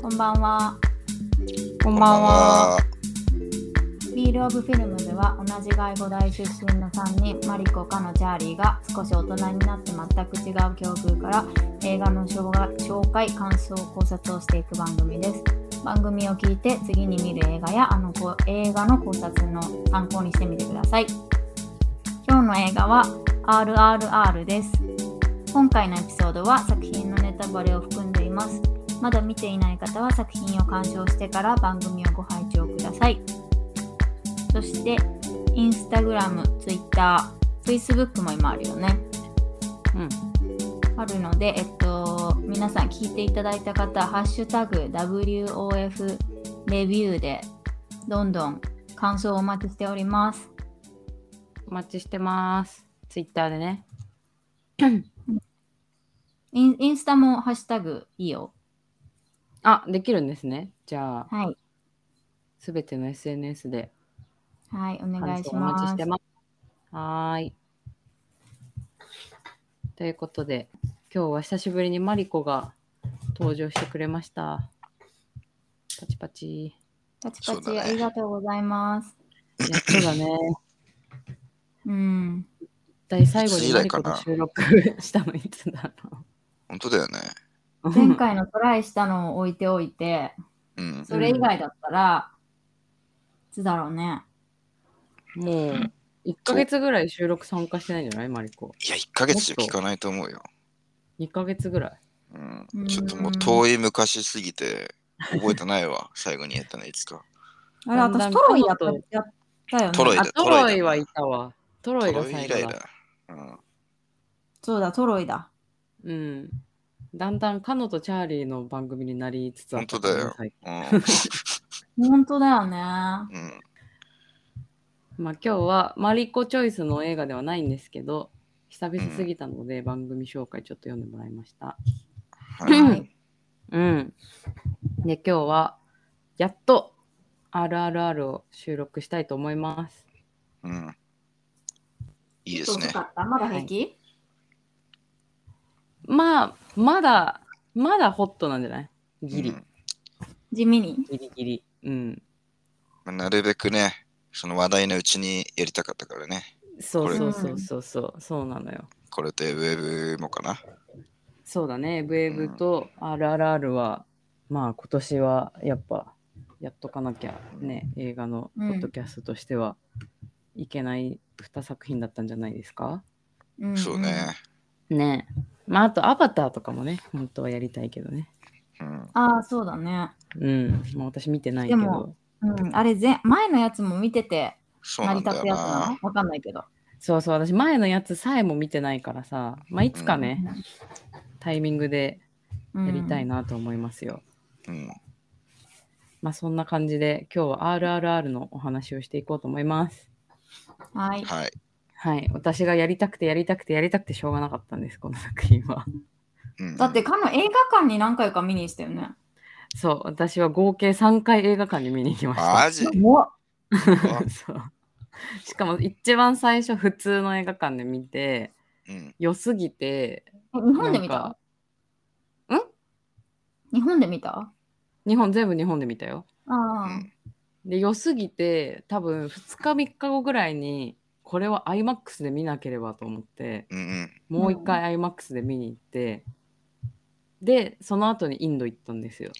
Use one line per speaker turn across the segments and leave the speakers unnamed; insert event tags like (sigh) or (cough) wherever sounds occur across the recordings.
こんばんは。
こんばんは。
ビールオブフィルムでは同じ外語大出身の3人、マリコ、カノ、チャーリーが少し大人になって全く違う境遇から映画の紹介、紹介感想、考察をしていく番組です。番組を聞いて次に見る映画やあのこ映画の考察の参考にしてみてください。今日の映画は RRR です。今回のエピソードは作品のネタバレを含んでいます。まだ見ていない方は作品を鑑賞してから番組をご拝聴ください。そして、インスタグラム、ツイッター、フェイスブックも今あるよね。
うん。
あるので、えっと、皆さん聞いていただいた方、ハッシュタグ WOF レビューで、どんどん感想をお待ちしております。
お待ちしてます。ツイッターでね。
インインスタもハッシュタグいいよ。
あ、できるんですね。じゃあ、
はい。
すべての SNS で
はい、お願いし
お待ち
ま
し
す
て。ます。はーい。ということで、今日は久しぶりにマリコが登場してくれました。パチパチ。
パチパ
そう
チ、
だ
あ
ね
りがとうございます。
いや、そう
(laughs)
だね。 (laughs)
うん。
一体最後にマリコ
い
と
つ
収録したのいつだろ
本当だよね。
う。
前回のトライしたのを置いておいて、
うん。
それ以外だったら、いつだろうね。
(laughs) もう、1ヶ月ぐらい収録参加してないんじゃないマリコ。
いや、1ヶ月じゃ聞かないと思うよ。
2ヶ月ぐらい。
うん。ちょっともう遠い昔すぎて、覚えてな
(laughs)
いわ。最後にやったのいつか。
あれ、
だんだ
私
ん
トロイやった
トロイ
やったよね。
トロイ
あ、
だ
トロイはいたわ。トロ
ト
イが
ロイ
最
以
後
来
だ。
だ。うん。
そうだ、トロイだ。
うん。だんだんカノとチャーリーの番組になりつつあった
本当だよ
最近
本当だよね。
うん。うん
まあ今日はマリコチョイスの映画ではないんですけど、久々すぎたので番組紹介ちょっと読んでもらいました。
はい
い。
うん。で、今日はやっと RRR を収録したいと思います。
うん。いいで
ちょ
す
っと
ね
遅。かったまだ平気、
まあ、まだ、まだホットなんじゃないギリ、
うん
地味に。
ギリギリ。うん。
まあなるべくね、その話題のうちにやりたかったからね。
そうそうそうそうそう、そうなのよ。
これでウェブもかな。
そうだね、ウェーブと RRR は、まあ今年はやっぱやっとかなきゃね、映画のポッドキャストとしてはいけない2作品だったんじゃないですか。
うん
そうね。。
ねまああとアバターとかもね、本当はやりたいけどね。
うん。
ああ、そうだね。
うん、まあ私見てないけ
で
ど
も。うん、あれ前、前のやつも見てて、
そう
成り
なん
立
だ
つ
よ
やつなの
な。
わかんないけど。
そうそう、私前のやつさえも見てないからさ、まあいつかね、タイミングで
うん
やりたい。なと思いますよ。
うん。
まあそんな感じで今日は RRR のお話をしていこうと思います。
はい。
はい。
はい、私がやりたくてやりたくてやりたくてしょうがなかったんです、この作品は。
うん
だって、、かの映画館に何回か見にしたよね。
そう、私は合計3回映画館に見に行きました。
マジ
もう
怖っ
(laughs) そうしかも一番最初普通の映画館で見て、
うん。
良すぎ
え
て、
日本で見
なん
た
か
日本で見たあ
日本全部日本で見たよ。
う
あ、
ん
で、良すぎて、多分2日3日後ぐらいに、これは IMAX で見なければと思って、
うんうん。
もう一回 IMAX で見に行って、で、その後にインド行ったんですよ。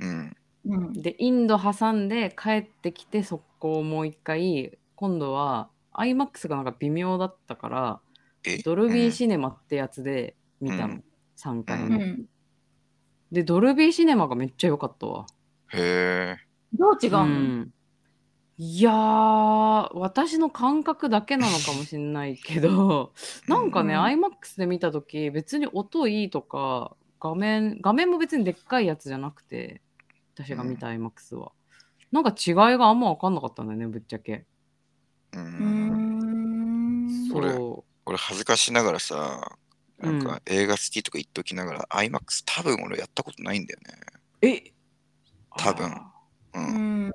うん。
うん。
でインド挟んで帰ってきて速攻もう一回今度は iMAX がなんか微妙だったから
え
ドルビー
うん
シネマってやつで見たの、
うん
3回
う
目、
ん。
でドルビーシネマがめっちゃ良かったわ
へえ。
どう違うの、
んいやー私の感覚だけなのかもしんないけどなんかね、
うん
iMAX で見た時別に音いいとか画面画面も別にでっかいやつじゃなくて私が見た iMAX は、なんか違いがあんま分かんなかったんだよねぶっちゃけ
うー
うん。
ん。
それ
う
俺恥ずかしながらさ、なん
う
か映画好きとか言っときながら、IMAX 多分俺やったことないんだよね。
え
多分
あ
う。
うんん。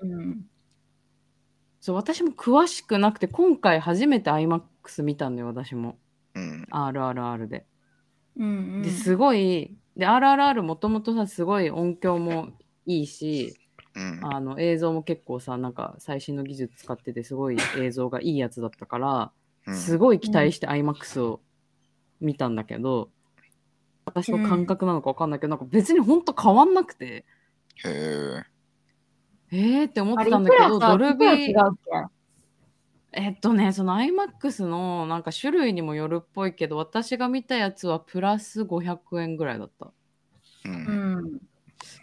そう私も詳しくなくて今回初めて IMAX 見たんだよ私も
うん。
RRR で。
うんうん、
ですごいで RRR もともとさすごい音響もいいし
うん。
あの映像も結構さなんか最新の技術使っててすごい映像がいいやつだったから、
うん
すごい期待して IMAX を見たんだけど、私の感覚なのか分かんないけど、なんか別に本当変わんなくて
へえ。
えーって思っ
あれい
てたんだ
く
け
ら
ど
さ
ド
い
ル
くら
ビ
違う
ー
っけ
えっとねその IMAX のなんか種類にもよるっぽいけど私が見たやつはプラス500円ぐらいだった
う。
うんん。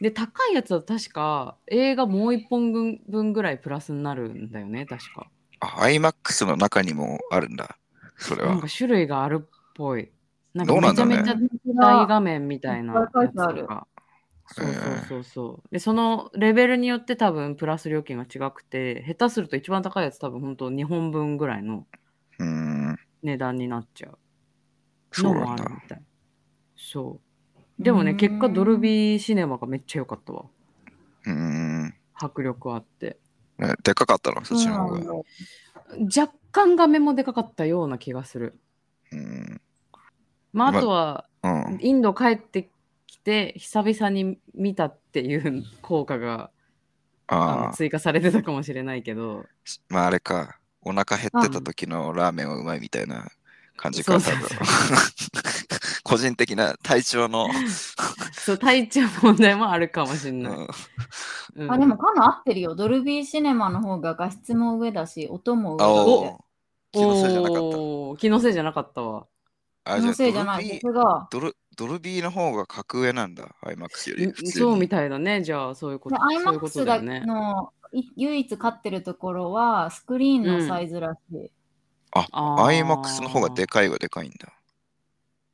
で高いやつは確か映画もう1本分分ぐらいプラスになるんだよね確か
あ、IMAX の中にもあるんだ。それ
なん
は。
か種類があるっぽいなん
ど
か
うな
め
ん
ち
だ
ゃ
ろうね
めちゃ大画面みたいなや
いっ
つ
ぱい書いてあ
と
る
か。そ
へ
う
え
そうそうそう。で、そのレベルによって多分プラス料金が違くて、下手すると一番高いやつ多分本当2本分ぐらいの
うん。
値段になっちゃう
そ
の
うな
も
ん
ある
だ。
みたい。そう。でもね、
うん
結果ドルビーシネマがめっちゃ良かったわ。
うん。
迫力あって。
えでかかったのそっちの
な
方
んだ
が。
若干画面もでかかったような気がする。
うん。
まあ、
ま
あとは、
うん。
インド帰ってきて久々に見たっていう効果が
あ
あの
あ。
追加されてたかもしれないけど
まああれか。お腹減ってた時のラーメンはうまいみたいな感じか、
そ
多
う
分 (laughs)
そうそう。
個人的な体調の。
そう体調の問題もあるかもしれ
う
ない、
ん
うん
あ、でも、かな合ってるよ。ドルビーシネマの方が画質も上だし、音も上
あ
だし
おう。気のせいじゃなかった。
おー気のせいじゃなかったわ
あ、
気のせいじゃ
あ
な
ドルビ
い。
ー
僕が。
ドルドルビーの方が格上なんだ、IMAX より。普通に
そうみたいだねじゃあそういうこ
で
とそういうことだよ
IMAX
ね
のい唯一勝ってるところは、スクリーンのサイズらしい。
あー
IMAX の方がでかいはでかいんだ。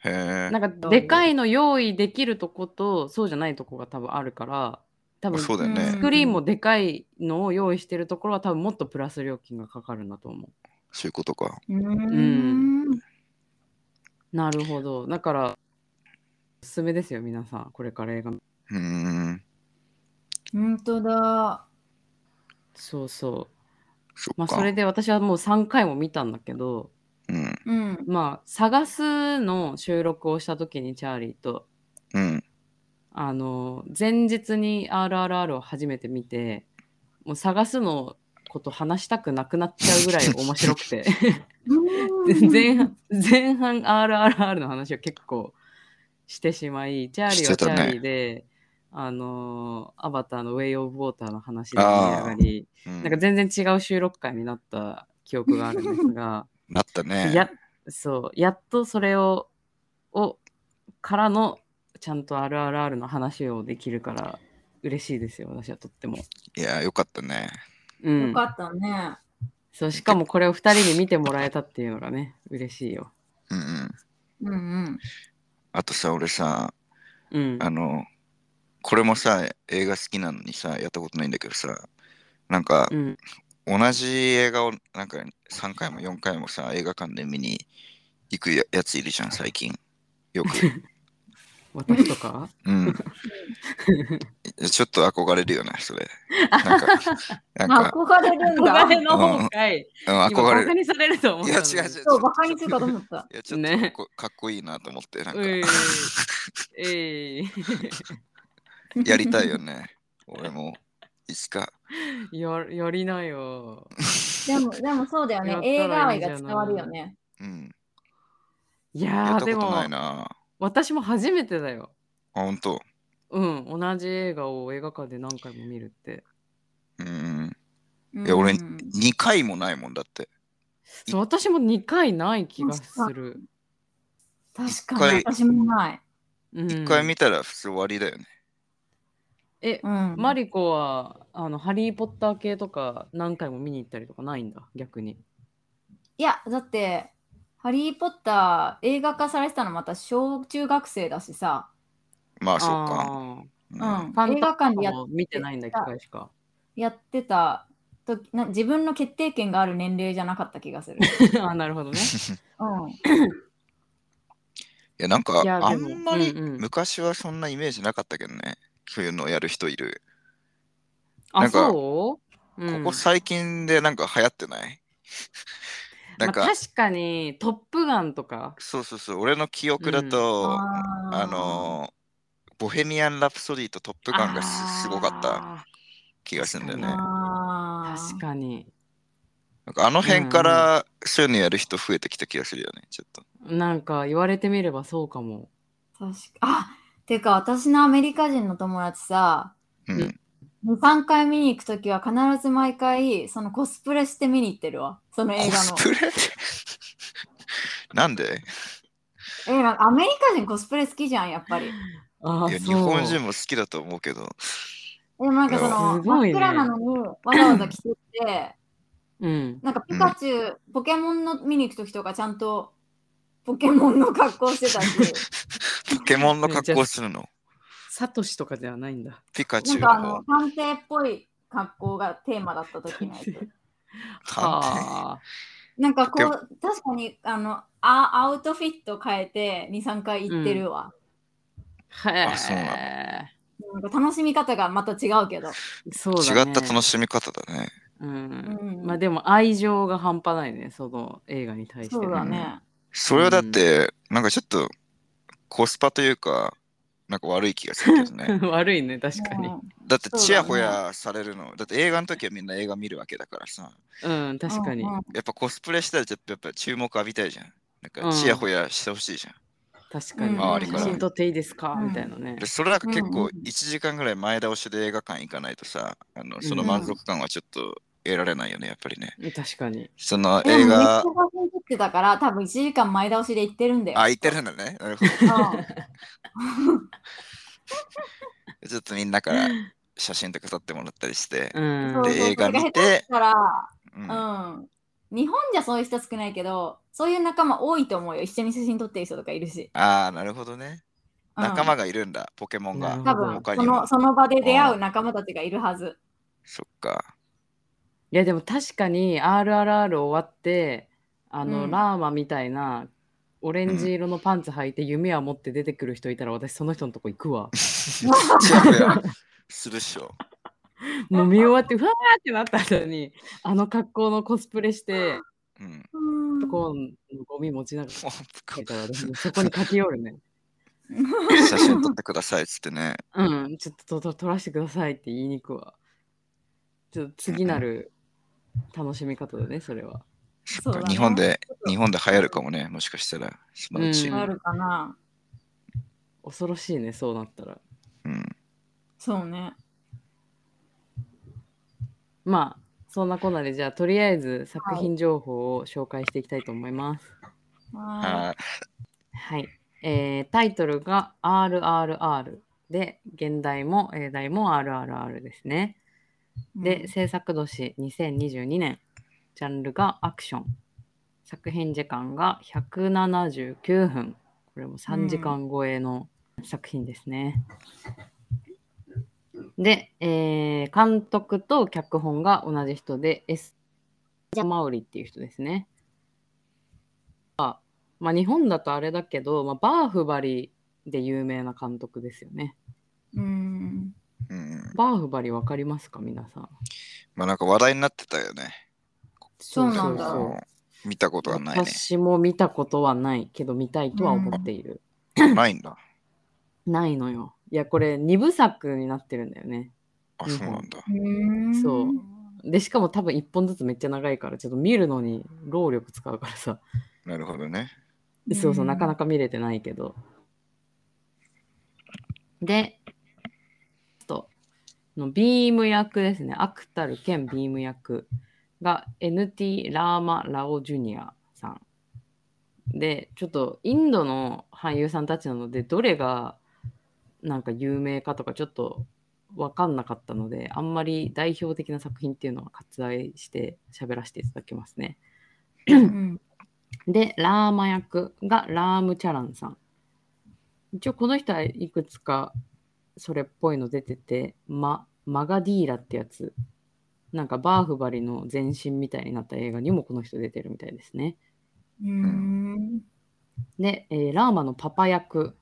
へえ。
なんかでかいの用意できるとことそうじゃないとこが多分あるから多分
まあそう
ス
だよね、
うん
クリーンもでかいのを用意してるところは多分もっとプラス料金がかかるんだと思う
そういうことか。
うーん
ん。なるほど。だから、おすすめですよ、皆さん。これから映画見。
うーん。
本当だ。
そうそう。
そっか。
まあ、それで私はもう3回も見たんだけど、
うん。
うん。
まあ、探すの収録をした時にチャーリーと、
うん。
あの、前日に RRR を初めて見て、もう探すのこと話したくなくなっちゃうぐらい面白くて、前半、前半 RRR の話を結構してしまい、チャーリーはチャーリーで、あのーアバターのウェイ・オブ・ウォーターの話で盛り上がり、
うん
なんか全然違う収録会になった記憶があるんですが、
なったね。
やそうやっとそれををからのちゃんと RRR の話をできるから嬉しいですよ私はとっても、
いや、よかったね。
う
よ
ん
か、ったね。
そうしかもこれを2人に見てもらえたっていうのがね嬉しいよ、
うんうん。
うんうん。
あとさ、俺さ、
うん、
あの、これもさ、映画好きなのにさ、やったことないんだけどさ、なんか
う、ん
同じ映画をなんか3回も4回もさ映画館で見に行くややついるじゃん最近よく、
私と (laughs) か
うん、ちょっと憧れるよねそれなん
(laughs)
かなん
あ
か、
憧れるん
憧れ
だ。
の方かい
うん
今
憧れ
バカ
る
にされると思
い
った
や
の
違
に
う違う
そう、バカにするかと思った。
いやちょっとかっ
ね
こ,、かっこいいなと思ってなんか、
うい
(laughs)
えい
やりたいよね俺もいつか
(laughs) ややりなよ。
でも、でもそうだよね
やっ。たらいい
映画愛が
じゃ
伝
ない
わるよね。
うん
い
や
や
っ
ー
た
で
こと
も
ないなあ
私も初めてだよ。
本当
うん、同じ映画を映画館で何回も見るって。
うん
うん
いや俺
うん
2回もないもんだって
そう私も2回ない気がする。
確かに
一回
私もない。
うん、
1回見たら普通終わりだよね
え、
うん。
マリコはあのハリー・ポッター系とか何回も見に行ったりとかないんだ、逆に。
いや、だって、ハリー・ポッター映画化されてたのまた小中学生だしさ。
まあそっか
あ
う
うん。
ー
映画館でや
ファンタも見てないんだ、機会しか。
やってた時な、自分の決定権がある年齢じゃなかった気が
(laughs)
する。
(laughs) あなるほどね。
う
いや、なんか、
いや
あ
でも
んまり
うんうん
昔はそんなイメージなかったけどね。そういうのをやる人いる。な
あ、
んか
そうん
ここ最近でなんか流行ってない、なんか、
まあ確かに「トップガン」とか
そうそうそう、俺の記憶だと、
あ
あのーボヘミアン・ラプソディとトップガンがすすごかった
あ
気がするんだよ
ー
ね。
あ
ー
ー
確かに
なんかあの辺からそういうのやる人増えてきた気がするよね、ちょっと。
なんか言われてみればそうかも
確かあてか私のアメリカ人の友達さ
うん。
うん
23回見に行くときは必ず毎回そのコスプレして見に行ってるわその映
コ
画
ス
の
プレ (laughs) なんで
えなんかアメリカ人コスプレ好きじゃんやっぱり
ああ
い
そ
や
う
日本人も好きだと思うけど、
でもなんかその、
すごいね
真っ暗なのにわざわざ着てって
うん
なんかピカチュウ、ポケモンの見に行くときとかちゃんとポケモンの格好してたし
ポケモンの格好するの
サトシとかではないんだ
ピカ
な
チュ
ん
ウ
かあ
の
の探偵っぽい格好がテーマだったときのやつ
探
はあ
なんかこう確かにあのあアウトフィット変えて23回行ってるわ、
はい
あそうな
なんか楽しみ方がまた違うけど、
そう
偵。違
だ、ね、
った楽しみ方だね。
う
うんん
まあでも愛情が半端ないねその映画に対して
そうだね、
それはだって、なんかちょっとコスパというか、なんか悪い気がするけど
(laughs)
ね。
悪いね確かに
う
だってチヤホヤされるの、だって映画の時はみんな映画見るわけだからさ。
うん、確かに、
うんうん
やっぱコスプレしたらちょっとやっぱ注目浴びたいじゃん。なん
う
か
ん
チヤホヤしてほしいじゃん。
確かに、
うん
周りか
写
ら
真撮っていいですか、
うん
みたいなね
でそれなんか結構
うん
1時間ぐらい前倒しで映画館行かないとさ、あのその満足感はちょっと得られないよね、やっぱりね。
確かに
その
でもめ
映
っちゃ
画、
写真撮ってたから多分1時間前倒しで行ってるんだよ
あ、行ってるんだね。なるほど (laughs) ちょっとみんなから写真とか撮ってもらったりして、
うん
そう
で映画見て、
だから、
うん
うん、日本じゃそういう人少ないけどそういう仲間多いと思うよ一緒に写真撮ってる人とかいるし、
ああ、なるほどね。
うん
仲間がいるんだ、ポケモン
なるほ
が。
ど
多分
他
そ
にも
のその場で出会う仲間たちがいるはず、
そっか。 (laughs)
いやでも確かに RRR 終わってあの、
うん
ラーマみたいなオレンジ色のパンツ履いて夢は持って出てくる人いたら私その人のとこ行
(laughs)
くわ
チヤホヤするっしょ。
もう見終わってうわーってなった後にあの格好のコスプレして
うん。
(laughs) うん
ポコーンのゴミ持ちながら
もう
書いたら私もうそこに書き寄るね
写真撮ってくださいっつってね。
うんちょっととと撮らせてくださいって言いに行くわちょっと次なる楽しみ方だねそれは
そうだな
日本で、日本で流行るかもね、もしかしたら、そのうち。
う
流
ん
行るかな
恐ろしいねそうなったら
うん
そうね
まあそんなこんなでじゃあとりあえず作品情報を紹介していきたいと思います。
は
あー
はい、えータイトルが「RRR」で現代も英代も RRR ですね。
い
で制作年2022年ジャンルがアクション作品時間が179分これも3時間超えの作品ですね、で、えー監督と脚本が同じ人で S マウリっていう人ですねあまあ日本だとあれだけど、まあ、バーフバリで有名な監督ですよね
うん
うん。
バーフバリわかりますか皆さん
まあなんか話題になってたよね。
そうなんだ
そうそうそう
見たことはないね。
私も見たことはないけど見たいとは思っている、
ないんだ。
ないのよいやこれ2部作になってるんだよね
あ、そうなんだ。
うん
そうでしかも多分1本ずつめっちゃ長いからちょっと見るのに労力使うからさ
なるほどね。
そうそうなかな
か
か見れてないけどであとのビーム役ですねアクタル兼ビーム役が NT ラーマ・ラオ・ジュニアさんでちょっとインドの俳優さんたちなのでどれがなんか有名かとかちょっと分かんなかったのであんまり代表的な作品っていうのは割愛して喋らせていただきますね。
うん
で、ラーマ役がラームチャランさん。一応この人はいくつかそれっぽいの出てて、ママガディーラってやつ。なんかバーフバリの前身みたいになった映画にもこの人出てるみたいですね。
うん
で、えーラーマのパパ役、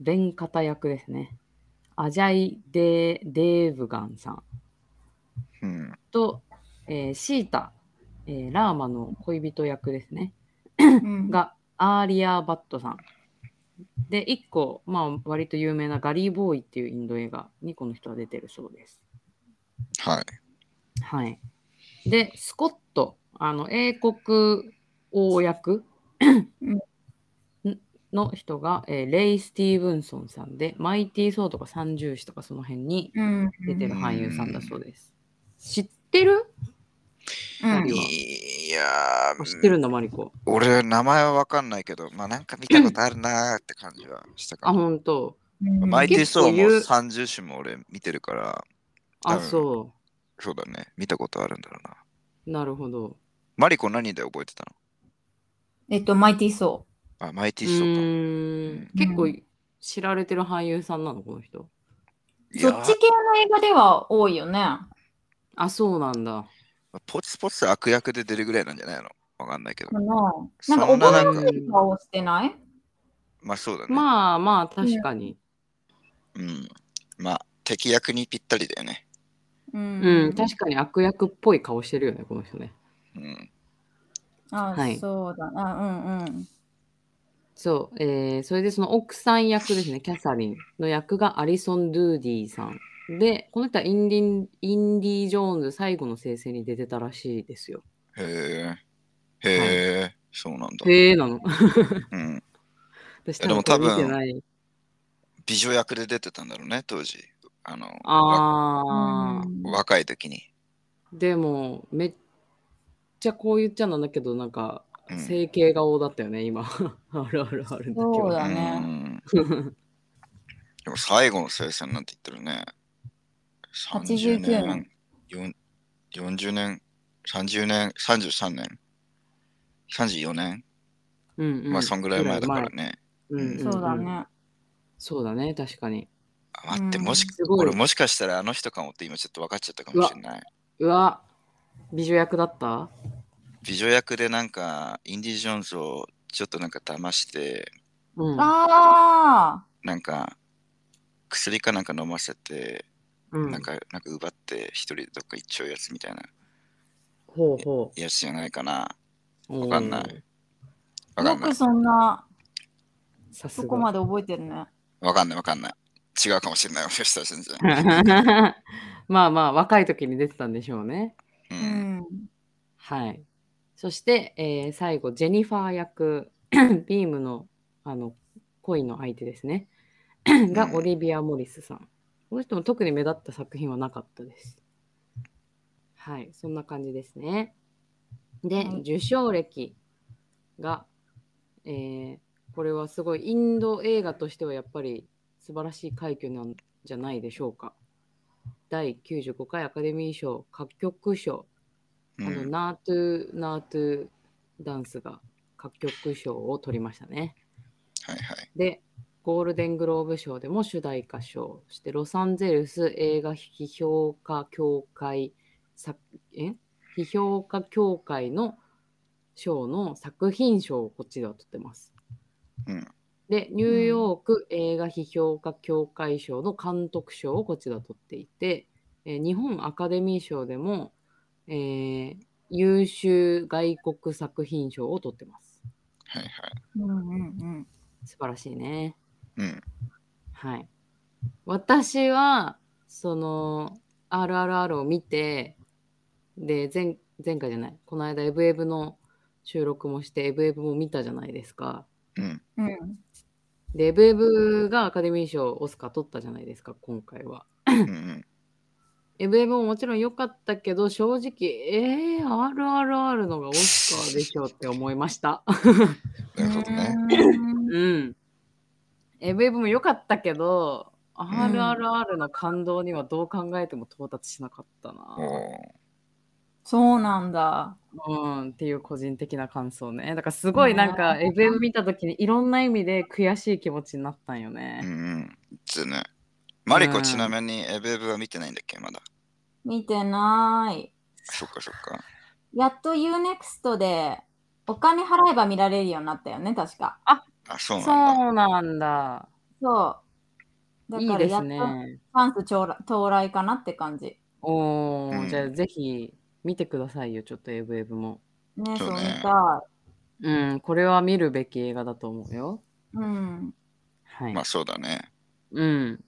レンカタ役ですね。アジャイ・デー・デーブガンさん。
うん。
と、えーシータ、えーラーマの恋人役ですね、
うん、
がアーリア・バットさん。で、1個、まあ、割と有名なガリー・ボーイっていうインド映画にこの人は出てるそうです。
はい。
はい。で、スコット、あの英国王役の人が、えーレイ・スティーブンソンさんで、マイティー・ソーとか三重士とかその辺に
うん、
出てる俳優さんだそうです。知ってる
うん
今
いやー、
知ってるんだ、マリコ。
俺、名前はわかんないけど、まあなんか見たことあるなーって感じはしたか
あ、
も。
ほんと。
うん
マイティーソー
結構言
も
う
30種も俺見てるから、
あ、
うん
そ
そうだね。見たことあるんだろうな。
う。なるほど。
マリコ何で覚えてた
えっと、マイティーソ
のあ、マイテ
う
ィーソーか。
ーん結構知られてる俳優さんなの、この人。
ー。
い
そ
や
っち系の映画では多いよね。
あ、そうなんだ。
ーポツポツ悪役で出るぐらいなんじゃないのわかんないけど。
かな
そ
なんん
な
か覚
な
え
ん
や
か
すい顔してない
まあそうだね。
まあまあ、確かに。
うん。まあ、敵役にぴったりだよね。
う
うん、確かに悪役っぽい顔してるよね、この人ね。
うん。
あ、
はい
そうだな。うんうん。
そう、えーそれでその奥さん役ですね、キャサリンの役がアリソン・ドゥーディーさん。で、この人はインディンインディ・ジョーンズ最後の生成に出てたらしいですよ。
へえ。へえ、そうなんだ。
へえな
う
の。
ん。
(laughs) 私
えでも
多分これ見てない。
美女役で出てたんだろうね、当時。あの、わ
あー、
若い時に。
でも、めっちゃこう言っちゃなんだけど、なんか、
うん
整形顔だったよね、今。 (laughs) あるあるあるんだけど。
そうだね
ん。でも最後の生産なんて言ってるね。
89
30年、よん40年、30年、33年、34年、
うんうん
まあそんぐらい前だからね。
ぐらい前
そうだ。ね。
そうだね、確かに。
あ待って、
うん
もし、
すごい
俺もしかしたらあの人かもって今ちょっと分かっちゃったかもしれない。
うわ、美女役だった
美女役でなんか、インディ・ジョーンズをちょっとなんか騙して、
うん。
ああ
なんか、薬かなんか飲ませて、
うん
なんか、なんか奪って一人でどっか行っちゃうやつみたいな
ほうほ
やつじゃないかな。
う。
わかんない。わか
よ
んな
く
い。
そんな、
うん。さす
そ
が。
こまで覚えてるね。
わかんないわかんない。違うかもしれない。もしかしたら全然。
(laughs) まあまあ、若い時に出てたんでしょうね。
う。
うんん。
はい。そして、えー最後、ジェニファー役、 (clears throat) ビームのあの恋の相手ですね。 (clears throat) がオリビア・モリスさん。この人も特に目立った作品はなかったです。はい、そんな感じですね。で、
はい
受賞歴が、えーこれはすごいインド映画としてはやっぱり素晴らしい快挙なんじゃないでしょうか。第95回アカデミー賞歌曲賞
う
あの、
ん
ナートゥー、ナートゥーダンスが各曲賞を取りましたね。
はいはい。
で、ゴールデングローブ賞でも主題歌賞、そしてロサンゼルス映画批評家協会、作え批評家協会の賞の作品賞をこっちでは取ってます。
うん
で、ニューヨーク映画批評家協会賞の監督賞をこっちでは取っていて、えー日本アカデミー賞でも、えー優秀外国作品賞を取ってます。
はいはい。
うんうん
素晴らしいね。
うん。
はい。私は、その、RRR を見て、で、前前回じゃない、この間、エブエブの収録もして、エブエブも見たじゃないですか。
うん。
うん。うん。
で、エブエブがアカデミー賞、オスカー取ったじゃないですか、今回は。
うんうん。
エブエブももちろん良かったけど、正直、えー、RRR のがオスカーでしょって思いました。
なるほどね。
うん。 (laughs) エブエブも良かったけど、RRR の感動にはどう考えても到達しなかったな。
おー
そうなんだ。
うん、っていう個人的な感想ね。だからすごいなんか、エブエブ見たときにいろんな意味で悔しい気持ちになったんよ
うんう
ね。
ん。つね。マリ
う
コ
ん
ちなみにエブエブは見てないんだっけまだ。
見てない。
そっかそっか。
やっと UNEXT でお金払えば見られるようになったよね、確か。
あ、そうなんだ。
そうなんだ。
そう。だ
いい
から
で
や
す
っとチ
ね。
ャンス到来到来かなって感じ。
おー、
うん
じゃあぜひ見てくださいよ、ちょっとエブエブも。
ね、
そ
そうう
ね
見た
うん、これは見るべき映画だと思うよ。
い。うん。
はい。
まあそうだね。
うん。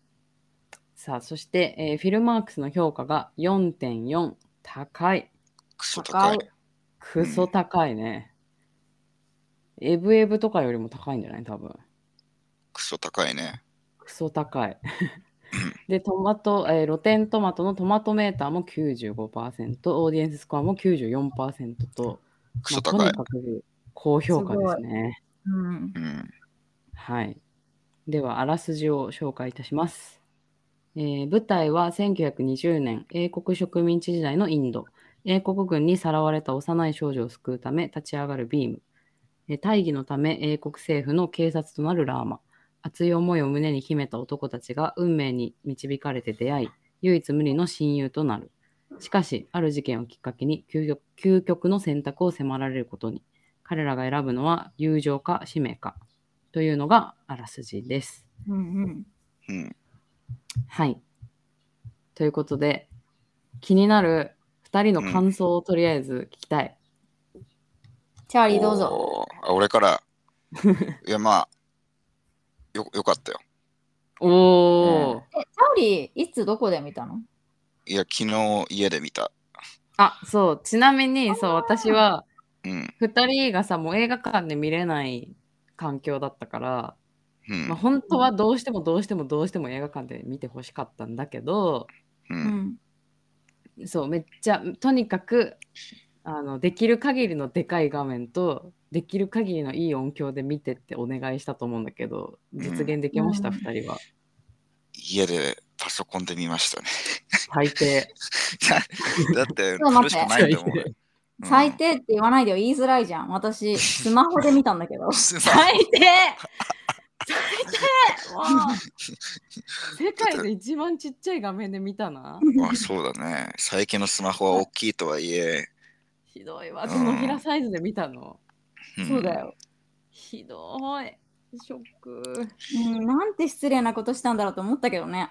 さあ、そして、えーフィルマークスの評価が4.4。高い。
クソ高い。
高
クソ高いね。エブエブとかよりも高いんじゃない多分。
クソ高いね。
クソ高い。で、トマト、えー、露天トマトのトマトメーターも95%、オーディエンススコアも94%と、
クソ
ま
高
あ
い
とに。かく高評価ですね。
うん。
うん。
はい。では、あらすじを紹介いたします。えー舞台は1920年、英国植民地時代のインド。英国軍にさらわれた幼い少女を救うため立ち上がるビーム。えー大義のため英国政府の警察となるラーマ。熱い思いを胸に秘めた男たちが運命に導かれて出会い、唯一無二の親友となる。しかし、ある事件をきっかけに究極究極の選択を迫られることに。彼らが選ぶのは友情か使命か。というのがあらすじです。
うんうん。
うん。
はい。ということで、気になる2人の感想をとりあえず聞きたい。
チャーリーどうぞ。
おーあ俺から。いやまあ、よよかったよ。
おー、
え、チャーリー、いつどこで見たの
いや、昨日家で見た。
あ、そう、ちなみに、そう、私は
うん。
2人がさ、もう映画館で見れない環境だったから、
う
まあ、
ん。
本当はどうしてもどうしてもどうしても映画館で見てほしかったんだけど、
う。
うんん。
そう、めっちゃ、とにかく、あのできる限りのでかい画面とできる限りのいい音響で見てってお願いしたと思うんだけど実現できました、
うん
二2人は
家でパソコンで見ましたね。
最低
だって、
ちょっと
そ
待っ
れしてかないと思うよ。うん。
最低って言わないでよ、言いづらいじゃん。私、スマホで見たんだけど (laughs)
すまん
最低
(laughs) もう
世界で一番ちっちゃい画面で見たな
(laughs) まあそうだね。最近のスマホは大きいとはいえ。
ひどいわ手のひらサイズで見たの、
ん
そうだ。よ。
ひどいショック
うん、なんて失礼なことしたんだろうと思ったけどね。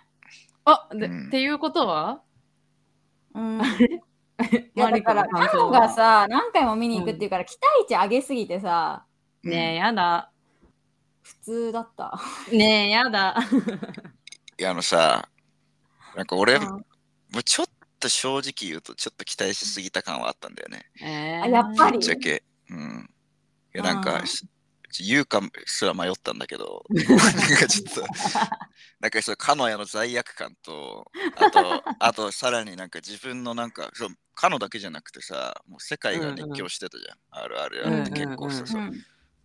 あで、
うん
っていうことは
うん、いや
マ
だ
リ
か
コの
ら、
感
カ
想
ノ
は
がさ、何回も見に行くっていうから、期待値上げすぎてさ、
ねえやだ
普通だった。
ねえやだ
いや、あのさ、なんか俺、
うん
もうちょっと正直言うと、ちょっと期待しすぎた感はあったんだよね。
(laughs) え
あやっぱ
ぶ
り
っちゃけ。うん。いや、な
う
んか
ん、
言うかすら迷ったんだけ
(laughs)
ど、なんかちょっと、 (laughs) なんかその、カノヤの罪悪感と、あと、
(laughs)
あと、さらになんか自分のなんか、そう、カノだけじゃなくてさ、もう世界が熱狂してたじゃん。あるあるあるって結構
うんうんう
さ、
ん
そう
うん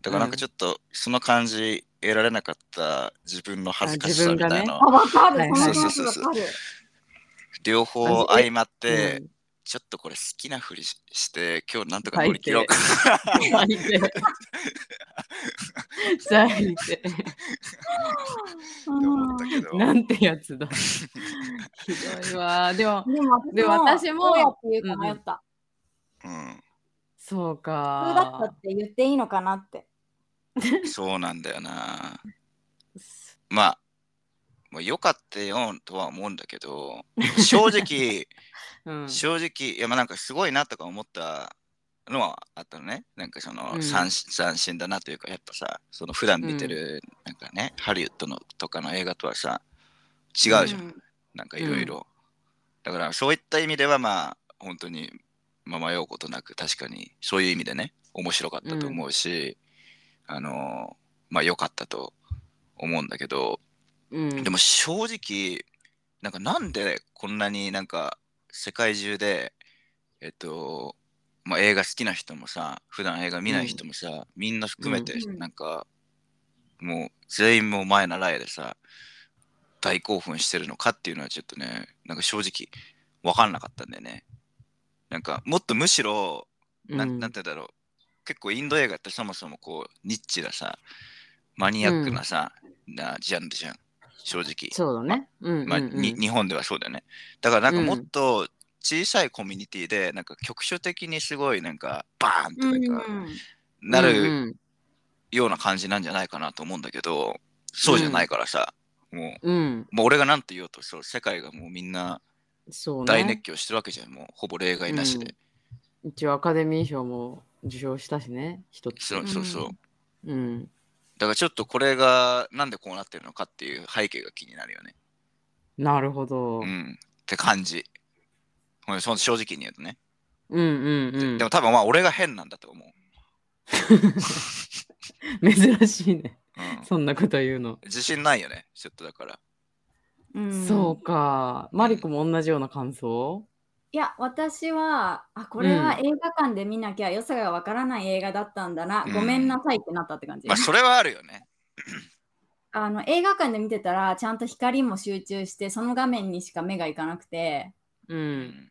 だからなんかちょっとその感じ得られなかった自分の恥ずかしさみたいな、
あ、わかる
はい、
その気持ちわかる。
両方相まって、
うん
ちょっとこれ好きなふりしして今日なんとか乗り切ろうか。
最低最低
って
う
思
ん
ったけど、
なんてやつだひどいわでも
でも
で私も
どうやって言うか迷った。
そう
普通だった
か
って言っていいのかなって。
うん、そうなんだよな。まあ、まあ、よかったよとは思うんだけ
(laughs)
ど、正直、
うん
正直、いやまあなんかすごいなとか思ったのはあったのね。なんかその、
うん
斬新斬新だなというか、やっぱさ、その普段見てる、なんかね、ハリウッドのとかの映画とはさ、違うじゃん。
ん。
なんかいろいろ。だからそういった意味ではまあ本当に、まあ、迷うことなく確かにそういう意味でね面白かったと思うし、あのまあ良かったと思うんだけど
うん
でも正直なんかなんでこんなになんか世界中でえっとまあ映画好きな人もさ普段映画見ない人もさ、みんな含めて
うん
なんか、もう全員もう前習いでさ大興奮してるのかっていうのはちょっとねなんか正直分かんなかったんだよねなんかもっとむしろな
うん
んなんて言うんだろう結構インド映画ってそもそもこうニッチださマニアックなさ、なジャンルじゃん正直
そうだね。うんうんうん
まあに日本ではそうだよねだからなんかもっと小さいコミュニティでなんか局所的にすごいなんかバーン
う
となんか
ん
な
う
る
ん
ような感じなんじゃないかなと思うんだけどそうじゃないからさもう
うん
もう俺が何て言おうとそう世界がもうみんな
そうね。
大熱狂してるわけじゃん、もうほぼ例外なしで。
うん一応アカデミー賞も受賞したしね、一つ。
そうそうそうう。
うん。
だからちょっとこれがなんでこうなってるのかっていう背景が気になるよね。
なるほど。う
うんん。って感じ。ほんでその正直に言うとね。
うんうん。
でも多分まあ俺が変なんだと思う。
珍しいね。
うん
そんなこと言うの。
自信ないよね、ちょっとだから。
うん
そうか。マリコも同じような感想
いや私はあこれは映画館で見なきゃ良さがわからない映画だったんだな、
うん
ごめんなさいってなったって感じ、
まあそれはあるよね。
あの映画館で見てたらちゃんと光も集中してその画面にしか目がいかなくて
う。。
うん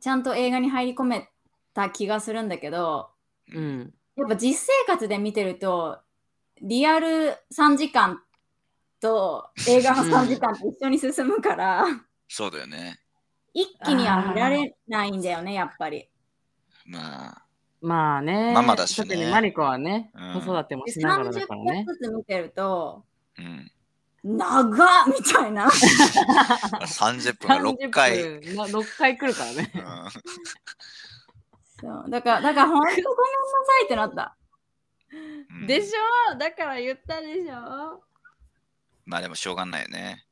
ちゃんと映画に入り込めた気がするんだけど
う。ん。
やっぱ実生活で見てるとリアル3時間と映画の3時間と一緒に進むから
そうだよね。
一気には見られないんだよねやっぱり。
まあ。
まあね。
ママだしね
特にマリコはね、
うん
子育ても
で
しながらだ
30
からね
分。ずつ見てると
(laughs)
うん。
長っみたいな
30分が6回。うん。
30分な6回来るからね。
そうだからだから本当ごめんなさいってなった。
うん
ょだから言ったでしょ
まあでもしょうがないよね。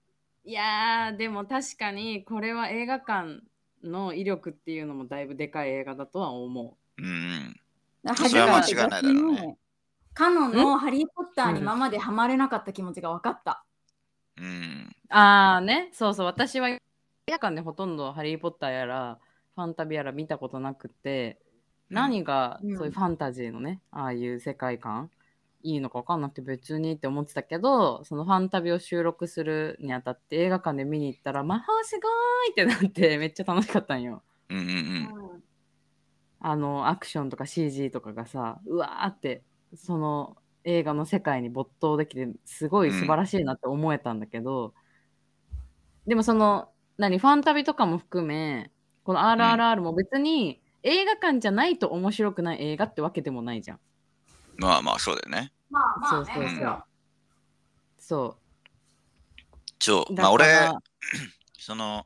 いやー、でも確かにこれは映画館の威力っていうのもだいぶでかい映画だとは思
うんうん。
それは間違い
ないだろうね
カノンの「ハリー・ポッター」に今までハマれなかった気持ちが分かった。
うん。
う。あーね、そうそう、私は映画館でほとんどハリー・ポッターやら、ファンタビやら見たことなくて、何が
うん
そういうファンタジーのね、ああいう世界観いいのか分かんなくて別にって思ってたけどそのファンタビを収録するにあたって映画館で見に行ったら「まあすごーい!」ってなってめっちゃ楽しかったんよ。
うんうんうん。
あのアクションとか CG とかがさうわーってその映画の世界に没頭できてすごい素晴らしいなって思えたんだけど、でもその何ファンタビとかも含めこの「RRR」も別に映画館じゃないと面白くない映画ってわけでもないじゃん。
まあまあそうだよね。
まあまあね
そ
そ
う
うそう
そ
そう。
う。
まあ
だ
俺
か、ら
その、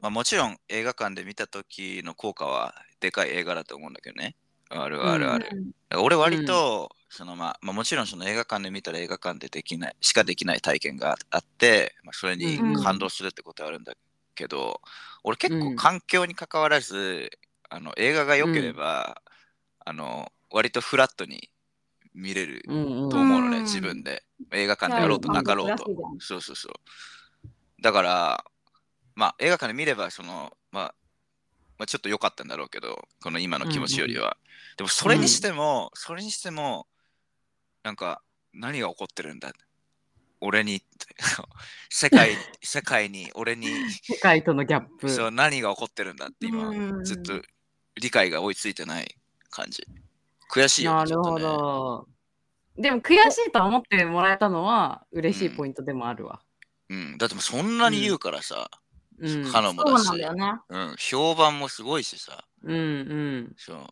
まあ、もちろん映画館で見た時の効果はでかい映画だと思うんだけどね。あるあるある。だから俺割と、そのまあ、まあもちろんその映画館で見たら映画館でできない、しかできない体験があって、まあ、それに感動するってことはあるんだけど、俺結
う
構
ん
環境に関わらず、あの映画が良ければ、あの割とフラットに見れる
うんうん
と思うのね、
うん
自分で。映画館でやろうとなかろうと。そうそうそう。だから、まあ映画館で見れば、その、まあ、まあ、ちょっと良かったんだろうけど、この今の気持ちよりは。でもそれにしても、それにしても、なんか、何が起こってるんだ俺にって、 (laughs)
(laughs)
世界、世界に、俺に、
世界とのギャップ。
そう、何が起こってるんだって今、
うん
ずっと理解が追いついてない感じ。悔しいよ
な
ね。
るほ
ちょっとね
ど。でも悔しいとは思ってもらえたのは嬉しいポイントでもあるわ。
うん、だってもうそんなに言うからさ、
うん、うん、
カノも
そう
だし
なんだよね。
うん、評判もすごいしさ、
うんうん
そう、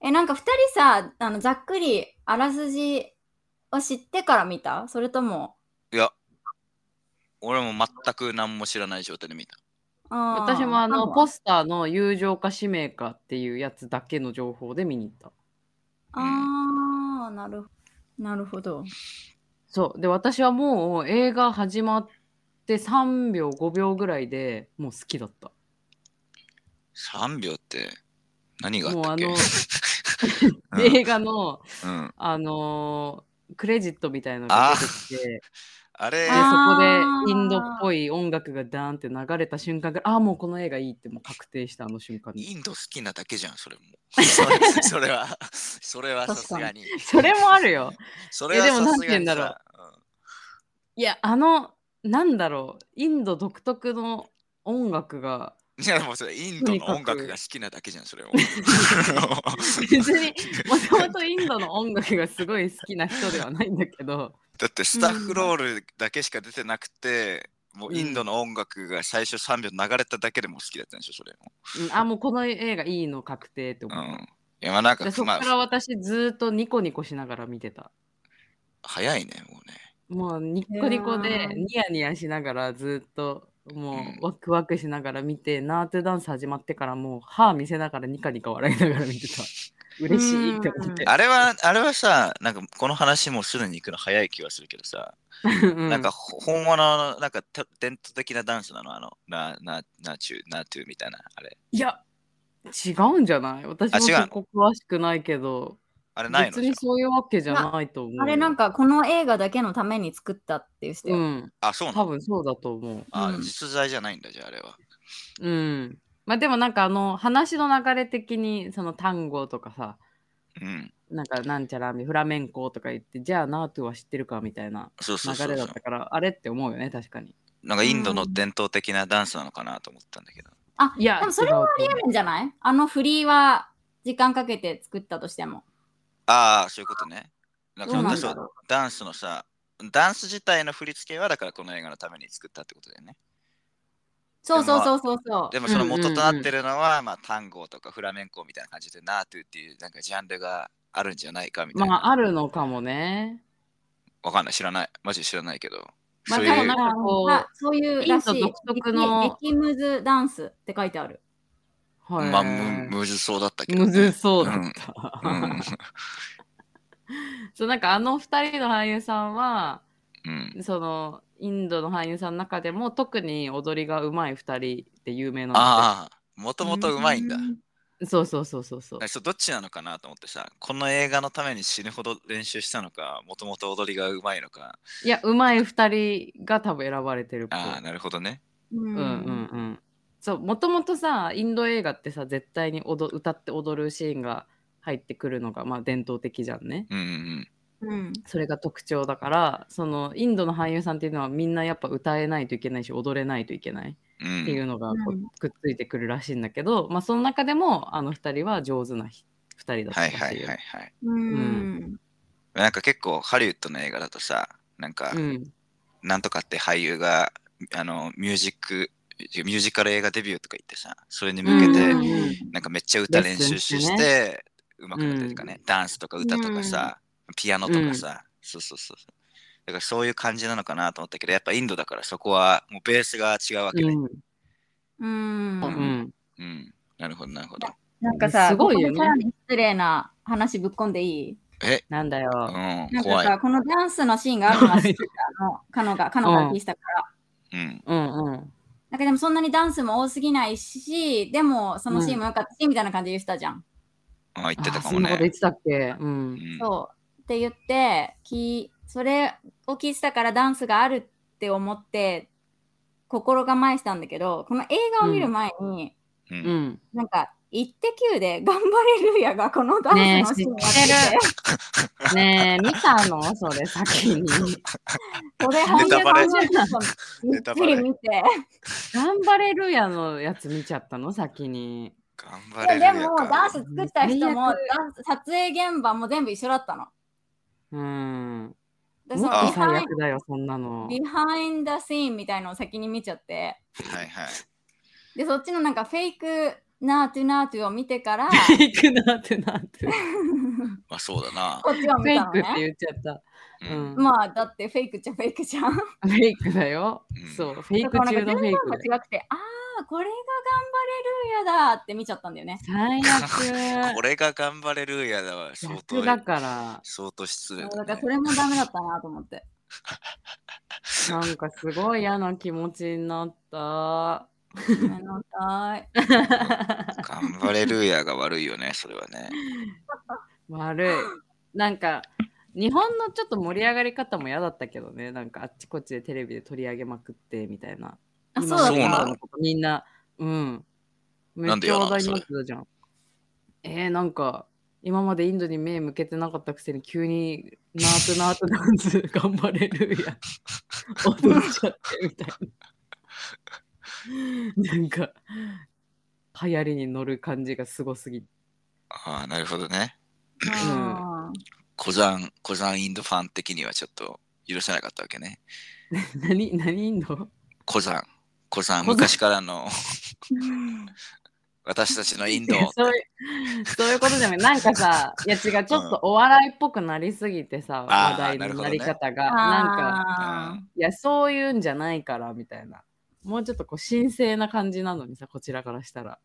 え、なんか2人さ、あのざっくりあらすじを知ってから見たそれとも。
いや、俺も全く何も知らない状態で見た。
私もあのポ
ス
スターの友情か使命かっていうやつだけの情報で見に行った。
あーなるほど。なるほど。
そう。で、私はもう映画始まって3秒、5秒ぐらいでもう好きだった。
3秒って何があっ
もう
たっ
あ
け、
の
(laughs) うん
映画の、
うん、
あのークレジットみたいなのが出てきて、
あれ
で
あ
そこ
あー
でインドっぽい音楽がダーンって流れた瞬間からああもうこの映画いいってもう確定したあの瞬間に
インド好きなだけじゃん、それも。 (laughs) それそれは、それはさすがに。
それもあるよ。
それはさすがに
いやでもなん
さ。
いやあのなんだろうインド独特の音楽が
うんいや、でもそれインドの音楽が好きなだけじゃん、それも。だ (laughs)
別にもともとインドの音楽がすごい好きな人ではないんだけど
ってスタッフロールだけしか出てなくて、もうインドの音楽が最初3秒流れただけでも好きだったんでしょ、それも。
うんあもうこの映画いいの確定って
う
思っ
ん。いや、まあなん
た、
か
で、そこ
ま
から
あ、
私ずっとニコニコしながら見てた
早いね、もうね。
もうニッコニ
い
コ
や
で
ー
ニヤニヤしながらずっとも
うん
うワクワクしながら見て、ナートゥダンス始まってからもう歯見せながらニカニカ笑いながら見てた。嬉しいって思って。
あれは、あれはさ、なんかこの話もすでに行くの早い気はするけどさ、
うん
なんかほ本物のなんかた伝統的なダンスなのあの、な、な、な、ちゅ、な、とみたいな、あれ。
いや、違うんじゃない私も
あ違うの
そこ詳しくないけど、
あれないの
別
じゃ
に
ん
そういうわけじゃないと思う。
あれなん
か、
かこの映画だけのために作ったっていう人
う
よ、
ん、
あ、 (laughs) そうな
多
の
分そうだと思う。
あ、
うん
実在じゃないんだ、じゃああれは。
うん。まあでもなんかあの話の流れ的にその単語とかさ、
うん。
なんかなんちゃらフラメンコとか言って、じゃあナートゥは知ってるかみたいな
そうそうそ
流れ
う
だ
そ
っ
う
た。から、あれって思うよね、確かに。
なんかインドの伝統的なダンスなのかなと思ったんだけど。
あ
いや
でもそれはあり
違うと
え
思
るんじゃないあの振りは時間かけて作ったとしても
ああ、そういうことね。なんか
どうなん
そ
だ
う
ろ
ダンスのさ、ダンス自体の振り付けはだからこの映画のために作ったってことだよね。
そうそうそうそうそう
でもその元となってるのは、まあ、単語とかフラメンコみたいな感じで、ナートゥっていうなんかジャンルがあるんじゃないかみたい
ま
な。
ああるのかもね。
わかんない、知らない。マジで知らないけど。
まあ
そう
で
い
も
う
なんかこうあそういうらしい
インド独特の
激ムズダンスって書いてある
はい。
まあ、むむずそうだったけど。
むずそうだっ
う
た。
ん。
そうなんかあの二人の俳優さんは、
うん。
そのインドの俳優さんの中でも特に踊りがうまい二人って有名なんだ
ああ、もともとうまいんだ。
うん
ってそうそうそうそうそう
なんかそうどっちなのかなと思ってさ、この映画のために死ぬほど練習したのか、もともと踊りがうまいのか。
いやうまい二人が多分選ばれてるっぽい
ああ、なるほどね。
う
う
ん
んうんうんそうもともとさインド映画ってさ絶対に踊歌って踊るシーンが入ってくるのがまあ伝統的じゃんね
うんうんうん。
うん
それが特徴だからそのインドの俳優さんっていうのはみんなやっぱ歌えないといけないし踊れないといけない
うん、
っていうのがこう
うん
くっついてくるらしいんだけど、まあその中でもあの二人は上手なひ二人だった
は
ら
い
しいよ。
はいはいはい。
うん
なんか結構ハリウッドの映画だとさ、なんか、
うん、
なんとかって俳優があのミュージック、ミュージカル映画デビューとか言ってさ、それに向けて、
うん
なんかめっちゃ歌練習し、
レッスンして
うまくなってるとかね、ダンスとか歌とかさ、ピアノとかさ、そうそうそうそう。だからそういう感じなのかなと思ったけど、やっぱインドだからそこはもうベースが違うわけ
う
ね。
ん
うん
うんうん
うん、なるほど、なるほど。
なんかさ
すごいよね
ここでさらに失礼な話ぶっこんでいい
え、
なんだ
うん、
よ。
なんか
怖い。
さこのダンスのシーンがあるのは知ってたのカノがカノが聞いてたから
うん、
うんうん。
なんかでもそんなにダンスも多すぎないし、でもそのシーンも良かったし、みたいな感じで言ってたじゃん。
あ言ってたか
あそ
も
んなこと
ね
言っ。てたっけうん。
うん
そう。って言って、きそれを聞いてたからダンスがあるって思って、心構えしたんだけど、この映画を見る前に、
う
うんん。
なんか、イッテ Q で (laughs) 頑張れるやがこのダンスのシーンをやって
ね
て、
ねえ、 (laughs) 見たのそれ先に。
それ本当に考えてたのみ
ネ
っ
タ
ち
バレ
り見て。
(laughs) 頑張れるやのやつ見ちゃったの先に。
頑
い
張れ
や
る
で
や
も
か
ダンス作った人も、
最
ダ
悪
ンス撮影現場も全部一緒だったの。
うん。も
で
っ
その
と
リハ
最
イン
悪だよ、そんなの。
ビハインダシーンみたいのを先に見ちゃって
はいはい。
でそっちのなんかフェイクナートゥナートゥを見て
(laughs)
から
フェイクなってなって。フ
まあそうだな。
こっちを
ェ
見
イ
たの
クって
ね
言っちゃった。
う
うん
ん。
まあだってフェイクじゃフェイクじゃんフ
フェイクだよ
うん。
そう、フェイク中のフェイクだよ。
が違くてああこれが頑張れるやだって見ちゃったんだよね
最悪
こ。れが頑張れるやだわ。相当
逆、だから、
相当失礼
だ
だ、ね。
からそれもダメだったなと思って
(laughs)
なんかすごい嫌な気持ちになった。
ごめんなさ
(laughs)
い
頑張れるやが悪いよね、それはね。
悪い。なんか、日本のちょっと盛り上がり方も嫌だったけどね、なんかあっちこっちでテレビで取り上げまくってみたいな。
あそう
今
だ
の
っ
そう
今
な
た
の
の子みんな、うん。め
な
っ
んで
ち
嫌
ゃ
なの
話題になってたじゃん。えー、なんか、今までインドに目向けてなかったくせに急にナートゥナートゥダンス頑張れるやん踊っちゃってみたいな。なんか、流行りに乗る感じがすごすぎて
ああ、なるほどね。
あ
古山、古山インドファン的にはちょっと許せなかったわけね。
何何インド
古山、古山、
古山
昔からの
ー
私たちのイン
い
ド。
や (laughs) そういうそういうことじゃない。なんかさ、いや違う、ちょっとお笑いっぽくなりすぎてさ、
あー
話題のなり方が、
あ
なんか、
ー
いや、そういうんじゃないからみたいな。もうちょっとこう神聖な感じなのにさこちらからしたら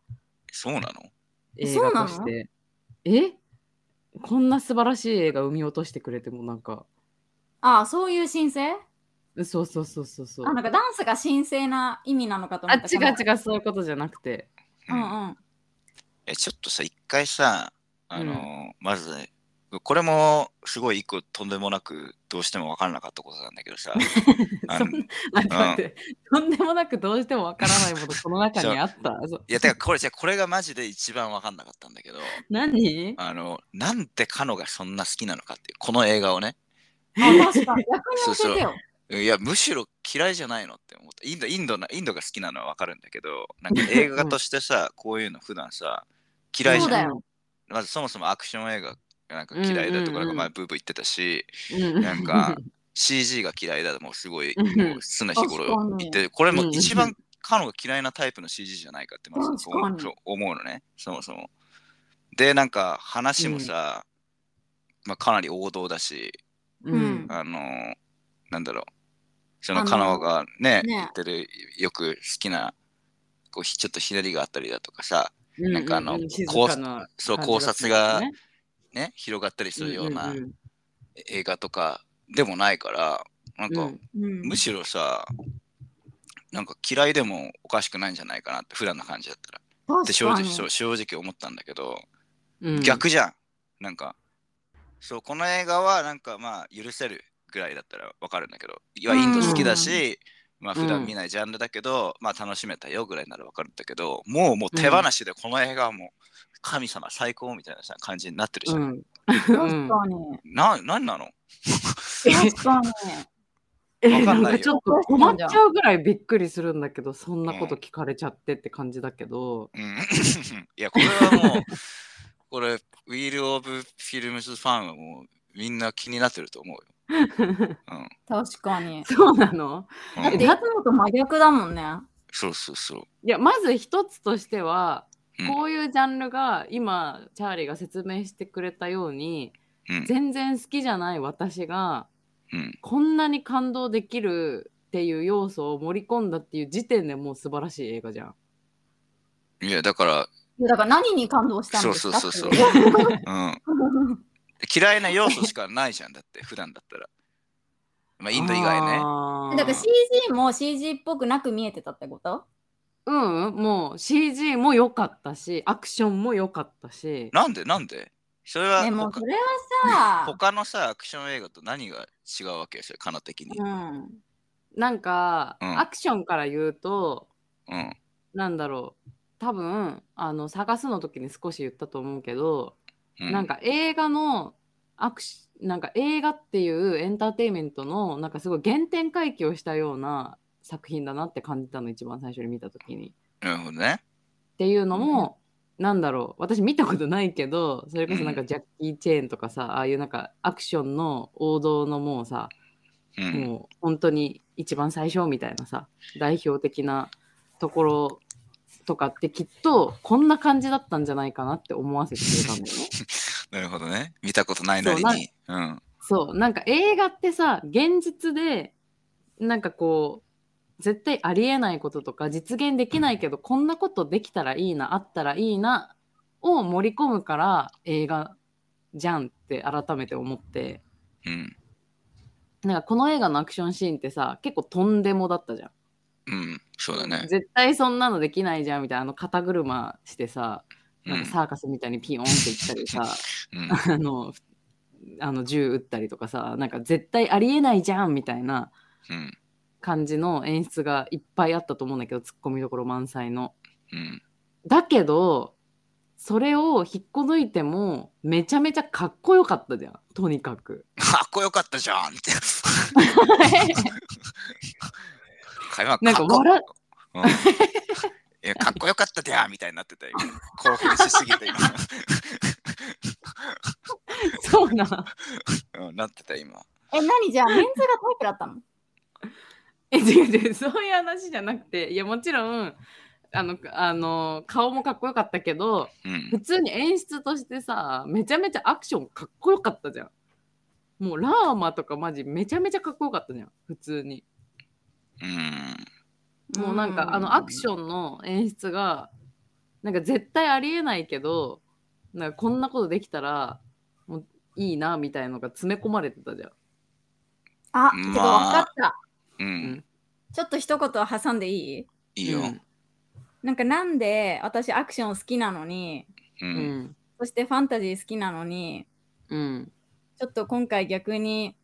そうなの
映画としてえこんな素晴らしい映画生み落としてくれてもなんか
ああ、そういう申請
そうそうそうそうそう
あ、なんかダンスが神聖な意味なのかと
あ
思
違
っ
う
た。
違うそういうことじゃなくて
う
うん
んうん。
えちょっとさ一回さあのー、まずねこれもすごい一個とんでもなくどうしても分からなかったことなんだけどさあ
そ
の
んな待って待って、とんでもなくどうしてもわからないものこの中に
(laughs)
あった。そう
いやてかこれじゃこれがマジで一番分かんなかったんだけど
何
あのなんでカノがそんな好きなのかっていうこの映画をね
あ確かに逆に教えてよ。
いやむしろ嫌いじゃないのって思ったインドインドなインドが好きなのは分かるんだけどなんか映画として
(laughs)
さこういうの普段さ嫌いじ
そうだ
ゃない
よ。
まずそもそもアクション映画がなんか嫌いだとか
うんうんうん
なんか前ブーブー言ってたし
うん
なんか CG が嫌いだともうすごい
うん
もう常日頃言ってこれも一
うん
番カノが嫌いなタイプの CG じゃないかってまずそう
確かに
そう思うのねそもそも。でなんか話もさ、まあ、かなり王道だし
う
うん
ん。
あのーなんだろうそ
あ
の
の
カノがね
ね
言ってるよく好きなこうひちょっと左があったりだとかさなんかあの
ううう静
考
かな
そう
感じ
考察が
する
ね広がったりするよう
ね
な映画とかでもないからなんか、
うん
むしろさなんか嫌いでもおかしくないんじゃないかなって普段の感じだったらっ
確
て正
か
直
に
そう正直思ったんだけど、
うんうん
逆じゃんなんかそうこの映画はなんかまあ許せるぐらいだったらわかるんだけどいや
うん
インド好きだし、まあ普段見ないジャンルだけど、まあ楽しめたよぐらいならわかるんだけどもうもう手放しでこの映画はもう神様最高みたいなさ感じになってるじゃ、
うんん。
確かに。
ななんなの
確か
(laughs)
に。
え
わか
なんん
ないよ
かちょっと困っちゃうぐらいびっくりするんだけど、そんなこと聞かれちゃってって感じだけど。
うん (laughs) いや、これはもう、これ、ウィール・オブ・フィルムスファンはもう、みんな気になってると思うよ。うん。
確かに。
そうなの
だって
うん
いつもと真逆だもんね。
そうそうそう。
いや、まず一つとしては
うん、
こういうジャンルが今、チャーリーが説明してくれたように、
うん。
全然好きじゃない私が、
うん、
こんなに感動できるっていう要素を盛り込んだっていう時点でもう素晴らしい映画じゃん。
いや、だから、
いやだから何に感動したんですか
そうそうそう
ってい
そううん。嫌いな要素しかないじゃん、だって、普段だったら。まあ、インド以外ね。
ね
(laughs) だから CG も CG っぽくなく見えてたってこと
うんうん、もう CG も良かったし、アクションも良かったし。
なんで、なんでそれは
でも
他
そ、れはさ、
他のさ、アクション映画と何が違うわけですよ、カナ的に
う。ん。
なんか、
うん
アクションから言うと、
うん。
なんだろう、多分、あの、探すの時に少し言ったと思うけど、
うん。
なんか映画のアクシなんか映画っていうエンターテインメントのなんかすごい原点回帰をしたような作品だなって感じたの一番最初に見た時に。
なるほどね。
っていうのも、なんだろう私見たことないけどそれこそなん
う
かジャッキー・チェーンとかさ、ああいうなんかアクションの王道のもうさ、
うん。
もう本当に一番最初みたいなさ代表的なところとかってきっとこんな感じだったんじゃないかなって思わせてくれた
(laughs)
んだよね。
なるほどね。見たことないなりに。うん。
そうなんか映画ってさ現実でなんかこう絶対ありえないこととか実現できないけどこんなことできたらいいなあったらいいなを盛り込むから映画じゃんって改めて思って
うん。
なんかこの映画のアクションシーンってさ結構とんでもだったじゃん、
うん。そうだね。
絶対そんなのできないじゃんみたいなあの肩車してさ
う
なん
ん
か。サーカスみたいにピヨンっていったりさ、 (laughs)
うん
あのふあの銃撃ったりとかさなんか絶対ありえないじゃんみたいな
うん
感じの演出がいっぱいあったと思うんだけどツッコミどころ満載の。
うん
だけどそれを引っこ抜いてもめちゃめちゃかっこよかったじゃんとにか
(laughs)
く。
かっこよかったじゃんって。 (laughs) 会話
なんか笑
うんいやかっこよかったじゃんみたいになってたよ。興奮しすぎて
そうな
今。 (laughs) うん、なってた今。
え、何じゃあメンズがタイプだったの
え違う違うそういう話じゃなくていやもちろんあのあの顔もかっこよかったけど
うん
普。通に演出としてさめちゃめちゃアクションかっこよかったじゃん。もうラーマとかマジめちゃめちゃかっこよかったじゃん普通に。
うん。
(laughs) もうなんか、
うん
あのアクションの演出がなんか絶対ありえないけどなんかこんなことできたらもういいなみたいのが詰め込まれてたじゃん。
あ、てか
まあ
分かった。
うん、
ちょっと一言挟んでいい
いいよ。
なんかなんで私アクション好きなのに、
う。
うんん
そしてファンタジー好きなのに、
うん
ちょっと今回逆に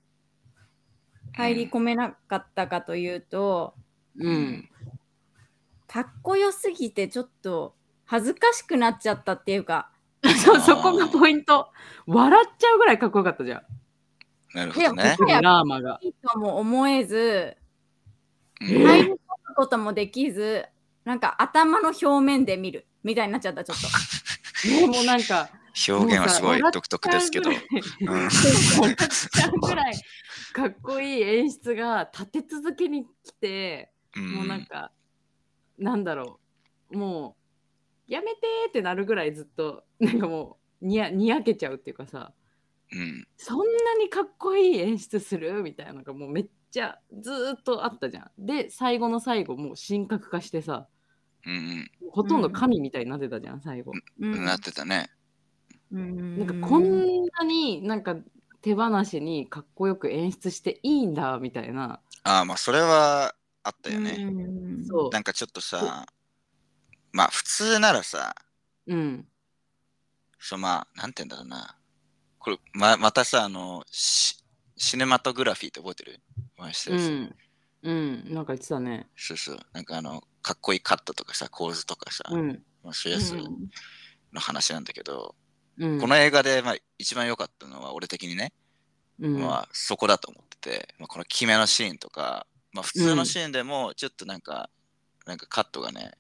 入り込めなかったかというと、
うんうん
かっこよすぎてちょっと恥ずかしくなっちゃったっていうか、
そうそこがポイント笑っちゃうぐらいかっこよかったじゃん
なるほどね。
いや
ラーマが
いいとも思えず、
うん
え
入り込むこともできず、なんか頭の表面で見るみたいになっちゃった、ちょっと。
ねもうなんか
表現はすごい独特ですけど。
笑っちゃうぐらい
うん
笑っちゃうぐらいかっこいい演出が立て続けに来てもうなんか、なんだろう、もう、やめてーってなるぐらいずっと、なんかもう、にやにやけちゃうっていうかさ、
うん
そんなにかっこいい演出するみたいなのが、もうめっちゃずーっとあったじゃん。で、最後の最後、もう神格化してさ、
うん
ほとんど神みたいになってたじゃん、最後。
う
うん、なってたね。
ん
なんか、こんなになんか手放しにかっこよく演出していいんだ、みたいな。
ああ、まあそれはあったよね。
うん
そう
なんかちょっとさ、まあ普通ならさ、
うん。
そうまあ、なんて言うんだろうな。これ、ままたさ、あの、シシネマトグラフィーって覚えてる前して
う
るやつ
ん。うん。なんか言ってたね。
そうそう。なんかあの、かっこいいカットとかさ、構図とかさ、
うん。
まあ、そういうやつ
うん
の話なんだけど、
うん。
この映画で、まあ、一番良かったのは、俺的にね、
うん、
まあ、そこだと思ってて、まあ、この決めのシーンとか、まあ、普通のシーンでも、ちょっとなんか、なんかカットがね、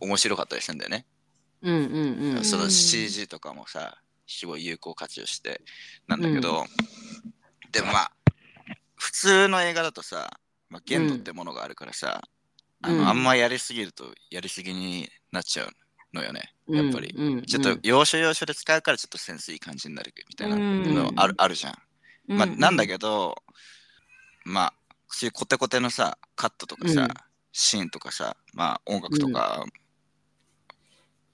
お面白かったりしたんだよね。
うんうんうん。
その
うん
CG とかもさ、すごい有効活用してなんだけど、でもまあ、普通の映画だとさ、まあ、限度ってものがあるからさ、あ
うん
のあんまやりすぎるとやりすぎになっちゃうのよね。やっぱり
うん、
ちょっと要所要所で使うからちょっとセンスいい感じになるみたいなのある,、あるじゃん。まあ、なんだけど、まあ、そういうコテコテのさ、カットとかさ、
うん
シーンとかさ、まあ、音楽とか、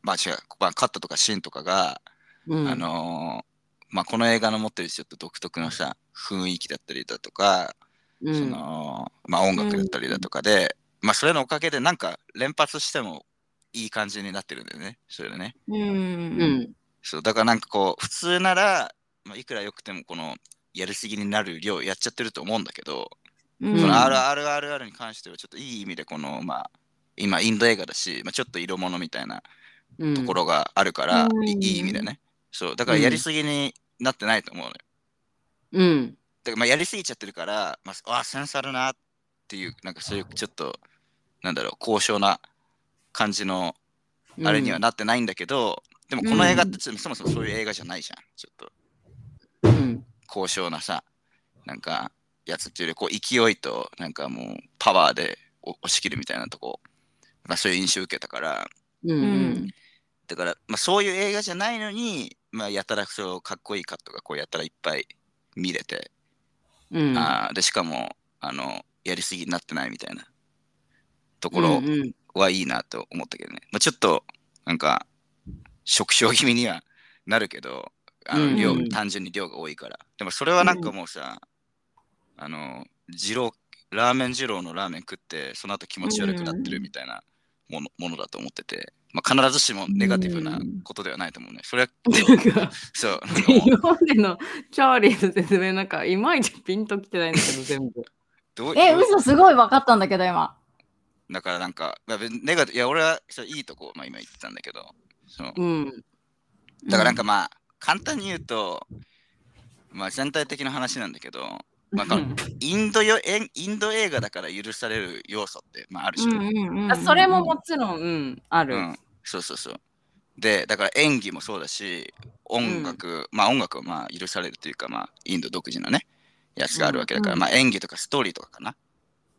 まあ違う、まあ、カットとかシーンとかが、
うん、
あのーまあ、この映画の持ってるちょっと独特のさ、雰囲気だったりだとか、
うん、
その、まあ、音楽だったりだとかで、まあ、それのおかげで、なんか、連発してもいい感じになってるんだよね、それでね。
うん
う
うん
ん、
そうだからなんかこう普通なら、まあ、いくら良くてもこのやりすぎになる量やっちゃってると思うんだけど、
うん
この
あ
RRRR に関してはちょっといい意味でこのまあ今インド映画だし、まあ、ちょっと色物みたいな
うん、
ところがあるから、
うん
いいい意味でねそうだからやりすぎになってないと思うのよ
うん、
だからまあやりすぎちゃってるから、まあ、あセンスあるなっていうなんかそういうちょっとなんだろう高尚な感じのあれには
な、
なってないんだけど、でもこの映画ってちょっとそもそもそういう映画じゃないじゃんちょっと
うん、
高尚なさなんかやつっていうよりこう勢いとなんかもうパワーでお押し切るみたいなとこ、まあ、そういう印象を受けたから
うん、うん、
だから、まあ、そういう映画じゃないのに、まあ、やたらそうかっこいいカットがこうやたらいっぱい見れて、
うん、
あーでしかもあのやりすぎになってないみたいなと
う
こ
ん、
ろ
うん、 (laughs)
はいいなと思ったけどね、まあ、ちょっとなんか食傷気味にはなるけどあ
うん
の量、
うん
単純に量が多いからでもそれはなんかもうさ、あの二郎ラーメン二郎のラーメン食ってその後気持ち悪くなってるみたいなもの,、ものだと思ってて、まあ、必ずしもネガティブなことではないと思うねそれは
(laughs) なん
(laughs)
か
そうあの
今までのチャーリーの説明なんかいまいちピンときてないんだけど全部。
どう
え、
どう
嘘すごい分かったんだけど、今。
だからなんかまあ別にネガティブいや俺はそういいとこ、まあ、今言ってたんだけどそう
うん、
だからなんかまあ、簡単に言うと、まあ全体的な話なんだけど、まあこのインドよえんインド映画だから許される要素って、まあ、ある
う
し、
んうんうん
あそれももちろん、うん、ある。
うんそうそうそう。で、だから演技もそうだし、音楽、まあ音楽はまあ許されるというか、まあインド独自のね、やつがあるわけだから、
うん
まあ演技とかストーリーとかかな。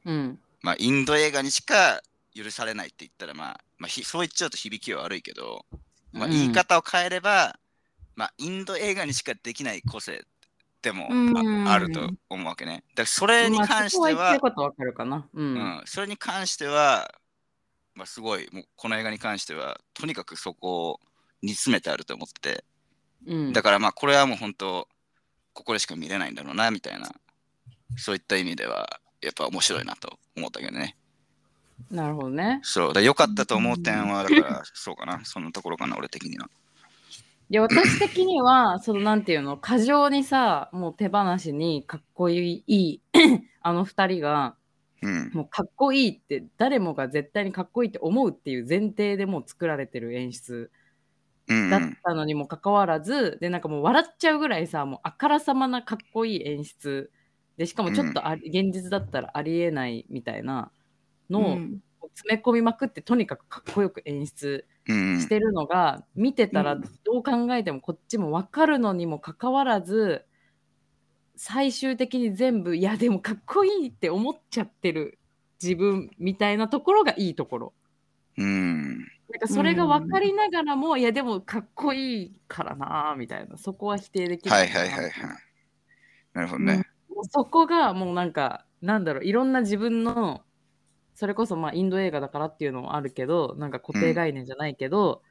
うん、
まあインド映画にしか許されないって言ったら、まあ、まあ、ひそう言っちゃうと響きは悪いけど、まあ、
うん
言い方を変えれば、まあ、インド映画にしかできない個性でも
うん
ああると思うわけね。だからそれに関して
まあそこは言って
は
る、ことわかるかな。うん。
うん、それに関しては、まあ、すごい、もうこの映画に関しては、とにかくそこを煮詰めてあると思って、
うん
だからまあ、これはもう本当、ここでしか見れないんだろうな、みたいな、そういった意味では、やっぱ面白いなと思ったけどね。
なるほどね。
そう、だから良かったと思う点は、だから、そうかな、そのところかな、俺的には。
いや私的には (laughs) そのなんていうの過剰にさもう手放しにかっこいい (coughs) あの二人が
うん、
もうかっこいいって誰もが絶対にかっこいいって思うっていう前提でもう作られてる演出
うん、う
だっ
ん、
たのにもかかわらず、でなんかもう笑っちゃうぐらいさもうあからさまなかっこいい演出でしかもちょっとあり、現実だったらありえないみたいなのを
うん
詰め込みまくってとにかくかっこよく演出
うん
してるのが見てたら
うん
どう考えてもこっちも分かるのにもかかわらず最終的に全部いやでもかっこいいって思っちゃってる自分みたいなところがいいところ
うん、
なんかそれが分かりながらもいやでもかっこいいからなみたいなそこは否定できない
はいはいはいはい。なるほどね。
もうそこがもうなんかなんだろういろんな自分のそれこそまあインド映画だからっていうのもあるけどなんか固定概念じゃないけど、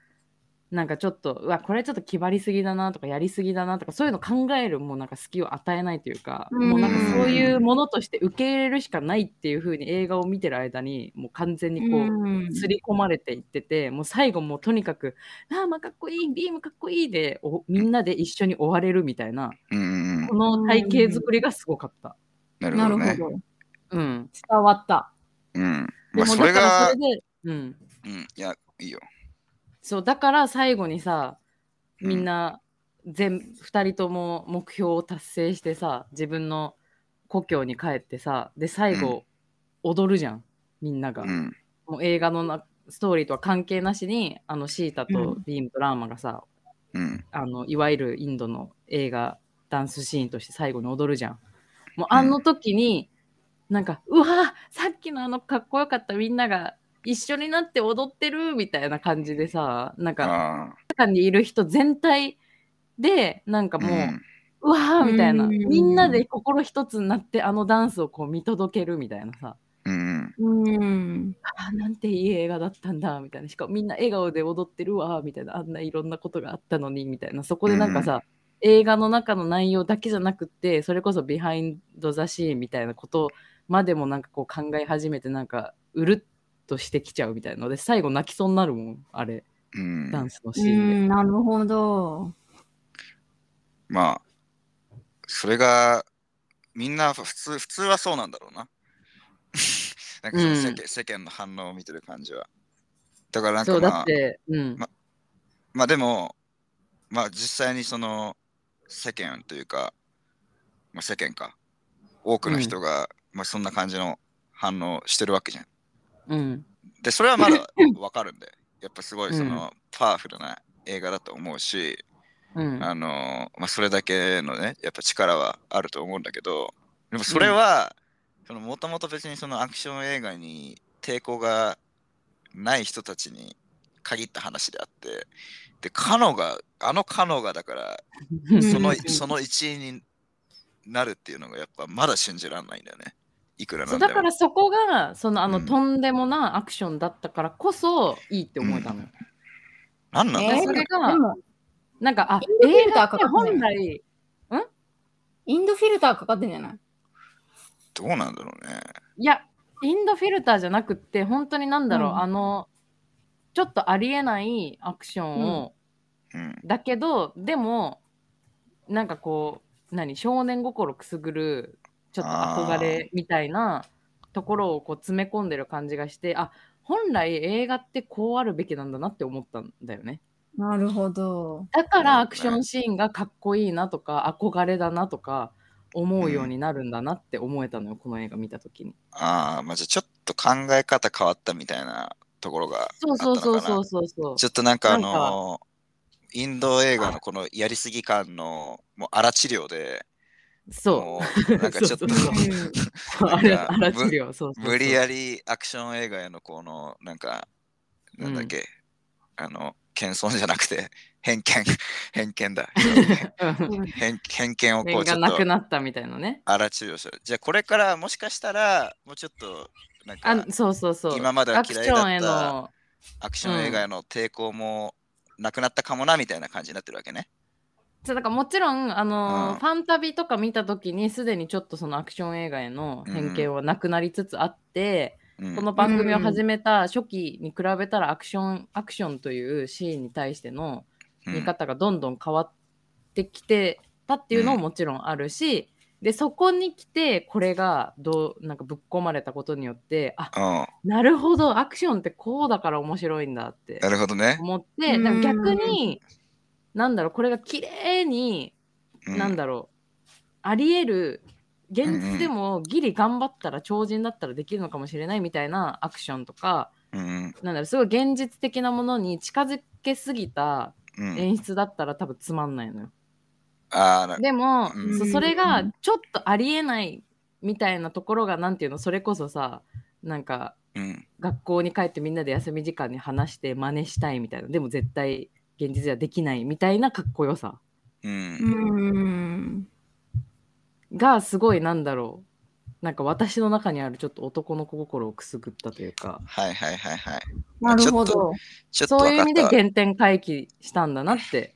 なんかちょっとうわこれちょっと気張りすぎだなとかやりすぎだなとかそういうの考えるもうなんか隙を与えないというか、
うん
もうなんかそういうものとして受け入れるしかないっていう風に映画を見てる間にもう完全にこう。
うん
刷り込まれていってて、もう最後もうとにかく「ああまあかっこいいビームかっこいいで」おみんなで一緒に追われるみたいな
うんうんうん
この体型作りがすごかった。
なる
な
ほ
る
ど
ほど
ね。
伝
うん。
わった
うん。
で
まあ、
も
そ
だ
れ
から
が
そ、れで、うん。
うん、いや、いいよ。
そう、だから最後にさ、
うん
みんな、全、二人とも目標を達成してさ、自分の故郷に帰ってさ、で、最後、踊るじゃん、みんなが。
うん、
もう映画のなストーリーとは関係なしに、あの、シータとビームとラーマがさ、
うん、
あの、いわゆるインドの映画、ダンスシーンとして最後に踊るじゃん。もうあの時に、なんか、うわさっきのあのかっこよかったみんなが一緒になって踊ってるみたいな感じでさ、なんか、
あ
中にいる人全体で、なんか
あ、
もう、
う
うんわーみたいな、
うん
みんなで心一つになってあのダンスをこう見届けるみたいなさ、
うん、
うん
あーなんていい映画だったんだみたいなしかもみんな笑顔で踊ってるわーみたいなあんないろんなことがあったのにみたいなそこでなんかさ、映画の中の内容だけじゃなくってそれこそビハインド・ザ・シーンみたいなことまでもなんかこう考え始めてなんかうるっとしてきちゃうみたいなので最後泣きそうになるもんあれ
うん
ダンスのシ
う
ーンで。
んなるほど
まあ、それが、みんな普通、普通はそうなんだろうな。 (laughs) なんかその世間、世間の反応を見てる感じは。だからなん
そ
か
うだ
ま
っ
あ、
て、うん
ま、まあでも、まあ実際にその世間というか、まあ、世間か、多くの人が、まあそんな感じの反応をしてるわけじゃん。
うん、
で、それはまだわかるんで、やっぱすごいそのパワフルな映画だと思うし、
うん、 (laughs)
あのーまあ、それだけのね、やっぱ力はあると思うんだけど、でもそれは、そのもともと別にそのアクション映画に抵抗がない人たちに限った話であって、で、カノが、あのカノがだから、その、
うん
その一員になるっていうのがやっぱまだ信じられないんだよね。いくら
そ
な
うん
で
だ
も。
からそこがそのあの、
うん
とんでもなアクションだったからこそいいって思えたの。
なんなん
え
だろ
ー
う
それ
ね。
で
が
も
なんか
イ
あ
ンドフィ
映
ルタ
画
ーか
って
かって
本
な
来
インドフィルターかかってんじゃない
どうなんだろうね。
いやインドフィルターじゃなくって本当になんだろう、
うん
あのちょっとありえないアクションを、
うん。
だけどでもなんかこう何少年心くすぐるちょっと憧れみたいなところをこう詰め込んでる感じがしてあ本来映画ってこうあるべきなんだなって思ったんだよね。
なるほど
だか
そう
ら
ね
アクションシーンがかっこいいなとか憧れだなとか思うようになるんだなって思えたのよ、この映画見た時に。
ああ、まあ、じゃあちょっと考え方変わったみたいなところが
そうそうそうそうそうそう。
ちょっとなんかあ
なんか
のーインド映画のこのやりすぎ感のもう荒治療で、
そ
もうなんかちょっと
そうそうそ
(laughs)
うう。あれ、
なんか
あら治療。そうそうそう
無理やりアクション映画へのこのなんかなんだっけ、あの謙遜じゃなくて、偏見、 (laughs) 偏見だ。
うん
偏偏見をこ
面
うち
が
ょ
な
っ
く
と
なったみたいなね。
荒治療する。じゃあこれからもしかしたら、もうちょっと、なん
あ
か、
そうそうそう。
今まで
ア
は
クシ
嫌いだ
ョンへ
った
の、
アクション映画への抵抗もなくなったかもなみたいな感じになってるわけね。
そうだからもちろん、あのー
うん
ファンタビとか見た時にすでにちょっとそのアクション映画への偏見はなくなりつつあって、
うん
この番組を始めた初期に比べたらアクションアクションというシーンに対しての
うん
見方がどんどん変わってきてたっていうのももちろんあるし、でそこに来てこれがどうなんかぶっ込まれたことによってあ
うん、
なるほどアクションってこうだから面白いんだって
なるほどね。
思って
うん
だから逆になんだろうこれが綺麗に
う
なんだろうありえる現実でもギリ頑張ったら超人だったらできるのかもしれないみたいなアクションとか
うん
なんだろうすごい現実的なものに近づけすぎた
うん
演出だったら多分つまんないのよ。
あーな
でも、
うん
そうそれ
う
が
ん
ちょっとありえないみたいなところがなんていうのそれこそさなんか
うん
学校に帰ってみんなで休み時間に話して真似したいみたいなでも絶対現実ではできないみたいなかっこよさ
うん
うん。
がすごいなんだろうなんか私の中にあるちょっと男の心をくすぐったというか
はいはいはいはい。
なるほ
ちょ
ど。
ちょっと
そういう意味で
わかった
原点回帰したんだなって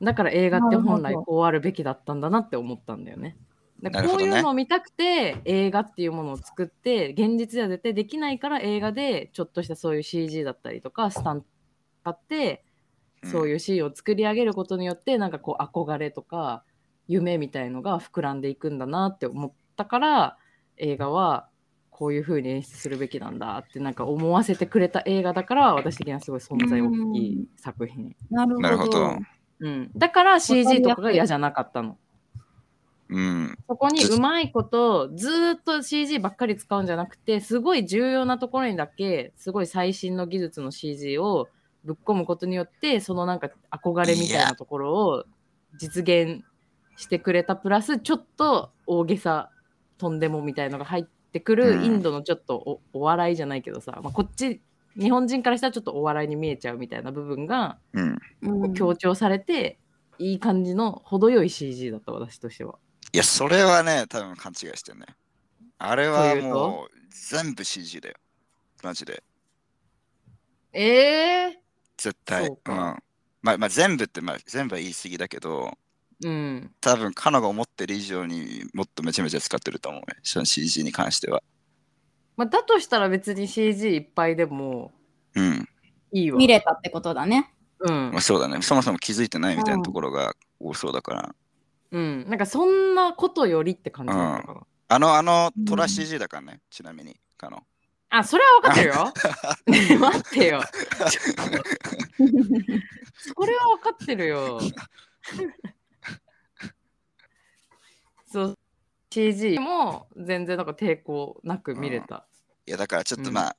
だから映画って本来こうあるべきだったんだなって思ったんだよね。だからこう
なるほど
いう
ね
のを見たくて、映画っていうものを作って現実では絶対できないから映画でちょっとしたそういう CG だったりとかスタン買ってそう
うん
いうシーンを作り上げることによって、なんかこう憧れとか夢みたいのが膨らんでいくんだなって思ったから映画はこういう風に演出するべきなんだってなんか思わせてくれた映画だから私的にはすごい存在大きい作品、
なるほど。
なるほど。
うん、だから CG とかが嫌じゃなかったの
うん
そこにうまいことずーっと CG ばっかり使うんじゃなくてすごい重要なところにだけすごい最新の技術の CG をぶっ込むことによってそのなんか憧れみたいなところを実現してくれたプラスちょっと大げさとんでもみたいのが入ってく
う
る
ん
インドのちょっとおお笑いじゃないけどさ、まあ、こっち日本人からしたらちょっとお笑いに見えちゃうみたいな部分が
うん。
うん
強調されて、いい感じの程よい CG だった私としては。
いや、それはね、多分勘違いしてんね。あれは
というと
もう全部 CG だよ。マジで。
えー、
絶対。
そううか
ん。まあ、まあ、全部って、まあ、全部は言い過ぎだけど、
うん。
多分カナが思ってる以上にもっとめちゃめちゃ使ってると思うね。その CG に関しては。
まあ、だとしたら別に CG いっぱいでも
うん。
いいわ。
見れたってことだね。
うん
まあ、。そうだね。そもそも気づいてないみたいなところが多そうだから。
うん。なんかそんなことよりって感じだったかな。
あの、あの
うん、
トラ CG だからね。ちなみに、カノ。
あ、それは分かってるよ。ねえ (laughs) 待ってよ。それは分かってるよ。そう。CG も全然なんか抵抗なく見れた。
いや、だからちょっ
う
と
ん
まあ、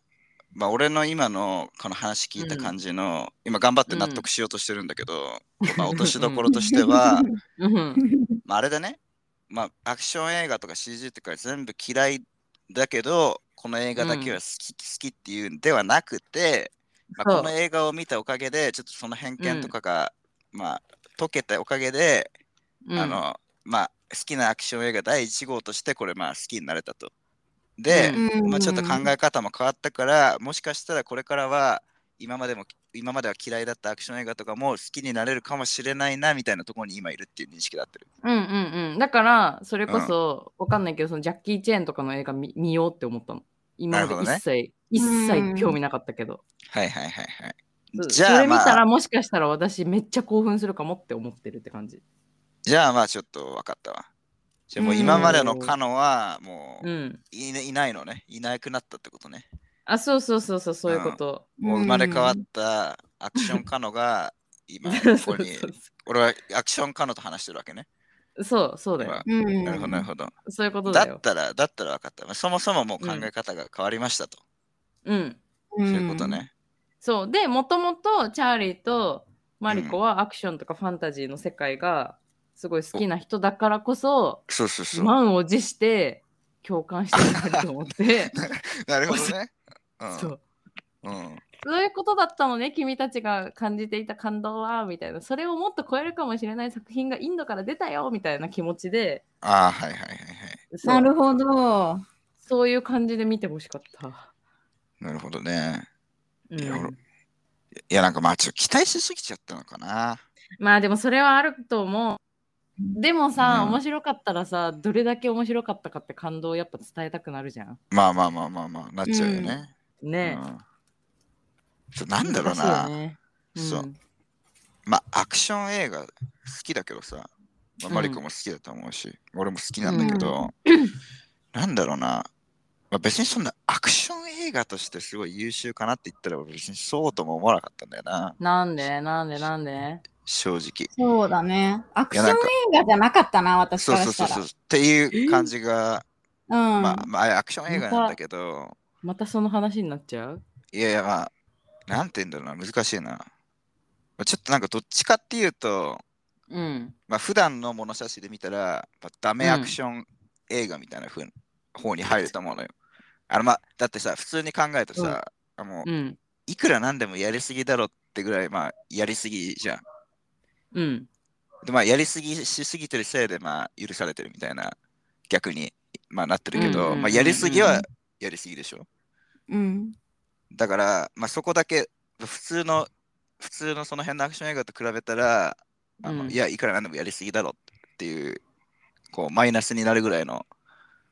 まあ、俺の今のこの話聞いた感じの、今頑張って納得しようとしてるんだけど、まあ、落としどころとし
(laughs)
ては、
うん。
まあ、あれだね。まあ、アクション映画とか CG とか全部嫌いだけど、この映画だけは好き,、好きっていうんではなくて、まあ、
そう
この映画を見たおかげで、ちょっとその偏見とかが、まあ、解けたおかげで、
うん
あ、の、まあ、好きなアクション映画第1号として、これ、まあ、好きになれたと。で、まあ、ちょっと考え方も変わったから、もしかしたらこれからは今までも今までは嫌いだったアクション映画とかも好きになれるかもしれないなみたいなところに今いるっていう認識だってる。
うんうんうん。だから、それこそ、わかんないけど、そのジャッキー・チェーンとかの映画見見ようって思ったの。今まで
なるほどね
一切、一
うん
切興味なかったけど。
はいはいはいはい。
そう
じゃ
そ
あ
れ見
ま
たら、
あ、
もしかしたら私めっちゃ興奮するかもって思ってるって感じ。
じゃあまあちょっと分かったわ。じゃあもう今までのカノはも
う。
うんい,、いないのね。いなくなったってことね。
あ、そうそうそうそう、そういうこと。
もう生まれ変わったアクションカノが今
(laughs) そう
こ
そ
こ
う
に。俺はアクションカノと話してるわけね。
そう、そうだよ
な。
うん。
るほどなるほど。
そういうこと
だ
だ
っ
よ。
たら、だったら分かった。まあそもそももう考え方が変わりましたと。
うん。
ど
そういうこと。ね。
そう。で、もともとチャーリーとマリコはアクションとかファンタジーの世界がすごい好きな人だからこそ、
そうそうそう。
満を持して共感してるなと思って。
(laughs) なるほどね。うん、
(laughs) そう。
うん。
そういうことだったのね、君たちが感じていた感動は、みたいな。それをもっと超えるかもしれない作品がインドから出たよ、みたいな気持ちで、
ああ、はいはいはいはい。
そう
なるほど。
そういう感じで見てほしかった。
なるほどね。
うん
いや俺いや、なんかまあちょっと期待しすぎちゃったのかな。
まあでもそれはあると思う。でもさ、
うん
面白かったらさ、どれだけ面白かったかって感動をやっぱ伝えたくなるじゃん。
まあまあまあまあまあ、なっちゃうよね。
ね
うんちょなんだろう
難
な。
しいよね
そう
うん
まあアクション映画好きだけどさ、まあ、
うん
マリコも好きだと思うし、俺も好きなんだけど、 (clears throat) なんだろうな、まあ、別にそんなアクション映画としてすごい優秀かなって言ったら俺別にそうとも思わなかったんだよな
なんでなんでなんで
正直
そうだね。アク
い
シ
や
ョン映
なんか
画じゃなかったな、私
そう
から
そう
し
そう
た
そ
ら。
うっていう感じが、
う
まあ
ん。
まあアクション映画なんだけど
またその話になっちゃう
いやいやまあなんて言うんだろうな難しいなまあちょっとなんかどっちかっていうと
うん。
まあ普段の物差しで見たら、まあ、ダメアクション映画みたいなふうに方に入ると思うのよ。あのまあ、だってさ、普通に考えたらさ、あもう
うん。
いくらなんでもやりすぎだろってぐらい、まあ、やりすぎじゃん。
うん。
で、まあ、やりすぎしすぎてるせいで、まあ、許されてるみたいな、逆に、まあ、なってるけ
うんうん
ど、
うんうん
まあ、やりすぎはやりすぎでしょ。
うん。
だから、まあ、そこだけ、普通の、普通のその辺のアクション映画と比べたら、あの
うん
いや、いくらなんでもやりすぎだろっていう、こう、マイナスになるぐらいの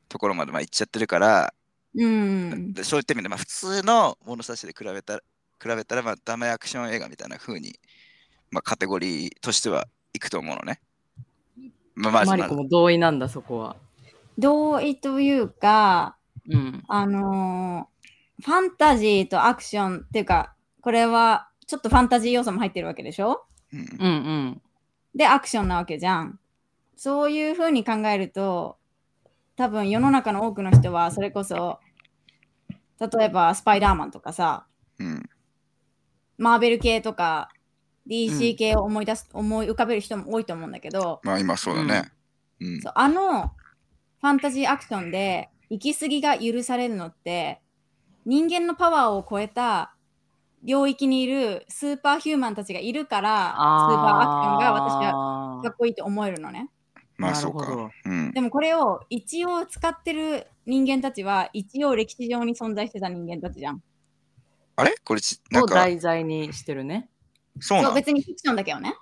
ところまでまあ行っちゃってるから、
うん。
でそういった意味で、まあ、普通の物差しで比べたら、比べたら、まあ、ダメアクション映画みたいな風に、まあ、カテゴリーとしてはいくと思うのね。まあ、まあ、ま
マ
あ
リコも同意なんだ、そこは。
同意というか、
うん。
あのーファンタジーとアクションっていうか、これはちょっとファンタジー要素も入ってるわけでしょ
うん
うんうん。
で、アクションなわけじゃん。そういうふうに考えると、多分世の中の多くの人は、それこそ、例えばスパイダーマンとかさ、
うん、
マーベル系とか、
う
DC
ん
系を思い出す、思い浮かべる人も多いと思うんだけど、
まあ、今そうだね。うん
そうあのファンタジーアクションで行き過ぎが許されるのって人間のパワーを超えた領域にいるスーパーヒューマンたちがいるからスーパーアクションが私は
は
かっこいいと思えるのね
まあ、そう
なるほ
か
ど。
うん。
でもこれを一応使ってる人間たちは一応歴史上に存在してた人間たちじゃん
あれこれち、なん
を
か、
題材にしてるね。
そう
そ
な
う
の
別にフィクションだけどね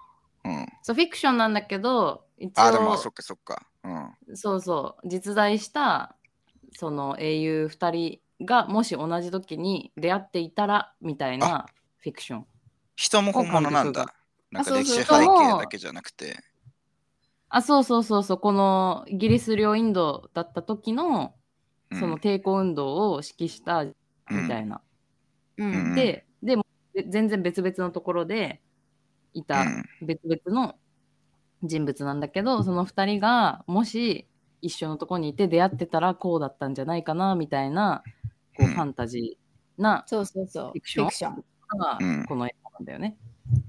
うん。
そう、フィクションなんだけど、一
あ、でもまあ、
応
そっかそっか。うん。
そうそう実在したその英雄2人がもし同じ時に出会っていたらみたいなフィクション
人も本物なんだ。なんか
あそう
歴
そ
史
う
背景だけじゃなくて。
あそうそうそうそうこのイギリス領インドだった時の
うん
その抵抗運動を指揮したみたいな、
うん、
うん
ででも全然別々のところでいた
うん
別々の人物なんだけど、その2人がもし一緒のとこにいて出会ってたらこうだったんじゃないかなみたいなこう
うん
ファンタジーな
そうそうそう
フィクションが
うん
この映画なんだよね。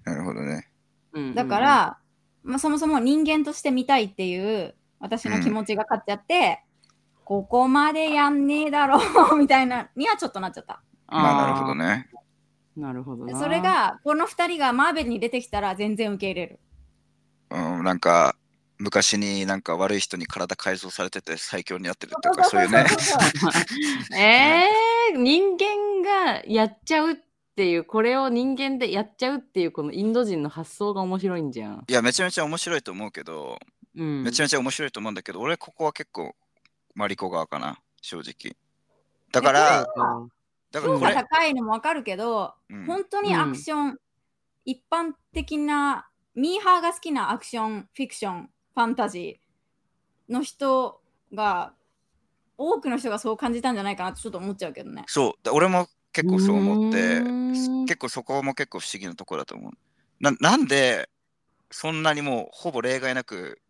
なるほどね。
うん
だか、ら、まあ、そもそも人間として見たいっていう私の気持ちが勝っちゃって、ここまでやんねえだろうみたいなにはちょっとなっちゃった。
まあなるほど
ね。
ね。
なるほど
で
な。
それがこの2人がマーベルに出てきたら全然受け入れる。
うん、なんか昔になんか悪い人に体改造されてて最強になってるとかそう
(laughs)
いうね。
そう
えー、人間がやっちゃうっていうこれを人間でやっちゃうっていうこのインド人の発想が面白いんじゃん。
いやめちゃめちゃ面白いと思うけど、
うん、
めちゃめちゃ面白いと思うんだけど俺ここは結構マリコ側かな正直。だか
いや
ら
こ
うん
だから
評
(laughs) こ
価
れ、
高いのもわかるけど、
うん
本当にアクション、一般的なミーハーが好きなアクションフィクションファンタジーの人が多くの人がそう感じたんじゃないかなってちょっと思っちゃうけどね。
そうだ俺も結構そう思って
うーん
結構そこも結構不思議なところだと思う。ななんでそんなにもうほぼ例外なく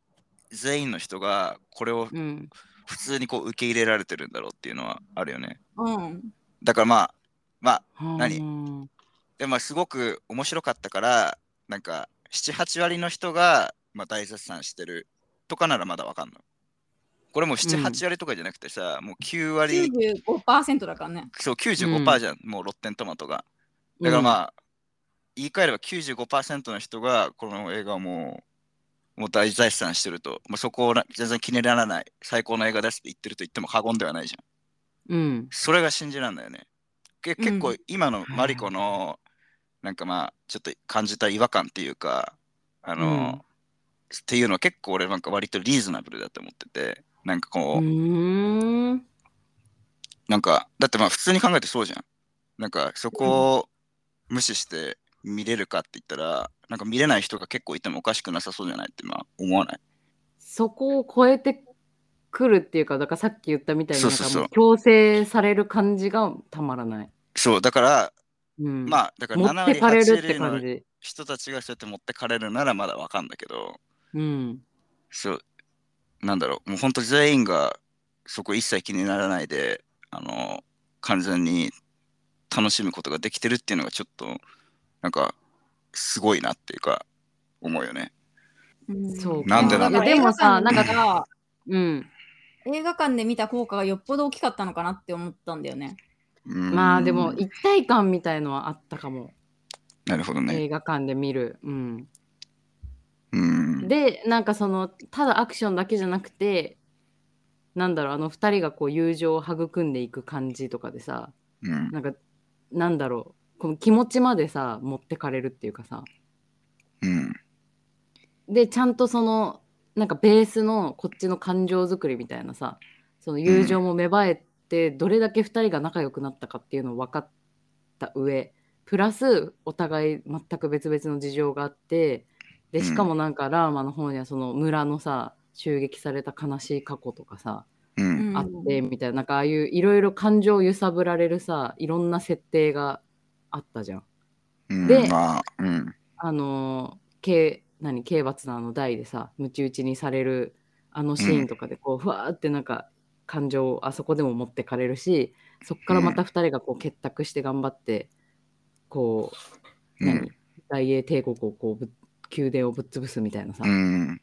全員の人がこれを
うん
普通にこう受け入れられてるんだろうっていうのはあるよね。
うん、
だからまあまあ何
うん
でまあすごく面白かったからなんか78割の人が、まあ、大絶賛してるとかならまだわかんの。これもう
うん
78割とかじゃなくてさ、もう9割
95%だからね。
そう
う
95%
ん
じゃん、もうロッテントマトが。だからまあ、言い換えれば95%の人がこの映画をもうもう大絶賛してると、もうそこをな全然気にならない、最高の映画ですって言ってると言っても過言ではないじゃん。
うん。
それが信じらんだよね。け結
う
構今のマリコの、なんかまあちょっと感じた違和感っていうかあの、
うん
っていうのは結構俺なんか割とリーズナブルだと思っててなんかこ
う
う、
ーん。
なんかだってまあ普通に考えてそうじゃん。なんかそこを無視して見れるかって言ったらなんか見れない人が結構いてもおかしくなさそうじゃないってまあ思わない。
そこを超えてくるっていうか、だからさっき言ったみたいに、
そ
な
うんそう
か
そう
もう強制される感じがたまらない。
そうだから、
うん。
まあだから
持
7
っ
割
てかれるっ
8
て
割
感
の
じ。
人たちがそうやって持ってかれるならまだわかんだけど。
うん。
そう、なんだろう、もう本当全員がそこ一切気にならないで、あの、完全に楽しむことができてるっていうのがちょっと、なんか、すごいなっていうか、思うよね。
そうか
なんでなんだ
いやでもさ
映画館
な
が
うん。
映画館で見た効果がよっぽど大きかったのかなって思ったんだよね。
うん
まあでも、一体感みたいのはあったかも。
なるほどね。
映画館で見る。うん。
うん。
で、なんかその、ただアクションだけじゃなくて、なんだろう、あの二人がこう友情を育んでいく感じとかでさ、
うん、
なんか、なんだろう、この気持ちまでさ、持ってかれるっていうかさ、
うん、
でちゃんとそのなんかベースのこっちの感情作りみたいなさその友情も芽生えて、どれだけ2人が仲良くなったかっていうのを分かった上プラスお互い全く別々の事情があってでしかもなんかラーマの方にはその村のさ襲撃された悲しい過去とかさ、
うん、
あってみたいななんかああいういろいろ感情を揺さぶられるさいろんな設定があったじゃん。
うん。
で
まあ、うん、
あのー刑何刑罰のあの台でさムチ打ちにされるあのシーンとかでこう、ふわーってなんか感情をあそこでも持ってかれるしそこからまた2人がこう結託して頑張ってこう
う
何、
ん、
大英帝国をこうぶ宮殿をぶっ潰すみたいなさ、
うん、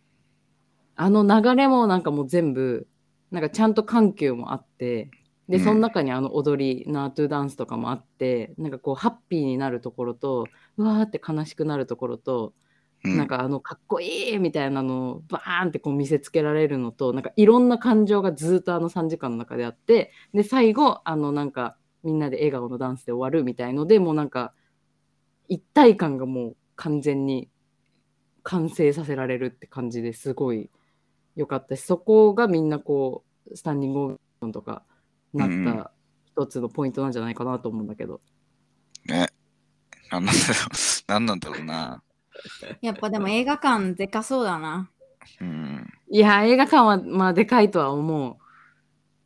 あの流れもなんかもう全部なんかちゃんと緩急もあってで
うん
その中にあの踊り、ナートゥダンスとかもあってなんかこうハッピーになるところとうわーって悲しくなるところと
うん
なんかあのかっこいいみたいなのをバーンってこう見せつけられるのとなんかいろんな感情がずっとあの3時間の中であってで最後あのなんかみんなで笑顔のダンスで終わるみたいのでもうなんか一体感がもう完全に完成させられるって感じですごい良かったしそこがみんなこうスタンディングオベーションとかな
うんう
っ
ん
た一つのポイントなんじゃないかなと思うんだけど。
ね。なんなんだろう、 (laughs) なんなんだろうな。
やっぱでも映画館でかそうだな。
うん。
いや映画館はまあでかいとは思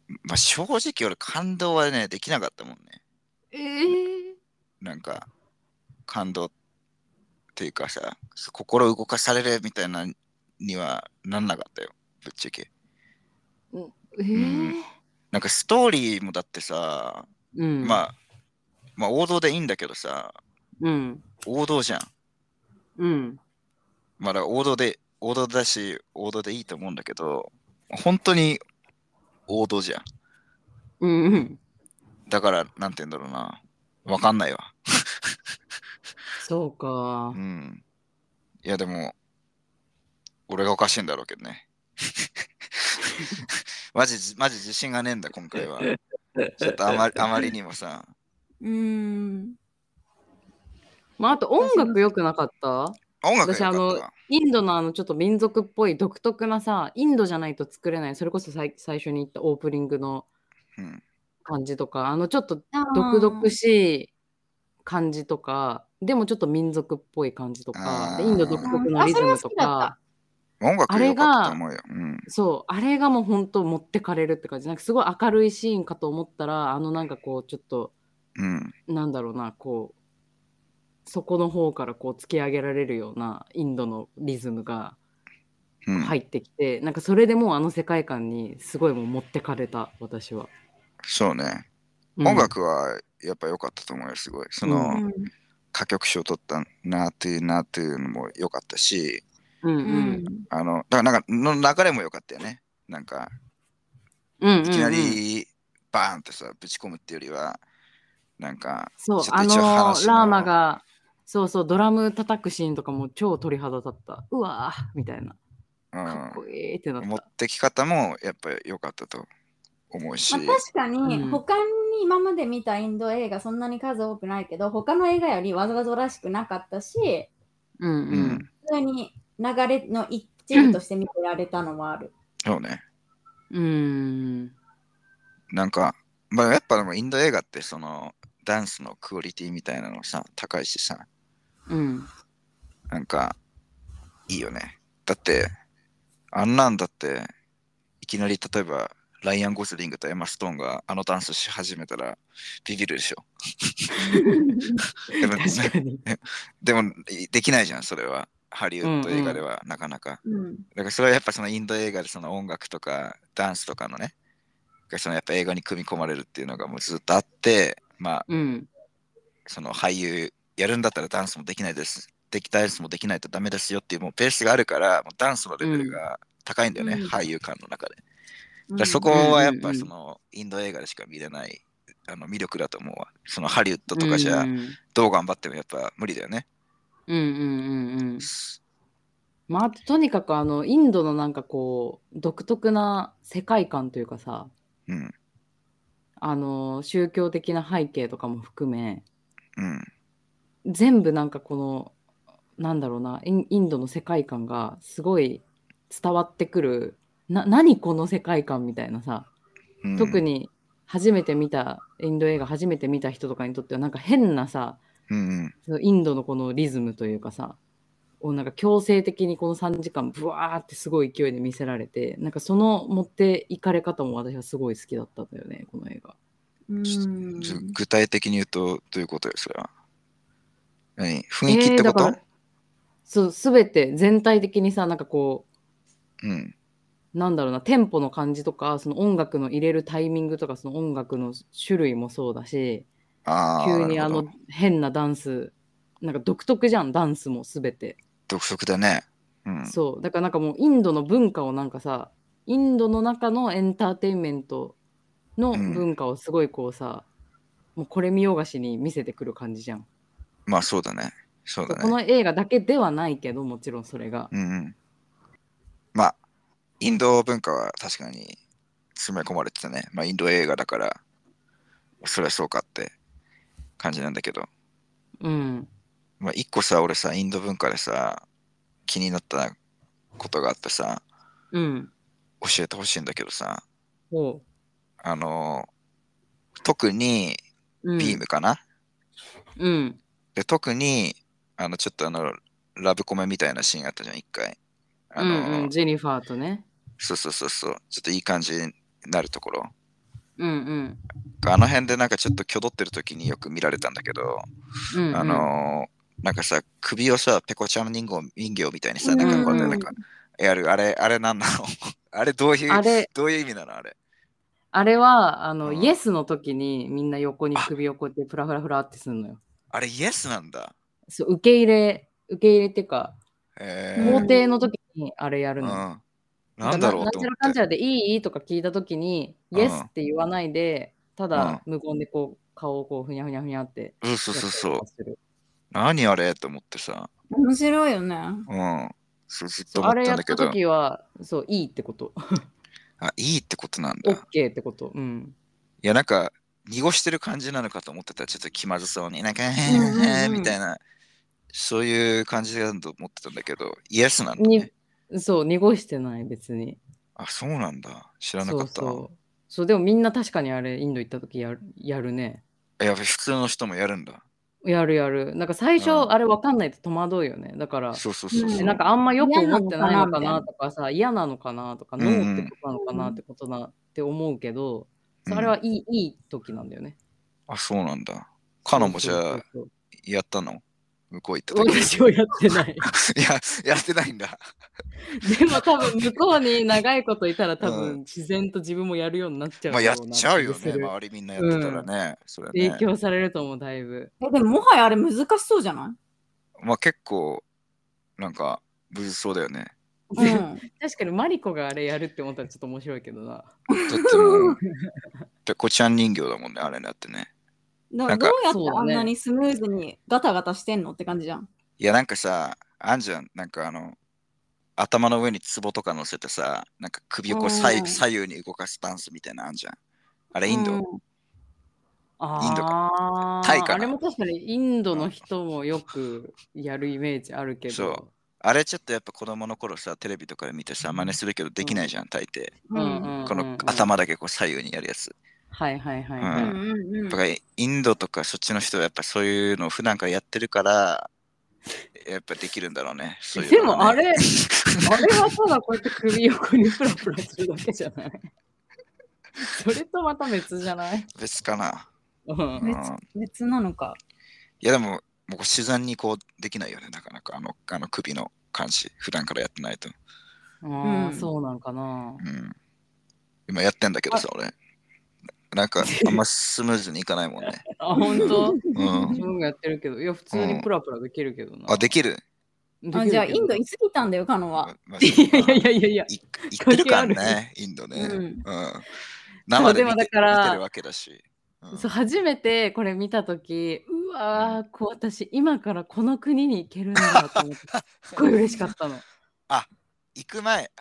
う。
まあ、正直俺感動はね、できなかったもんね。
え
なんか感動っていうかさ心動かされるみたいなにはなんなかったよぶっちゃけ
え
うんなんかストーリーもだってさ、
うん、
まあまあ王道でいいんだけどさ
うん。
王道じゃん
うん。
まあだから王道で王道だし王道でいいと思うんだけど本当に王道じゃん
うんうん。
だからなんて言うんだろうなわかんないわ
そう
(laughs)
か
う。んいやでも俺がおかしいんだろうけどね (laughs) マジマジ自信がねえんだ今回はちょっと
(laughs)
あまりあまりにもさ
うーん。
まあ、あと音楽良くなかった
音楽
私
が
あ
良かっ
の
たわ
インドのあのちょっと民族っぽい独特なさ、インドじゃないと作れない、それこそ最最初に言ったオープニングの
うん
感じとか、あのちょっと
独
独々しい感じとか、でもちょっと民族っぽい感じと
あー
か、でインド独特のリズムとか
あ、
音楽が良かったと思うよ、うん、
そう、あれがもう本当持ってかれるって感じ、なんかすごい明るいシーンかと思ったら、あのなんかこうちょっと
うん
なんだろうなこうそこの方からこう突き上げられるようなインドのリズムが
うん
入ってきて、なんかそれでもうあの世界観にすごいもう持ってかれた私は、
そうね
うん
音楽はやっぱ良かったと思うよすごいその、
うん
歌曲賞を取ったなっていうなっていうのも良かったし
うんう
うんん
あのだからなんかの流れも良かったよねなんか
うんうんうん
いきなりバーンってさぶち込むっていうよりはなんか、
そう
ちょっと
あの
一応話
ー
の
ラーマがそうそうドラム叩くシーンとかも超鳥肌立ったうわーみたいな
う
かっこいいってなっ、
ん、持ったてき方もやっぱり良かったと思うし、
まあ、確かに、
うん
他に今まで見たインド映画そんなに数多くないけど他の映画よりわざわざらしくなかったし
うんう
うんん、
普通に流れの一部として見てられたのはある。
そうね。
うーん
なんか、まあ、やっぱでもインド映画ってそのダンスのクオリティみたいなのさ、高いしさ、
うん
なんか、いいよね。だって、あんなんだって、いきなり例えば、ライアン・ゴスリングとエマ・ストーンがあのダンスし始めたらビビるでしょ。でも、
確かに
でもいできないじゃん、それは。ハリウッド映画ではなかなか。
うん
だからそれはやっぱそのインド映画でその音楽とかダンスとかのね、がそのやっぱ映画に組み込まれるっていうのがもうずっとあって、まあ
うん
その俳優やるんだったらダンスもできないです。できダンスもできないとダメですよっていうもうベースがあるから、もうダンスのレベルが高いんだよね、
うん
俳優間の中で。だか
うん
らそこはやっ
うんうんう
ぱ
ん
そのインド映画でしか見れないあの魅力だと思うわ。そのハリウッドとかじゃ
うん
どう頑張ってもやっぱ無理だよね。
うんうんうんうんまああととにかくあのインドのなんかこう独特な世界観というかさ
うん、
あの宗教的な背景とかも含め
うん、
全部なんかこのなんだろうなインインドの世界観がすごい伝わってくるな何この世界観みたいなさ、
うん。
特、に初めて見たインド映画初めて見た人とかにとってはなんか変なさ
うんうん、
そのインドのこのリズムというかさをなんか強制的にこの3時間ブワーってすごい勢いで見せられてなんかその持っていかれ方も私はすごい好きだったんだよねこの映画。
うん
じゅ具体的に言うとどういうことよそれは何雰囲気ってこと、
えーだからそう全て全体的にさなんかこう
うん
なんだろうなテンポの感じとかその音楽の入れるタイミングとかその音楽の種類もそうだし
あー
急に
な
あ
るほ
の
ど
変なダンスなんか独特じゃんダンスも全て、
独特だねうん
そうだからなんかもうインドの文化をなんかさインドの中のエンターテインメントの
うん
文化をすごいこうさ、もうこれ見よがしに見せてくる感じじゃん、
まあそうだねそうだ
こ
ね
の映画だけではないけどもちろんそれが、
うんうんまあインド文化は確かに詰め込まれてたねまあインド映画だからそりゃそうかって感じなんだけど
うん、
まあ一個さ俺さインド文化でさ気になったことがあってさ
うん
教えてほしいんだけどさ
ほ
あの特に
ううん
ビームかな、
うん
で特にあのちょっとあのラブコメみたいなシーンあったじゃん一回あの、
うんうんジェニファーとね
そうそうそうそうちょっといい感じになるところ
うんうん
あの辺でなんかちょっと挙動ってる時によく見られたんだけど、
うんうん
あのなんかさ首をさペコちゃん人形人形みたいにさなんかこうやってなんかやるあれあれなんなの (laughs) あれどういう
あれ、
どういう意味なのあれ
あれは、あの、
うん
イエスの時にみんな横に首をこうやってフラフラフラってするのよ。
あれイエスなんだ
そう、受け入れ、受け入れっていうか、
え
も
法
う
ー
て
廷の時にあれや
う
る
ん、
の。
なんだろうと
ななんちゃ
思
らか
っ
んち
て
ゃらでいいとか聞いた時に、
うん
イエスって言わないで、ただ無言でこう、顔をこう、ふにゃふにゃふにゃって。
うんそうそうそう
う。
何あれと思ってさ
面白いよね。
うんそうずっと
そう
思
あ
っ
れ
たん
やっ
だけ
た
ど
時は、そう、いいってこと。
あ、いいってことなんだ。
オ
い
ッケーってこと。うん。
や、なんか、濁してる感じなのかと思ってたら、ちょっと気まずそうに、なんか、
んうんうん
えーみたいな、そういう感じだと思ってたんだけど、イエスなんだ、
に
ね。
そう、濁してない、別に。
あ、そうなんだ。知らな
そ
か
う
った。
そう。そう、でもみんな確かにあれ、インド行った時やるやるね。
いや、普通の人もやるんだ。
やるやる。なんか最初、
うん
あれ分かんないと戸惑うよね。だから、
そうそうそうそう。
う
えなんかあんまよく
嫌な
思
の
って
か
ない
な
のかなとかさ、嫌なのかなとか、
うん
ノ
うん
ーってことなのかなってことなって思うけど、
うん
それはいい,、いい時なんだよね。
あ、そうなんだ。カノもじゃあ、
そう
やったの向こう行った
そうそう
時。
私はやってない。
(laughs) いや、やってないんだ。
でも多分向こうに長いこといたら多
う
分自然と自分もやるようになっちゃう
まあ、
だ
やっ
ろな
ちゃうよ
気が
ね。
する
周りみんなやってたらね。それ
影
ね。
響されると思う、だいぶ。
えでももはやあれ難しそうじゃな
まあ、結構、なんか、無事そうだよね。 (laughs)
い、うん、
確かにマリコがあれやるって思ったらちょっと面白いけどな。
だってもう、ペコちゃん人形だもんね、あれだってね。
だから
なん
ど
か
うやって
そう
あ
だ
ん
ね
なにスムーズにガタガタしてんのって感じじゃん。
いや、なんかさ、あんじゃん、なんかあの、頭の上に壺とか乗せてさ、なんか首をこう左
うん
左右に動かすダンスみたいなのあんじゃん。あれ、インド、
うん
インド
あー
タイかな
あれも確かにインドの人もよくやるイメージあるけど。
そうあれちょっとやっぱ子供の頃さ、テレビとかで見てさ、真似するけどできないじゃん、大抵。
うんうんうん
この。頭だけこう左右にやるやつ。
はいはいはい、
う
は
ん
い
うんうん
とかインドとかそっちの人はやっぱそういうのを普段からやってるから、やっぱできるんだろうね。そういう
で
の
も
は
あ
ね
れ、あれはただこうやって首横にプラプラするだけじゃ (laughs) ないそれとまた別じゃない、
別かな。
うん
うん、い
別別なのか。
やでも、もうこう自然にこうできないよね、なかなかあのあの首の感じ、普段からやってないと。
あ
う
あ、
ん
そうなんかな。
うん、今やってんだけどさ、俺。なんかあんまスムーズにいかないもん
(laughs)
ね。
あ、本当。
うん、
自分がやってるけど、いや、普通にプラプラできるけどな。
あ、できる
できるけど
あじゃあインドいすぎたんだよ、カノは。
まあ
いやいやいやいやいや。
い行ってるから
関係あ
ね、インドね。
う
うんん。生で見て
そうでもだから
見てるわけだし。うん
そう初めてこれ見た時うわーこう私今からこの国に行けるんだと思ってすっごい嬉しか (laughs) ったの。
行く前。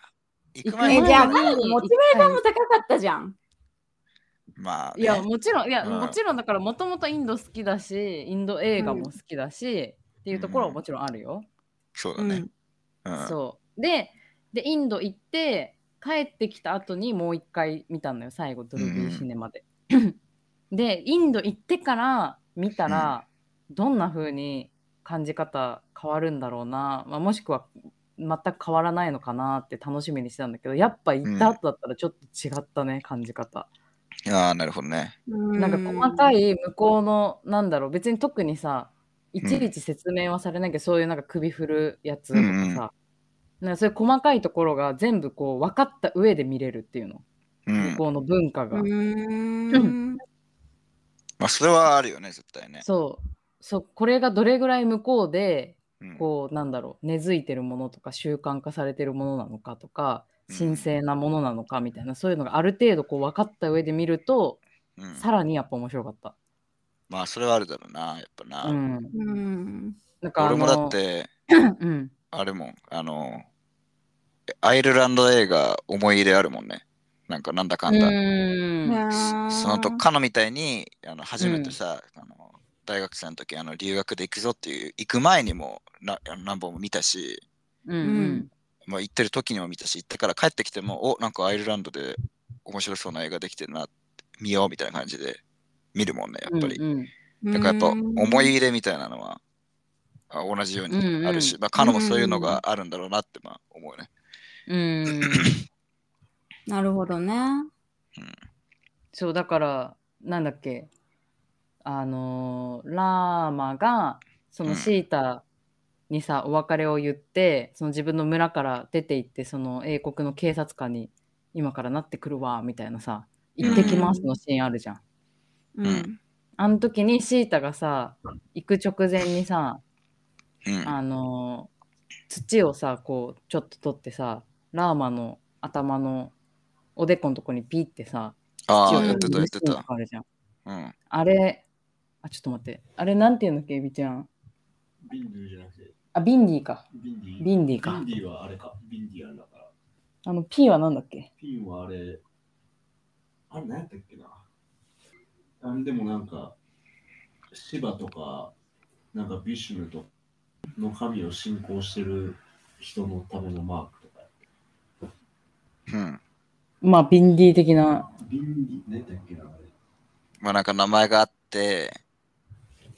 行く
行
前
く
え
前
じゃあ、
に
カノのモチベーションも高かったじゃん。
まあ、ね、
いやもちろんいや、
うん
もちろんだからもともとインド好きだしインド映画も好きだし、っていうところはもちろんあるよ。
そうだ
うん
ね。うん
そうででインド行って帰ってきた後にもう一回見たのよ最後ドルビーシネマで。でインド行ってから見たら、どんな風に感じ方変わるんだろうな、まあ、もしくは全く変わらないのかなって楽しみにしてたんだけどやっぱ行った後だったらちょっと違ったね、感じ方。
ああ、なるほどね。
なんか細かい向こうのなんだろう別に特にさいちいち説明はされないけど、そういうなんか首振るやつとかさ、
うんうん
なんかそういう細かいところが全部こう分かった上で見れるっていうの、
うん
向。こうの文化
う
が、
ーん。
まあ、それはあるよね、絶対ね。
そうそうこれがどれぐらい向こうで
うん
こうなんだろう根付いてるものとか習慣化されてるものなのかとか
うん
神聖なものなのかみたいな、そういうのがある程度こう分かった上で見ると、
うん
さらにやっぱ面白かった。
まあ、それはあるだろうな、やっぱ
う
な。
ん、
うん。
なんかあ
俺も
の
だって、
うん、
あれもん、あの、アイルランド映画思い入れあるもんね。なんか、なんだかんだ。
うん
そそのと、カノみたいに、あの初めてさ、あの大学生の時あの留学で行くぞっていう、行く前にもなあの何本も見たし、
うん
うん
まあ、行ってる時にも見たし、行ってから帰ってきても、おなんかアイルランドで面白そうな映画できてるな、見ようみたいな感じで見るもんね、やっぱり。
うんうん
だからやっぱ思い入れみたいなのはあ同じようにあるし、
うん
まあ、カノもそういうのがあるんだろうなってまあ思うね。
うん、
なるほどね。
そうだからなんだっけあのーラーマがそのシータにさ、お別れを言ってその自分の村から出て行ってその英国の警察官に今からなってくるわみたいなさ「行ってきます」のシーンあるじゃん。
うん
うん
あの時にシータがさ行く直前にさ
うん
あのー土をさこうちょっと取ってさラーマの頭のおでこのとこにピってさ
あ
土
あ、
を
やってた、やってた。
あるじゃん。
うん、
あれ、あ、ちょっと待って。あれ、なんていうの、ケイビちゃん。
ビンディじゃなくて、
あ、ビンディか。
ビンディ。
ビンディか
ビンディはあれか、ビンディアンだから。
あの、P はなんだっけ
ピンはあれ、あれ何やったっけな。あれでもなんか、シバとか、なんかビシュヌとの神を信仰してる人のためのマークとか。
うん。
まあ、ビンディ的な。
ビンディ、何やったっけな、あれ。
まあなんか名前があって、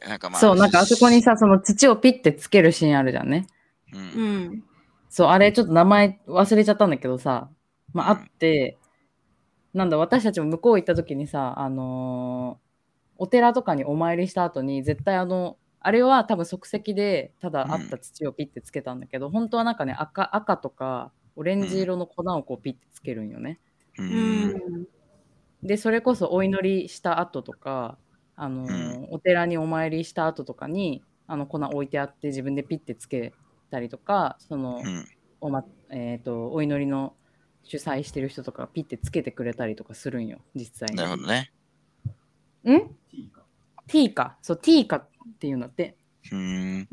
なんかまあ、
そう、なんかあそこにさ、その土をピッてつけるシーンあるじゃんね。
うん、
う
うん
ん。
そう、あれ、ちょっと名前忘れちゃったんだけどさ、まあ、あ
うん
って、なんだ、私たちも向こう行った時にさ、あのーお寺とかにお参りした後に、絶対あの、あれは多分即席で、ただあった土をピッてつけたんだけど、本当はなんかね、赤、赤とか、オレンジ色の粉をこうピッてつけるんよね。
う。
うんん。
でそれこそお祈りした後とか、あのーお寺にお参りした後とかにあの粉置いてあって自分でピッてつけたりとかその、
うん
おまえー、とお祈りの主催してる人とかがピッてつけてくれたりとかするんよ実際に。
なるほどね。
ん
T か。
ティーカそうティーカっていうんだって
うーん。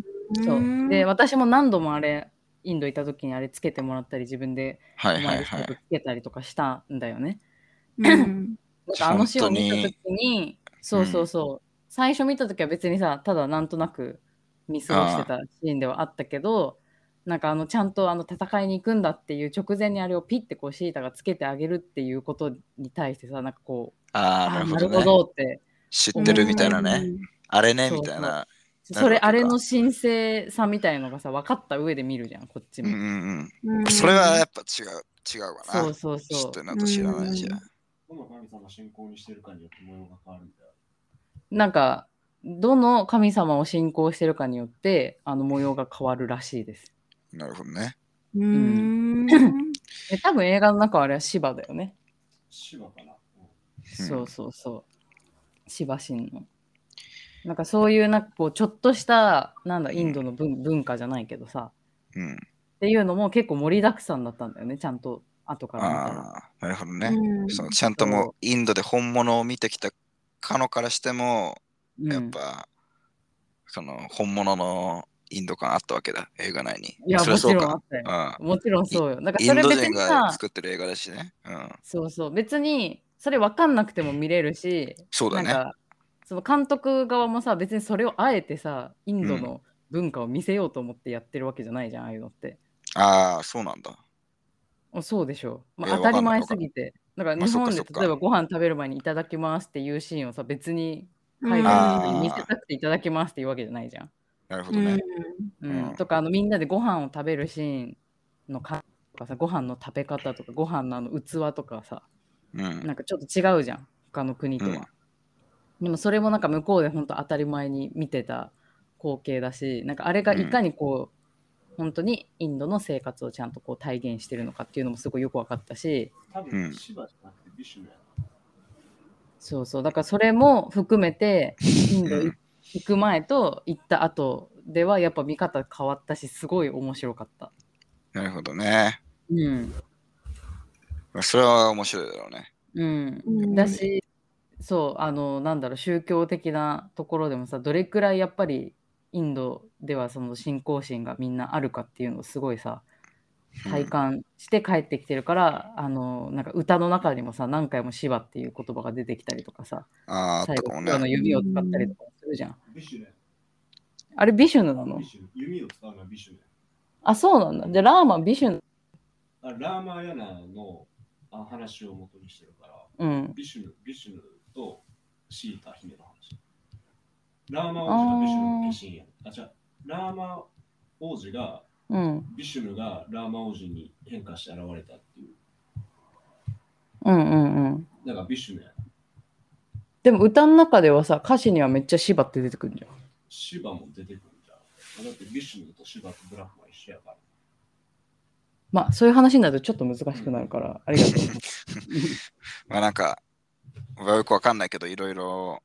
そうで私も何度もあれインド行った時にあれつけてもらったり自分で
は
お
いは
参
い
りした
は
こと
い。
つけたりとかしたんだよね。
うん
なんかあの詩を見た時にそう
に
そうそう、最初見た時は別にさただなんとなく見過ごしてたシーンではあったけどなんかあのちゃんとあの戦いに行くんだっていう直前にあれをピッてこうシータがつけてあげるっていうことに対してさなんかこう
あ
あ
あ、
ー
な
な
るほ
るほ
どね。
どって
知ってるみたいなね。。あれね、
そう
み
そう
たいな。なるほど
それあれの神聖さみたいのがさ分かった上で見るじゃんこっち
うん
も、
うん
う
うんん。それはやっぱ違う、違うわな。
そうそう
ちょ
そ
っ
う
となんと知らないじゃん。
どの神様が信仰にしてるかによって模様が変わるんだよ。
なんかどの神様を信仰してるかによってあの模様が変わるらしいです
なるほどね。
うん
で多分映画の中はあれは芝だよね、
芝かな。
うん
そうそうそう芝神のなんかそういうなんかこうちょっとしたなんだインドの文,、文化じゃないけどさ
うん。
っていうのも結構盛りだくさんだったんだよねちゃんと後から見たら
ああ、なるほどね。
うん
そのちゃんともうインドで本物を見てきたカノからしても、
うん
やっぱ、その本物のインド感あったわけだ、映画内に。
いや
そりゃ
も
そ
ち
う
ろんあ
か。
ったよ
うん
もちろんそうよなんか
イン
それ
ド
別
人
に
が
さ
作ってる映画だしね。うん、
そうそう別にそれ分かんなくても見れるし
そうだね
なんかその監督側もさ別にそれをあえてさインドの文化を見せようと思ってやってるわけじゃないじゃん、ああいうのって
ああ、そうなんだ。
あそうでしょう、ま
いや
あ、当たり前
わか
す
んな
ぎてだから
まあ
日本で
そっかそっか
例えばご飯食べる前にいただきますっていうシーンをさ別に海
あ
外
ー
の人に見せたくていただきますっていうわけじゃないじゃん、
なるほ
う
どね。
ん
うん
うん
とかあのみんなでご飯を食べるシーンのかとかさご飯の食べ方とかご飯のあの器とかさ
うん。
なんかちょっと違うじゃん他の国とは、でもそれもなんか向こうで本当当たり前に見てた光景だしなんかあれがいかにこう、本当にインドの生活をちゃんとこう体現してるのかっていうのもすごいよく分かったし
多
うん
分芝じゃなくてビシュのや
そうそうだからそれも含め
(laughs)
てインドい行く前と行った後ではやっぱ見方変わったしすごい面白かった。
なるほどね。
うん
まあそれは面白いだろうね。
うん
うん
だし、そう、あの、なんだろう、宗教的なところでもさ、どれくらいやっぱりインドではその信仰心がみんなあるかっていうのをすごいさ、体感して帰ってきてるから、あの、なんか歌の中にもさ、何回もシバっていう言葉が出てきたりとかさ、
ああ、あった
最
か
後、
も
シバの
ね。
指を使ったりとかもするじゃん。
ビシュね。
あれ、ビシュヌなの
ビシュ弓を使うのはビシュね。
あ、そうなんだ。じゃあ、ラーマン、ビシュヌ。
あラーマヤナのあ話を元にしてるから、
うん。
ビシュヌ、ビシュヌとシータ姫の話。ラーマ王子がビシュヌの化身やん。あ、じゃあ、ラーマ王子が、
うん。
ビシュヌがラーマ王子に変化して現れたっていう。
うんうんうん。
だからビシュヌやな。
でも歌の中ではさ、歌詞にはめっちゃシバって出てくるじゃん。
シバも出てくるじゃん。だってビシュヌとシバとブラックは一緒や
(laughs)
から。
まあ、そういう話になるとちょっと難しくなるから、ありがとう。
まあなんか、まあよくわかんないけど、いろいろ、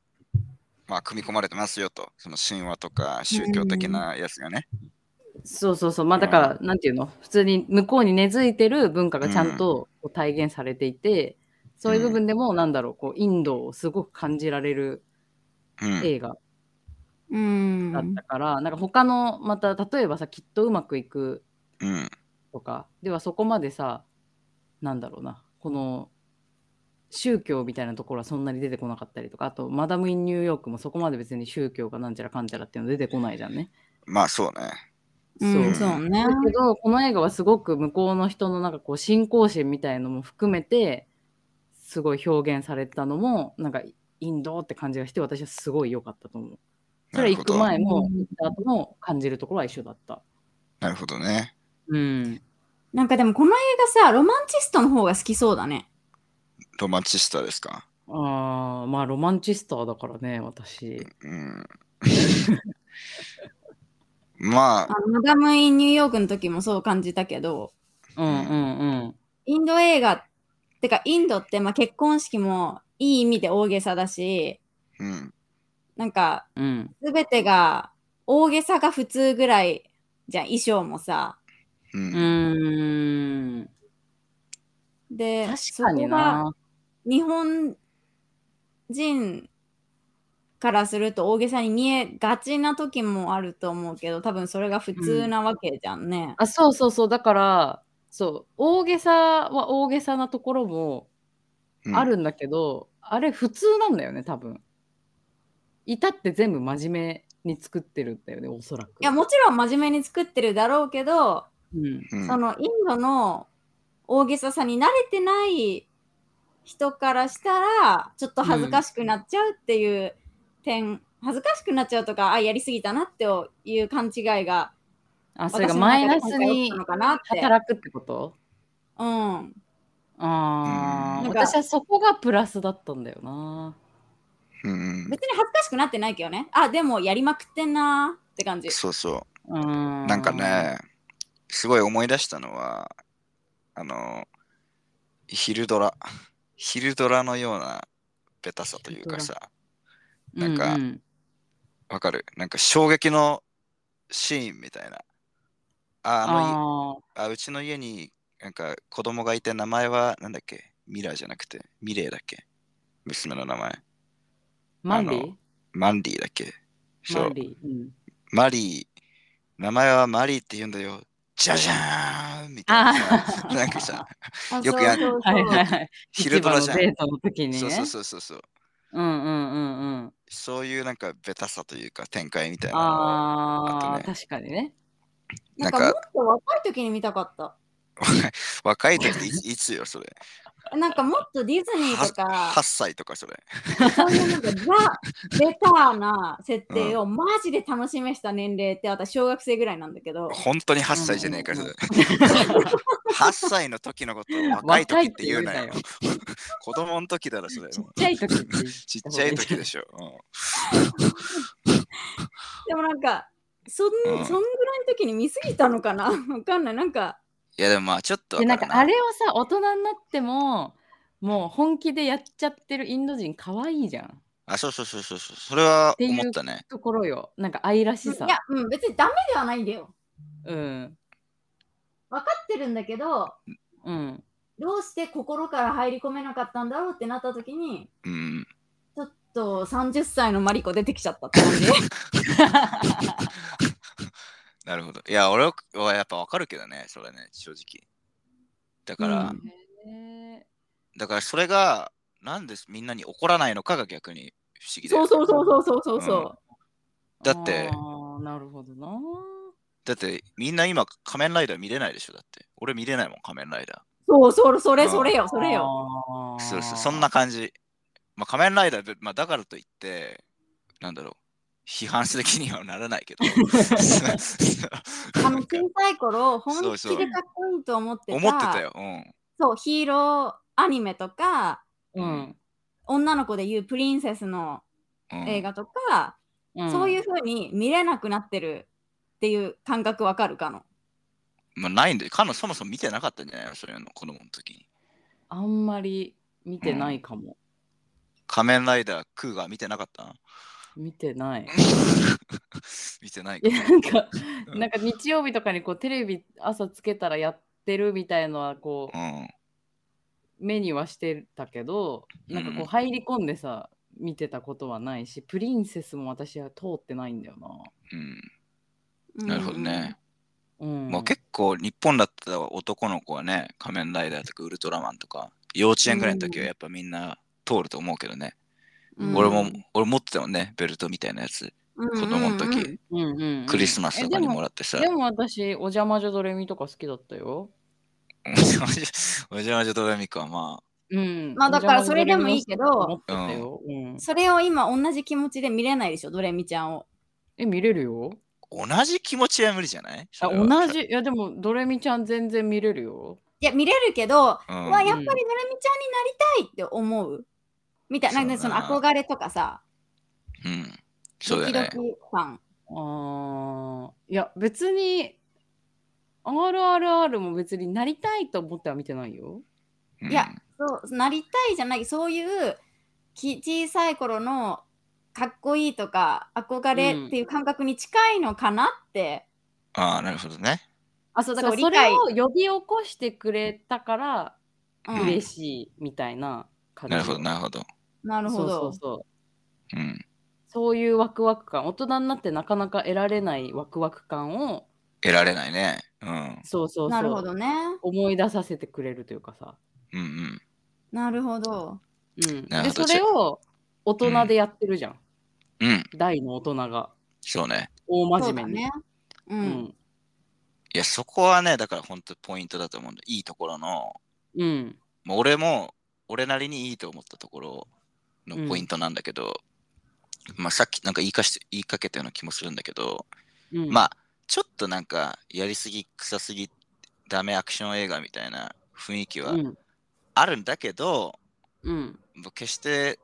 まあ、組み込まれてますよと。その神話とか宗教的なやつがね。
(laughs) そうそうそう、まあだから、なんていうの、普通に向こうに根付いてる文化がちゃんとこう体現されていて、そういう部分でも、なんだろう、こうインドをすごく感じられる
うん。
映画
うん
だったから、なんか他の、また例えばさ、きっとうまくいく
うん。
とか、ではそこまでさ、なんだろうな、この宗教みたいなところはそんなに出てこなかったりとか、あと、マダム・イン・ニューヨークもそこまで別に宗教がなんちゃらかんちゃらっていうの出てこないじゃんね。
まあ、そうね。
うんそうね
だけど、この映画はすごく向こうの人のなんかこう信仰心みたいのも含めて、すごい表現されてたのも、なんかインドって感じがして、私はすごい良かったと思う。そ
な
れは
るほ
行く
ど。
前
う
も
ん
行った後も感じるところは一緒だった。
なるほどね。
うん。
なんかでもこの映画さ、ロマンチストの方が好きそうだね。
ロマンチスタですか。
あーまあロマンチスターだからね、私。
うん。 (laughs)
あ
まあ、
のマダム・イン・ニューヨークの時もそう感じたけど、
うんうんうん。
インド映画ってかインドってまあ結婚式もいい意味で大げさだし、
うん。
なんか
うん。
全てが大げさが普通ぐらいじゃん、衣装もさ。
う。
うんーん。
で、
確か
そ
に
こが
な。
日本人からすると大げさに見えがちな時もあると思うけど多分それが普通なわけじゃんね。
あそうそうそうだからそう大げさは大げさなところも
うん
あるんだけど、あれ普通なんだよね多分。いたって全部真面目に作ってるんだよねおそらく。
いやもちろん真面目に作ってるだろうけど、
うん
うん
そのインドの大げささに慣れてない人からしたらちょっと恥ずかしくなっちゃうっていう点、恥ずかしくなっちゃうとかあやりすぎたなっていう勘違いが
あそれ
私
が
の
マイ
中で今
ナス
回起きた
に
のかなって。
働くってこと
うん、
ああ、
なんか
私はそこがプラスだったんだよな。
うん、
別に恥ずかしくなってないけどねあでもやりまくってんなーって感じ。
そうそうう。
ん
なんかね、すごい思い出したのは、あの、昼ドラ。昼ドラのようなベタさというかさ、なんか
うう
わかるなんか衝撃のシーンみたいな。ああのい
あ
あうちの家になんか子供がいて名前はなんだっけミラーじゃなくてミレーだっけ娘の名前
ーマンリ
あ
ー
マンリーだっけそ
マ
う
ンリー、うん
マリー名前はマリーって言うんだよじゃじゃーんみたいなさなんか
(laughs)
さ
あ
よくやん
そうそうそう
はいはいはい。
(laughs) 昼ドラじゃん
市場のデートの時にね。
そうそうそうそうそう
うんうんうんうん。
そういうなんかベタさというか展開みたいなのは
ああ、
あと
確かにね。
なんか
な
も
ん
っ
か
と若い時に見たかった。
若い時っていいつよそれ
なんかもっとディズニーとか
8 、歳とかそれ
そういうなんかザ・ベターな設定をマジで楽しめした年齢って私小学生ぐらいなんだけど、
本当に8歳じゃねえか (laughs) それ8歳の時のことを若い時って言うなよ
若いっ
(laughs) 子供の時だろ (laughs) それ
ちっちゃい時って言っ
ちっちゃい時でしょ。うん
でもなんかそん,、
う
そ
ん
んぐらいの時に見すぎたのかな (laughs) わかんない。なんか
いやでもまあちょっとわ
でなん
る
かあれをさ、大人になっても、もう本気でやっちゃってるインド人可愛いじゃん。
あ、そうそうそうそうそう。それは思ったね。
ところよ。なんか愛ら
い
しさ。
や、うん、別にダメではないんだよ。
うん。
分かってるんだけど
うん。
どうして心から入り込めなかったんだろうってなった時に
うん。
ちょっと30歳のマリコ出てきちゃったって感じ。
(laughs) なるほど。いや、俺はやっぱわかるけどね、それね、正直。だから、
うん
へ
だからそれが、なんでみんなに怒らないのかが逆に不思議で。
そうそうそうそうそうそうそう。
だ
ー
って
あーなるほどな。
だってみんな今仮面ライダー見れないでしょ、だって。俺見れないもん、仮面ライダ
そうそう、それ
うん
それよ、それよ。
よ
ー。そうそう、そんな感じ。まあ仮面ライダーで、まあだからといって、なんだろう。批判する気にはならないけど。
あの小さい頃、本
そう
気
そう
でかっこいいと思ってた。
思ってたよ。うん。
そう、ヒーローアニメとか、
うん。
女の子でいうプリンセスの
うん
映画とか、
うん
そういう風に見れなくなってるっていう感覚わかるかの。
まあ、ないんで、彼女そもそも見てなかったんじゃないのそういうの、子供の時に。
あんまり見てないかも。
仮面ライダー、クーガー見てなかった (laughs)
見てない。
見てない
い
か。
やなんか、
うん
なんか日曜日とかにこうテレビ朝つけたらやってるみたいのはこ
うん。
う目にはしてたけど、なんか
う
こ
ん
う入り込んでさ、見てたことはないし、プリンセスも私は通ってないんだよ
うん。なるほどね。
な。うん。
まあ、結構、日本だったら男の子はね、仮面ライダーとかウルトラマンとか、幼稚園ぐらいの時はやっぱみんな通ると思うけどね。
うん。
俺も、俺持ってたもんね、ベルトみたいなやつ。子
子
供の時、
うんうんうん
クリスマスとかにも
え
らってさ
で。もでも私、お邪魔女ドレミとか好きだったよ。
(laughs) おじゃまじゃドレミか、ま
うん。
まあだからそれでもいいけど
お邪魔女ドレミの好きだと思ってたようん
それを今同じ気持ちで見れないでしょ、ドレミちゃんを。
え、見れるよ。
あ、同じ気持ちは無理じゃない
あ
それは
同じ。いや、でも、ドレミちゃん全然見れるよ。
いや、見れるけど、
うん
うわ、やっぱりドレミちゃんになりたいって思う。みたいな、なんか
そ
そうの
だな
憧れとかさ、
うん。そ
ド
うだ
キド
よね
キ。感。
ああ、いや、別に、RRR も別になりたいと思っては見てないよ。
うん
いやそうなりたいじゃないそういうき小さい頃のかっこいいとか憧れっていう感覚に近いのかなって、
ああ、なるほどね。
あ、そう、だから
そう
そ
理解
れを呼び起こしてくれたから、
うん
嬉しいみたいな感じ。
なるほど、なるほど。
なるほど
そうそうそう。
うん。
そういうワクワク感大人になってなかなか得られないワクワク感を
得られないね。うん。
そうそう
な
そ
るほ
う
どね。
思い出させてくれるというかさ、
うんうん。
なるほど。
うん、
な
で
るほど
それを大人でやってるじゃん、
うん。
大の大人が
そうね。
大
そ
真
うだ
面目に
ね。う。
うんん
いや、そこはね、だから本当ポイントだと思うんだ。いいところの、
うん
もう俺も、俺なりにいいと思ったところのポイントなんだけど、まあさっきなんか言いかして言いかけたような気もするんだけど、
うん
まあ、ちょっとなんか、やりすぎ、臭すぎ、ダメアクション映画みたいな雰囲気は
うん
あるんだけど、
うん
もう決して、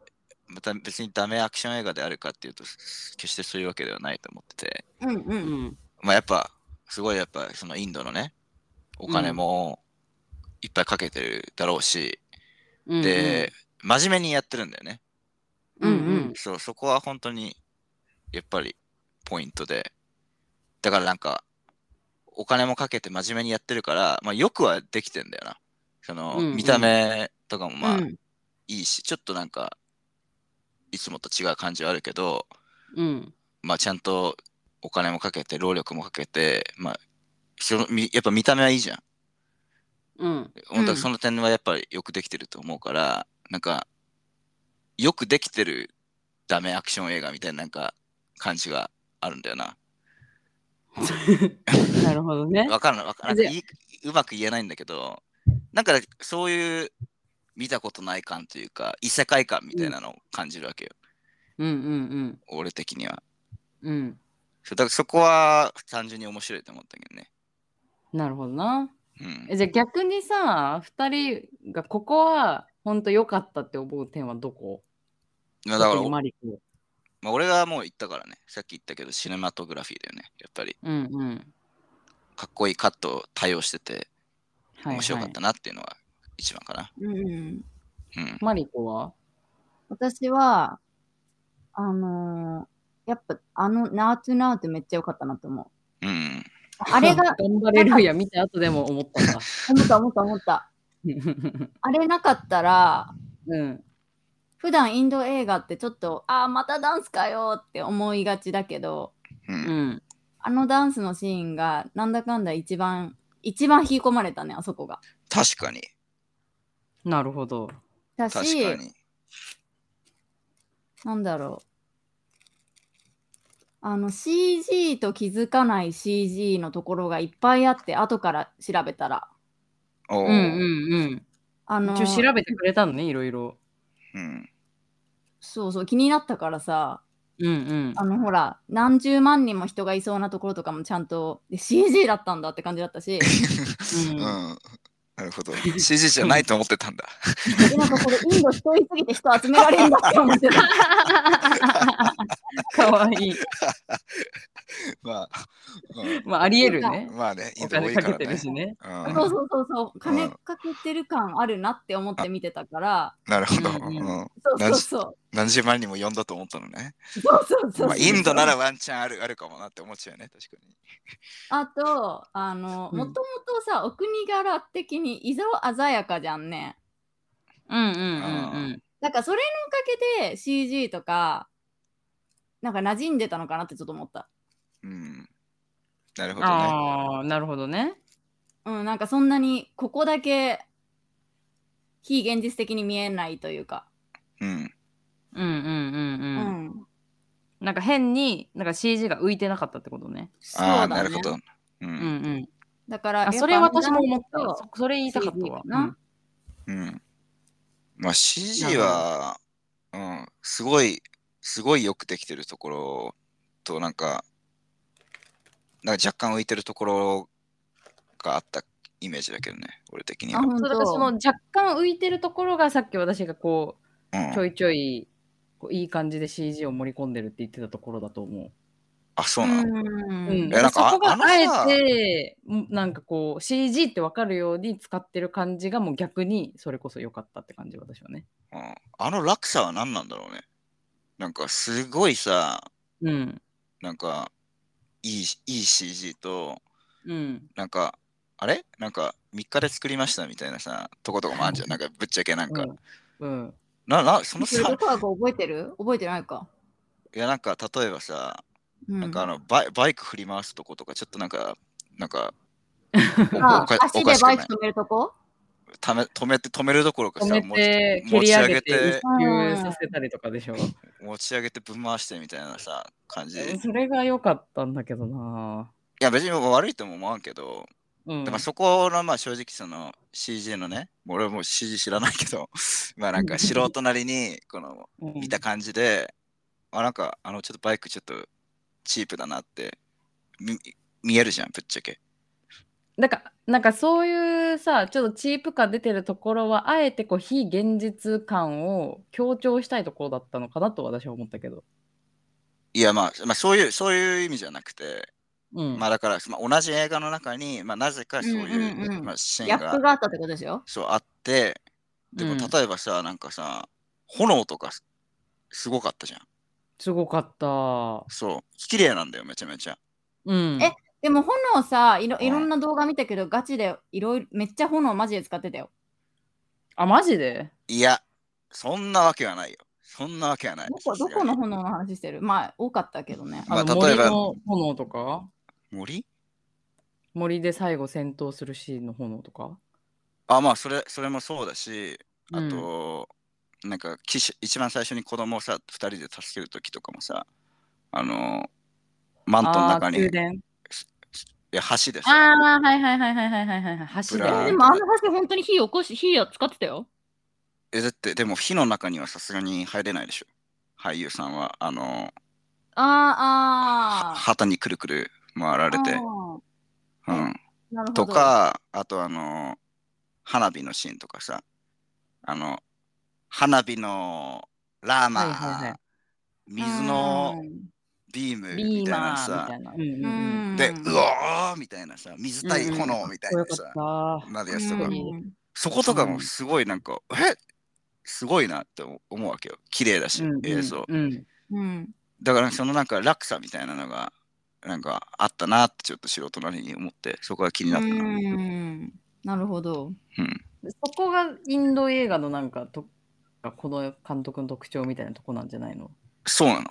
また別にダメアクション映画であるかっていうと、決してそういうわけではないと思ってて、
うんう。
うんん
まあやっぱ、すごいやっぱ、そのインドのね、お金もいっぱいかけてるだろうし、
うん
で、真面目にやってるんだよね。
うんうん
そう、そこは本当に、やっぱり、ポイントで。だからなんか、お金もかけて真面目にやってるから、まあ、よくはできてんだよな。その、
うんうん
見た目とかもまあ、
うん
いいし、ちょっとなんか、いつもと違う感じはあるけど、
うん
まあ、ちゃんとお金もかけて、労力もかけて、まあ、そのみやっぱ見た目はいいじゃん。
うん
本当
うん
にその点はやっぱりよくできてると思うから、なんか、よくできてるダメアクション映画みたいななんか感じがあるんだよな。
なるほどね
わかんない、わかん
じ
な
ゃあ
いいい。うまく言えないんだけど、なんかそういう見たことない感というか、異世界感みたいなのを感じるわけよ、
うんうん
俺的には。
うんうん
そうだからそこは単純に面白いと思ったけどね。
なるほどな
うん
え。じゃあ逆にさ2人がここは本当良かったって思う点はどこ
まあだから
特に、マリコ
まあ、俺がもう言ったからね、さっき言ったけど、シネマトグラフィーだよね。やっぱり、
うんうんはい
かっこいいカットを対応してて、
はい
面白かったなっていうのが一番かな。
うん。
うん。
マリ
(laughs)
コは
私は、あのー、やっぱあの、ナートゥナートめっちゃ良かったなと思う。
うん。
あれ
(laughs)
が、
頑張れるや見た後でも思った
(laughs)
んだ。
思った思った思った。あれなかったら、
うん
普段インド映画ってちょっと、ああ、またダンスかよって思いがちだけど、
う。
うんん
あのダンスのシーンが、なんだかんだ一番、一番引き込まれたね、あそこが。
確かに。
なるほど。
だ
確
し
か、に。
なんだろう。あの CG と気づかない CG のところがいっぱいあって、後から調べたら。
お
う
お。
んうん
あ
うん。
の
一応調べてくれたのね、いろいろ。
うん。
そうそう、気になったからさ、
うんうん。
あのほら、何十万人も人がいそうなところとかもちゃんと、で CG だったんだって感じだったし、
うん。なるほ (laughs) ど。CG じゃないと思ってたんだ。
でなんかこれインド人いすぎて人集められるんだって思ってた。
(laughs) かわいい。
(laughs) まあ、う
まあ、ありえるね
ん。まあ
(laughs)
ね、イ
お
ンド多
金
い
か
か
け
ら
てる
ね。
しね。
(laughs)
う。
そうんそうそうそう、金かけてる感あるなって思って見てたから、
なるほど。
うんう
うん
そうそうそう。
何十万人も呼んだと思ったのね。
そうそうそう
まあ、インドならワンチャンあるあるかもなって思っちゃうよね、確かに。
あと、あの、
うん
もともとさ、お国柄的に伊沢鮮やかじゃんね。
うんうんうん
だからそれのおかげで CG とか、なんか馴染んでたのかなってちょっと思った。
うん。なる
う
ほ
ん。
どね。
ああ、なるほどね。
うん、なんかそんなに、ここだけ、非現実的に見えないというか。
うん。
うんうんうん
う
うん。
ん。
なんか変になんか CG が浮いてなかったってことね。
あ
そう
あ、な
だ
る
ね
ほ。ど。う。
うんん
だか
う
ら
ん。あ、それ私も
や
思っ
ぱあの
た。そそれ言いたかったわ。
CG かな
うん。まあ CG
なるほど
は、うん、すごい、すごいよくできてるところと、なんか、なんか若干浮いてるところがあったイメージだけどね、俺的には。
あ
う
本
そ
当
うだからその若干浮いてるところがさっき私がこうちょ
ん、
いちょいこういい感じで CG を盛り込んでるって言ってたところだと思
あ、そうなの、
う。
う
うん
ん。
えなんかあ
そこがあえ
あのさ
てんなんかこう CG って分かるように使ってる感じがもう逆にそれこそ良かったって感じ私はね。
うん、あの落差は何なんだろうね。なんかすごいさ、
うん。
なんか、いい、いい CG と、
うん。
なんか、あれなんか3日で作りましたみたいなさ、とことかもあるじゃん。なんかぶっちゃけなんか、
うん。
な、な、その
それ
さ
と、か覚えてる覚えてないか。
いや、なんか例えばさ、
うん
なんかあのバイバイク振り回すとことか、ちょっとなんか、なんか、
あ
おか
足で
おかしく
バ
ない
イク止めるとこ
ため止めて、止めるどころか
止
さ、
め
もうちょっと
て、蹴
持
り
ち
上
上
げ
げ
て
て、、
一球させたりとかでしょ。
持ち上げてぶん回してみたいなさ、感じ。い
それが良かったんだけどな。
や、別に悪いとも思わんけど、
うん
だからそこのまあ正直その CG のね、もう俺はもう CG 知らないけど、 (laughs) まあなんか素人なりにこの
うん
見た感じで、あなんかあのちょっとバイクちょっとチープだなってみ見えるじゃん、ぶっちゃけ。
なんか、なんかそういうさ、ちょっとチープ感出てるところは、あえてこう非現実感を強調したいところだったのかなと私は思ったけど。
いやまあ、まあ、そういうそういう意味じゃなくて、
うん。
まあだから、まあ、同じ映画の中に、まあ、なぜかそういう,、
うんうんうん
まあ、シーン
ギャップ
が
があったってことでしょ
そうあって、でも
うん
例えばさ、なんかさ、炎とかすすごかったじゃん。
すごかった。
そう、綺麗なんだよ、めちゃめちゃ。
うん。
えでも炎さいろ、
うん
いろんな動画見たけど、ガチでいろいろ、めっちゃ炎マジで使ってたよ。
あ、マジで
いや、そんなわけはないよ。そんなわけはない。
どこ
さ
ど
す
こ
がに
の炎の話してるまあ、多かったけどね。
まあ
あの
例えば
森の炎とか
森
森で最後戦闘するシーンの炎とか
あ、まあ、それ、それもそうだし、あ
うん
と、なんか、騎士一番最初に子供をさ、二人で助けるときとかもさ、あの、マントの中
あー
に、
宮殿
いや橋でさ、
あーはいはいはいはいはいはいはい橋
ブ
で
ラーン
でもあの橋本当に火起こし、火を使ってたよ。
え、だって、でも、火の中にはさすがに入れないでしょ。俳優さんは、あの、は
あーあー。
旗にくるくる回られて、
あ
う
ー
ん。
ーなるほど
と、か、あとあの、花火のシーンとかさ、あの、花火のラーマー、
はいはいはい
水のビーム
ビ
み
ー
たい
マ
な
ーみ
さ
た、いな。うんうん
う
うん
ん。
で、
ん
うわーみたいなさ、水対炎みたい
か
な
っ
さ、
こよかっ
なるやつとか、
う
そことかもすごいなんか、えすごいなって思うわけよ。綺麗だ
た。
し、
うんうん
映像。
うん
うん。
だからそのなんか落差みたいなのが、なんかあったなってちょっと素人なりに思って、そこが気に
う
なったな。
ん。なるほど。
うん
そこがインド映画のなんかとこの監督の特徴みたいなとこなんじゃないの
そうなの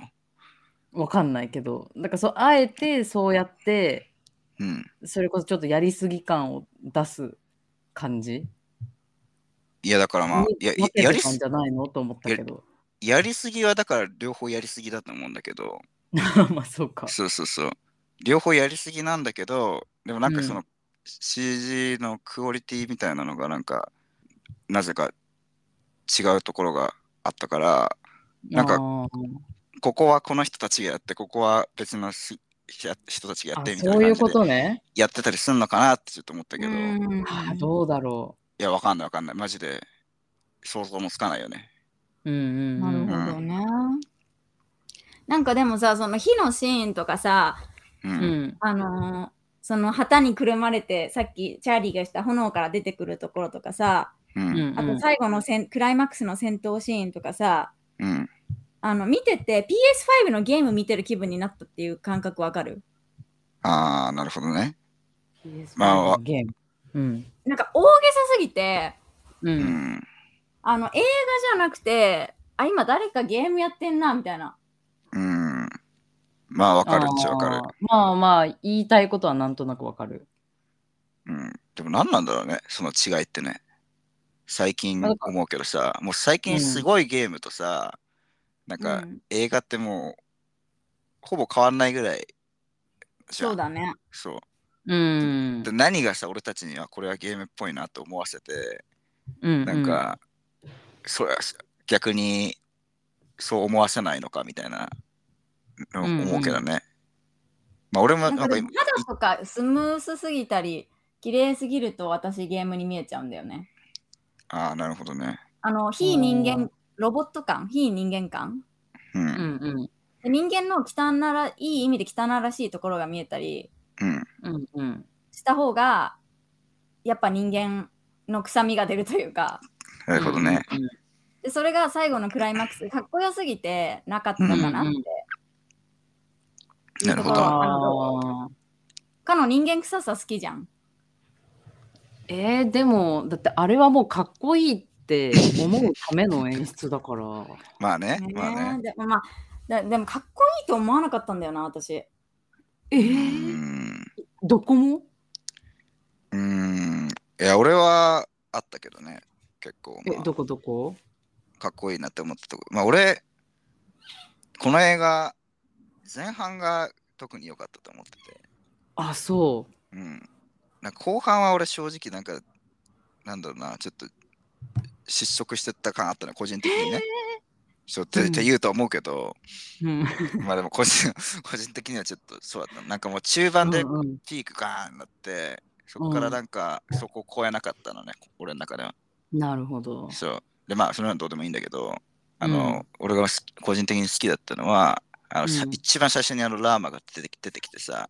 わかんないけどだからそうあえてそうやって
うん。
それこそちょっとやりすぎ感を出す感じ
いやだからまあ、
に
いや
分け
や
て
り
たん
す
じゃないのと思ったけど
やりすぎはだから両方やりすぎだと思うんだけど、
まあそうか
そうそうそう。両方やりすぎなんだけど、でもなん
う
か
ん
その CG のクオリティみたいなのがなんか、なぜか違うところがあったから、なんか
あー
ここはこの人たちがやって、ここは別のしや人たちがや
あ
ってみたい
そうい
な
う
感
こ
じで
とね、
やってたりするのかなってちょっと思ったけ
う
ど、い
ん
あーどうだろ
やわかんないわかんない。マジで想像もつかないよね。
ううんうんう
なる
ん
ほどね。なんかでもさ、その火のシーンとかさ、
うん。
うん
あのーその旗にくるまれて、さっきチャーリーがした炎から出てくるところとかさ、
う。
うんん
あと最後のせん、クライマックスの戦闘シーンとかさ、
うん。
あの見てて PS5 のゲーム見てる気分になったっていう感覚わかる
ああ、なるほどね。まあ
まあゲームうん
なんか大げさすぎて、
う
うんん。
あの映画じゃなくて、あ、今誰かゲームやってんな、みたいな。
うん。まあ、わかるっちゃわかる
あ。ーまあまあ言いたいことはなんとなくわかる
うん。でも何なんだろうね、その違いってね。最近
あだか
思うけどさ、もう最近すごいゲームとさ、なん
う
か
ん、
映画ってもう、ほぼ変わんないぐらいじゃん。
そうだね。
そう
うん
で何がさ、俺たちにはこれはゲームっぽいなと思わせて、
な
なん、か、そりゃ逆にそう思わせないのかみたいなの
うんうん
思うけどね。まあ、俺も
なん
な
か
んか
で
今
も、肌とかスムースすぎたり、綺麗すぎると私ゲームに見えちゃうんだよね。
ああ、なるほどね。
あの、非人
う
間、ロボット感、非人間感。
うん。
うんうん
で人間の汚ら、いい意味で汚らしいところが見えたり
うん
うんうん、
した方が、やっぱ人間の臭みが出るというか、
なるほどね。
でそれが最後のクライマックス、かっこよすぎてなかったかなってい
な
う
る
と
ほ
こ
ど
ろ
あ
はあるのかの人間臭さ好きじゃん。
えー、でもだってあれはもうかっこいいって思うための演出だから
まあね、まあね。
ねでもまあだでもかっこいいと思わなかったんだよな私
え
う
ー
ん。
どこも
うん。いや、俺はあったけどね。結構、
え
まあ
どこどこ
かっこいいなって思ったとこ。まあ、俺、この映画、前半が特に良かったと思ってて。
あそう
うん。なんか後半は俺正直なんか、なんだろうな、ちょっと失速してった感あったね、個人的にね。そうって,、
うん
って言うと思うけど、
うん
まあでも個人 (laughs) 個人的にはちょっとそうだった。なんかもう中盤で
うんうん
ピークガーンになって、そこからなんか、そこを超えなかったのね、俺の中では。
なるほど
そう。で、まあ、そのはどうでもいいんだけど、あ
う
の、俺が好き個人的に好きだったのは、あのさ
うん
一番最初にあのラーマが出てき出てきてさ、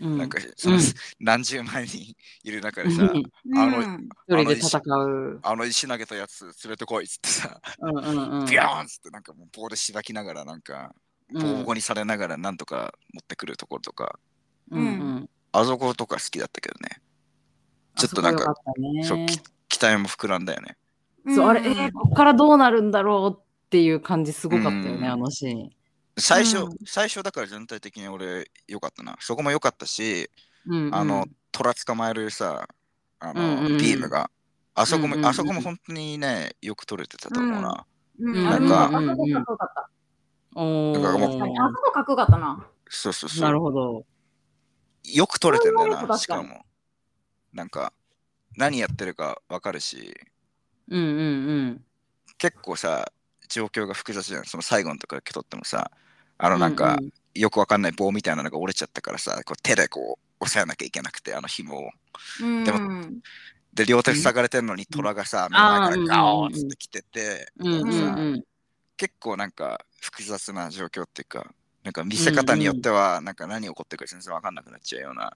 うん
なんかその、
うん
何十万人いる中でさ、
(laughs) うん
あの
うん
一人で戦う。
あの石投げたやつ連れてこいっつってさ、
うんうんうん
ビヨーンっつってなんかもう棒でしばきながらなんか、ボコボコにされながらなんとか持ってくるところとか、
うんうん
あそことか好きだったけどね。ちょっとなんか、
あそこ良
そ
かった
う
ね
き期待も膨らんだよね。
そうあれ、え
うん
ーこっからどうなるんだろうっていう感じすごかったよ
うん
ね、あのシーン。
最初、
うん
最初だから全体的に俺良かったな。そこも良かったし、
うんうん
あの、虎捕まえるさ、あの、
うんうんうん
ビームが。あそこも、
うんうんうん
あそこも本当にね、よく撮れてたと思うな。
うん
な
あ
ん
れ
か
あそこかっこよかった。
お
なんかもう
ー
確かにあそこかっこよかったな。
そうそうそ
なる
う。
ほど。
よく撮れてんだ
そ
よ
うな
な、
ると
し
確か
か
に
も。なんか、何やってるかわかるし、
うんうん
結構さ、状況が複雑じゃん。その最後のとこだけ撮ってもさ、あ
う
の
ん。
なんか、
う
よくわかんない棒みたいなのが折れちゃったからさ、こう手でこう、押さえなきゃいけなくて、あの紐を。
うん
でもで、両手塞がれてるのに虎がさ、目の前からガオーンっつって来てて、
んうんう
みたいなさ
ん
結構なんか複雑な状況っていうか、なんか見せ方によっては、なんか何起こってるか全然わかんなくなっちゃうような、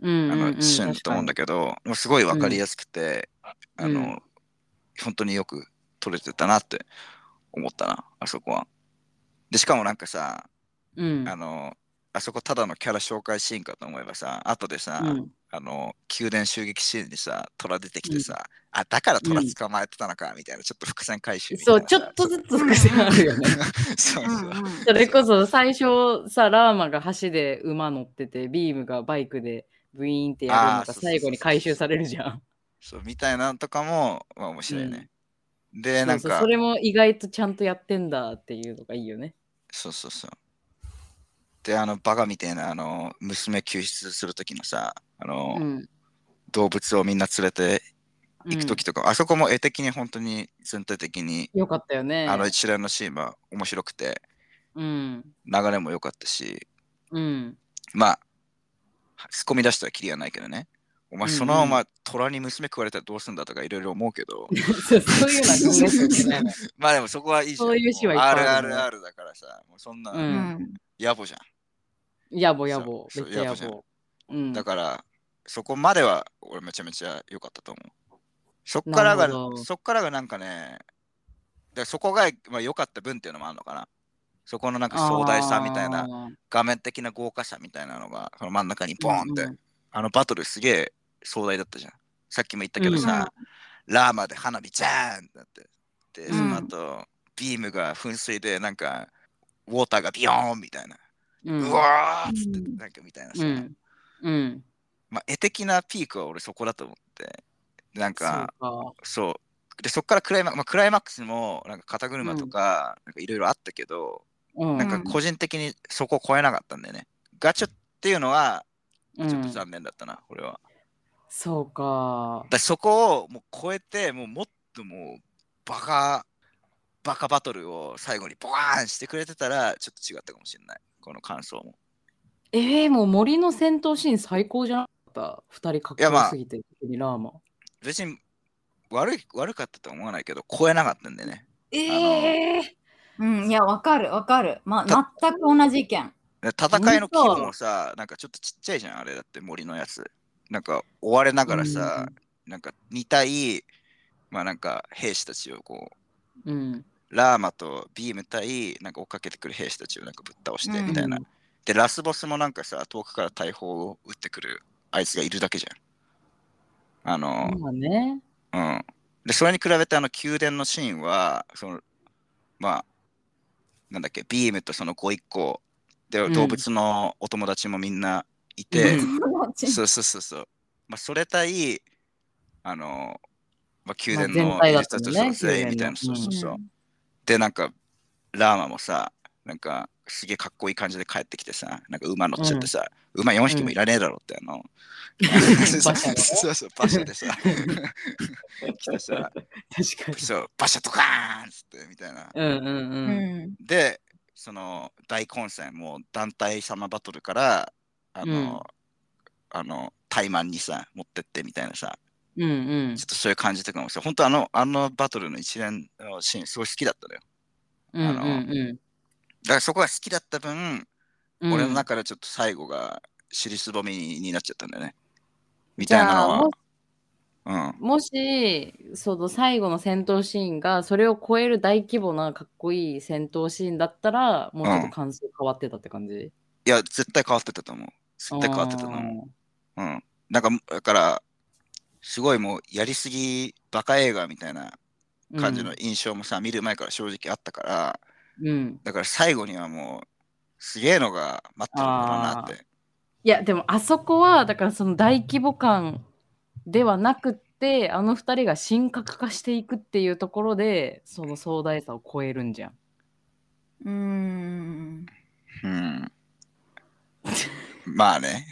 うん。
あのシーンだと思うんだ
け
けど、もうすごいわかりやすくて、
うん
あ
う
の、本当によく撮れてたなって思ったな、あそこは。で、しかもなんかさ、
ど。うん
あの、あそこただのキャラ紹介シーンかと思えばさ、後でさ、
うん
あの、宮殿襲撃シーンにさ、虎出てきてさ、あ、だから虎捕まえてたのか、みたいな、ちょっと伏線回収みたいな
そう、
さ。
ちょっとずつ伏線ある (laughs) よね。
そうそう。
それこそ最初さ、ラーマが橋で馬乗ってて、ビームがバイクでブイーンってやるの
あーそうそ
が
うそう
最後に回収されるじゃん。
そうみたいなのとかも、まあ、面白いね。で、なん
そうそう
か
そ、れも意外とちゃんとやってんだっていうのがいいよね。
そうそうそう。で、あの、バカみたいな、あの、娘救出するときのさ、あの、
うん
動物をみんな連れて行く
う
と
ん
きとか、あそこも絵的に本当に全体的に、
よかったよね。
あの一連のシーンは面白くて、
うん。
流れも良かったし、 (laughs)
うん。
まあ、突っ込み出したらキリがないけどね。お前、
うんうん
そのまま虎に娘食われたらどうすんだとかいろいろ思うけど、
そうそういうのは考えちゃいけないね。
(laughs) まあでもそこはいいじゃん。
そういう詩はいっぱいあるね
RRR だからさ、もうそん
う
な、
ん。
野暮じゃん。
やぼやぼ。め
そ
っ
う
ちゃ
そう野
や
暮じゃん
ぼ。うん。
だから、そこまでは俺めちゃめちゃ良かったと思う。そっから
な
が
るほ、ど
そっからがなんかね、でそこがまあ、良かった分っていうのもあるのかな。そこのなんか壮大さみたいな、
あー。
画面的な豪華さみたいなのが、その真ん中にボーンって、
うんうん
あのバトルすげえ壮大だったじゃん。さっきも言ったけどさ、ラーマで花火ジャーンってなって、で、
うん
その後、ビームが噴水でなんか、ウォーターがビヨーンみたいな、
う。
うんわーっつって、なんかみたいなさ、
うん。うん。
まあ、絵的なピークは俺そこだと思って、なん
そう
か、
か。
そう。で、そっからクライマックス、まあ、クライマックスも、なんか肩車とか、なんかいろいろあったけど、
うん。
なんか個人的にそこを超えなかったんだよね。ガチャっていうのは、
うん
ちょっと残念だったな、俺は。
そうか
だ。からそこをもう超えて、もうもっともう、バカ、バカバトルを最後にボワーンしてくれてたら、ちょっと違ったかもしれない。この感想も。
えー、もう森の戦闘シーン最高じゃなかった。二人かっこよすぎて、特にラーマ。
別に、悪い、悪かったとは思わないけど、超えなかったんでね。
ええ。
うん、いや、わかる、わかる。ま、全く同じ意見。
で戦いの規模もさ、なんかちょっとちっちゃいじゃん、あれだって森のやつ。なんか追われながらさ、なんか2対、まあなんか兵士たちをこう、
うん。
ラーマとビーム対、なんか追っかけてくる兵士たちをなんかぶっ倒して
うん
みたいな。で、ラスボスもなんかさ、遠くから大砲を撃ってくるあいつがいるだけじゃん。あの、
まあね。
うん。で、それに比べてあの宮殿のシーンは、その、まあ、なんだっけ、ビームとその子一個、で、
ん
動物のお友達もみんないて、
うん
(laughs) そうそうそうそう。まあ、それ対、あの、まあ、宮殿の
まあ全体
演
だ
出
った
た
も
ち
んね
の全員みたいな、
宮殿
そう
の
そうそう。で、なんか、ラーマもさ、なんか、すげえかっこいい感じで帰ってきてさ、なんか馬乗っちゃってさ、馬4匹もいらねえだろって、あの、 (laughs) そう
馬車ね
そうそう、馬車でさ、来てさ、
確かに。
そう、馬車とかーンっつって、みたいな。
うんうん
う
うん。
ん。
で、その大混戦、もう団体様バトルから、あの、あの、怠慢にさ、持ってってみたいなさ、
うんうん
ちょっとそういう感じとかもさ、本当あの、あのバトルの一連のシーン、すごい好きだったのよ。
うんうん
だからそこが好きだった分、
うん。
俺の中でちょっと最後が尻すぼみになっちゃったんだよね。みたいなのは。うん。
もし、その最後の戦闘シーンが、それを超える大規模なかっこいい戦闘シーンだったら、もうちょっと感想変わってたって感じ
いや、絶対変わってたと思う。絶対変わってたと思う。うん。なんか、だから、すごいもうやりすぎバカ映画みたいな
うん
感じの印象もさ、見る前から正直あったから、
うん。
だから最後にはもう、すげえのが待ってるんだろうなって。
いや、でもあそこは、だからその大規模感ではなくって、あの二人が神格化していくっていうところで、その壮大さを超えるんじゃん。
うん。
うん。まあね。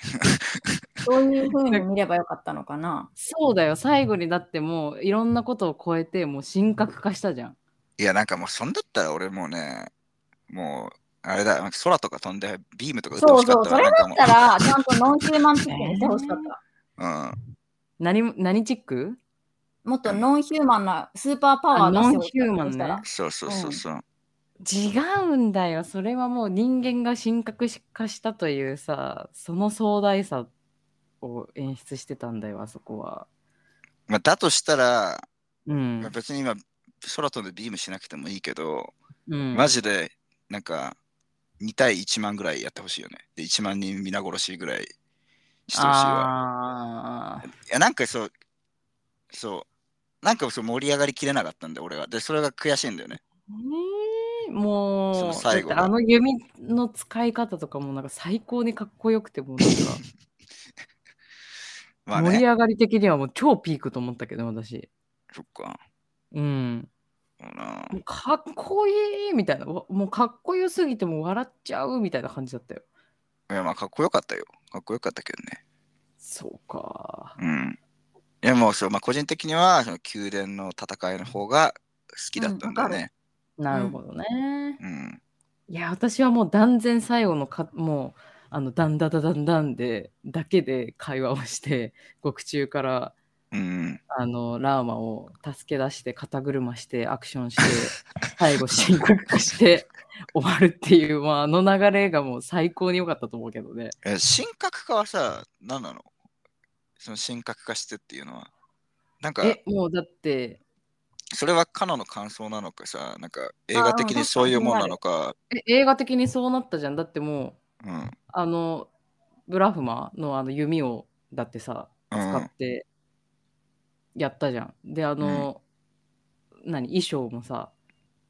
そういうふうに見ればよかったのかな。
そうだよ、最後にだってもういろんなことを超えて、もう神格化したじゃん。
いや、なんかもう、そんだったら俺もうね、もう、あれだ、空とか飛んで、ビームとか打って
そ
ほ
う
しか
そ
っ
う、
た
そ
わ
れだ
なん
った、
から
ちゃんとノンヒューマンチックにしてほしかった。
もう
何も、何チック
もっとノンヒューマンなスーパーパワー
あ
出し
ノ
て
ン
ほし
ヒューマンね
かった
うん。そうそうそうそう。
違うんだよ。それはもう人間が神格化したというさ、その壮大さを演出してたんだよ、あそこは。
まあ、だとしたら、
うん
まあ。別に今、空飛んでビームしなくてもいいけど、
うん、
マジで、なんか、2対1万ぐらいやってほしいよね。で、1万人皆殺しぐらいしてほしいわ。
あー
いや、なんかそう、そう、なんかそう盛り上がりきれなかったんで、俺は。で、それが悔しいんだよね。
えーもう
その最後
だってあの弓の使い方とかもなんか最高にかっこよくてもうなん
(laughs) まあ
か盛り
ね、
上がり的にはもう超ピークと思ったけど私
そっか。
うん
そうな
もうかっこいいみたいなわもうかっこよすぎてもう笑っちゃうみたいな感じだったよ
いや、まあ、かっこよかったよ。かっこよかったけどね。
そうか
うん。いやもうそう、まあ、個人的にはその宮殿の戦いの方が好きだったんだよね。
なるほどね、
うん。
いや私はもう断然最後のかもうあのダンダダダンダンでだけで会話をして (laughs) 獄中から
うん。
あのラーマを助け出して肩車してアクションして最後深刻化して (laughs) 終わるっていう、まあ、あの流れがもう最高に良かったと思うけどね
え、神格化はさ、何なのその神格化してっていうのは。なんか、
えもうだって
それはカナの感想なのかさ、なんか映画的にそういうもんなのか、
え映画的にそうなったじゃんだっても
うん。
うあのブラフマのあの弓をだってさ
うん
使ってやったじゃん、であの、何衣装もさ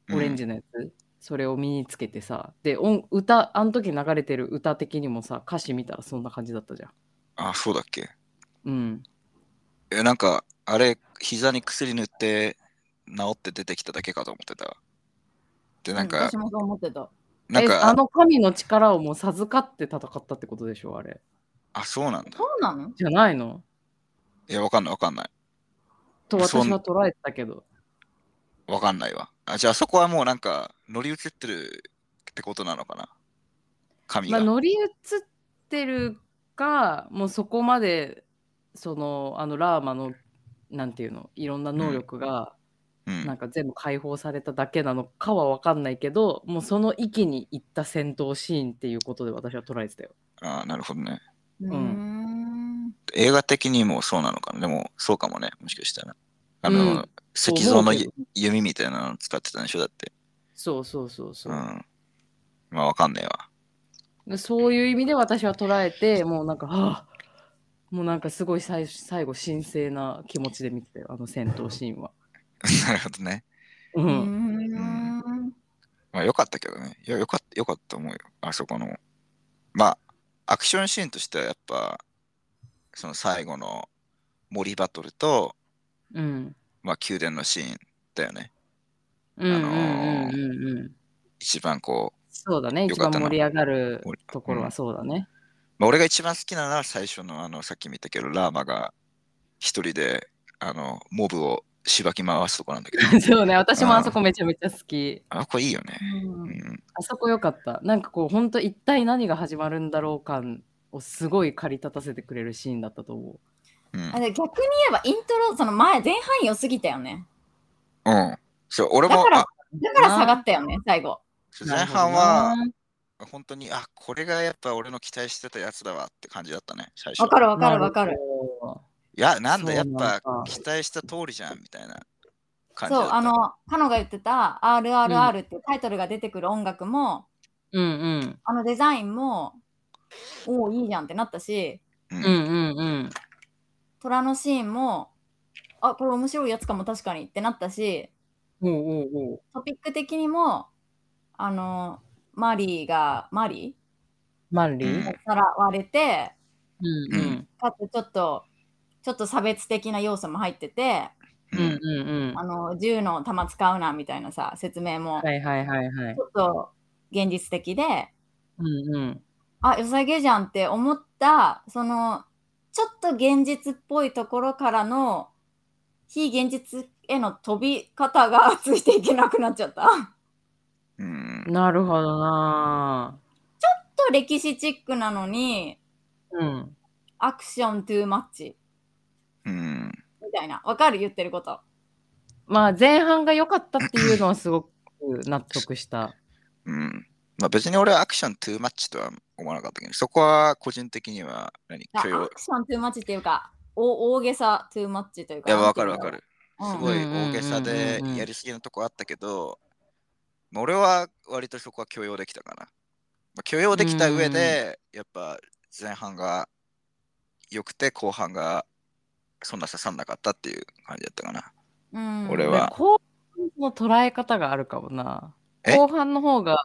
うん
オレンジのやつ、それを身につけてさで音歌あの時流れてる歌的にもさ歌詞見たらそんな感じだったじゃん
あ、そうだっけ。
うん
え、なんか、あれ、膝に薬塗って、治って出てきただけかと思ってた。で、なんか
私、もそう思ってた。
なん
えあ
か、
の神の力をもう授かって戦ったってことでしょあれ
あ、そうなんだ。
そうなの
じゃないの
いや、わかんない、わかんない。
と
そん
私は捉えてたけど
わかんないわ。あ、じゃあそこはもうなんか乗り移ってるってことなのかな神
まあ
が。
乗り移ってるかもうそこまでそのあのラーマのなんていうのいろんな能力が、
うん
なんか全部解放されただけなのかは分かんないけどもうその域に行った戦闘シーンっていうことで私は捉えてたよ。
あーなるほどね。
うーん。
映画的にもそうなのかな。でもそうかもね、もしかしたら。あの、
うん
石像の
そう思うけど
弓みたいなの使ってたんでしょだって。
そうそうそう
う
そ
ん。
う、
まあわかんないわ。 (laughs)
そういう意味で私は捉えてもうなんかはあもうなんかすごい最最後神聖な気持ちで見てたよあの戦闘シーンは。
なるほどね。
う、
うんーん。
まあよかったけどね。いや、よかった、よかったと思うよ。あそこの。まあ、アクションシーンとしてはやっぱ、その最後の森バトルと、
うん。
まあ、宮殿のシーンだよね。
うんうん
の
うんうんうん。
一番こう、
そうだね。
よ
一
か
番
ったな
盛り上がる
森
ところ
う
は
ん
そうだね。 (laughs)
まあ、俺が一番好きなのは最初の、あの、さっき見たけど、ラーマが一人で、あの、モブをしばき回すとこなんだけど、
そうね。私もあそこめちゃめちゃ好き。
あ、これいいよね。
う
うんん。
あそこよかった。なんかこう、本当一体何が始まるんだろう感をすごい駆り立たせてくれるシーンだったと思う。
うん
あ。で逆に言えばイントロその前前半良すぎたよね
うん。そう、俺も
だか、ら
あ
だから下がったよね最後
そう前半は、本当に、あ、これがやっぱ俺の期待してたやつだわって感じだったね、最初。
わかるわか
な
る
るほ
わ
ど
かる。
いや、なんだ、
そ
や
う
っ
なんだ
ぱ期待した通りじゃんみたいな感じ
そ
だっ
う
た。
あのカノが言ってた「RRR」っていうタイトルが出てくる音楽も、
うんうん。
あのデザインもおおいいじゃんってなったし
うん
うんうんうん。
虎のシーンもあこれ面白いやつかも確かにってなったし
おうおうおう
トピック的にもあのマリーがマリ
マリ
う
ー
ん
ーら割れて
うんうん
かつちょっとちょっと差別的な要素も入ってて
うんうんうん。
あの銃の弾使うなみたいなさ説明も
はいはいはいはい
ち。ょっと現実的で、
うんうん。
あ良さげじゃんって思ったそのちょっと現実っぽいところからの非現実への飛び方がついていけなくなっちゃった。
うん
なるほどな
と歴史チックなのに
ぁ。うん。
アクショントゥーマッチ
うん
みたいなわかる言ってること。
まあ前半が良かったっていうのはすごく納得した。
うんまあ別に俺はアクショントゥーマッチとは思わなかったけど、そこは個人的には何
だ
許
ア
容。
クショントゥーマッチっていうかお大げさトゥーマッチという
い
か。
や、わか
なん
る
て
わ
言うん
か
だろ
る。
ううん
すごい
うんうんうんう
大
んうん
げさでやりすぎなとこあったけど、まあ俺は割とそこは許容できたかな。まあ、許容できた上で、やっぱ前半が良くて後半がそんな刺さんなかったっていう感じだったかな。
うん
俺は
後半の捉え方があるかもな。
え
後半の方が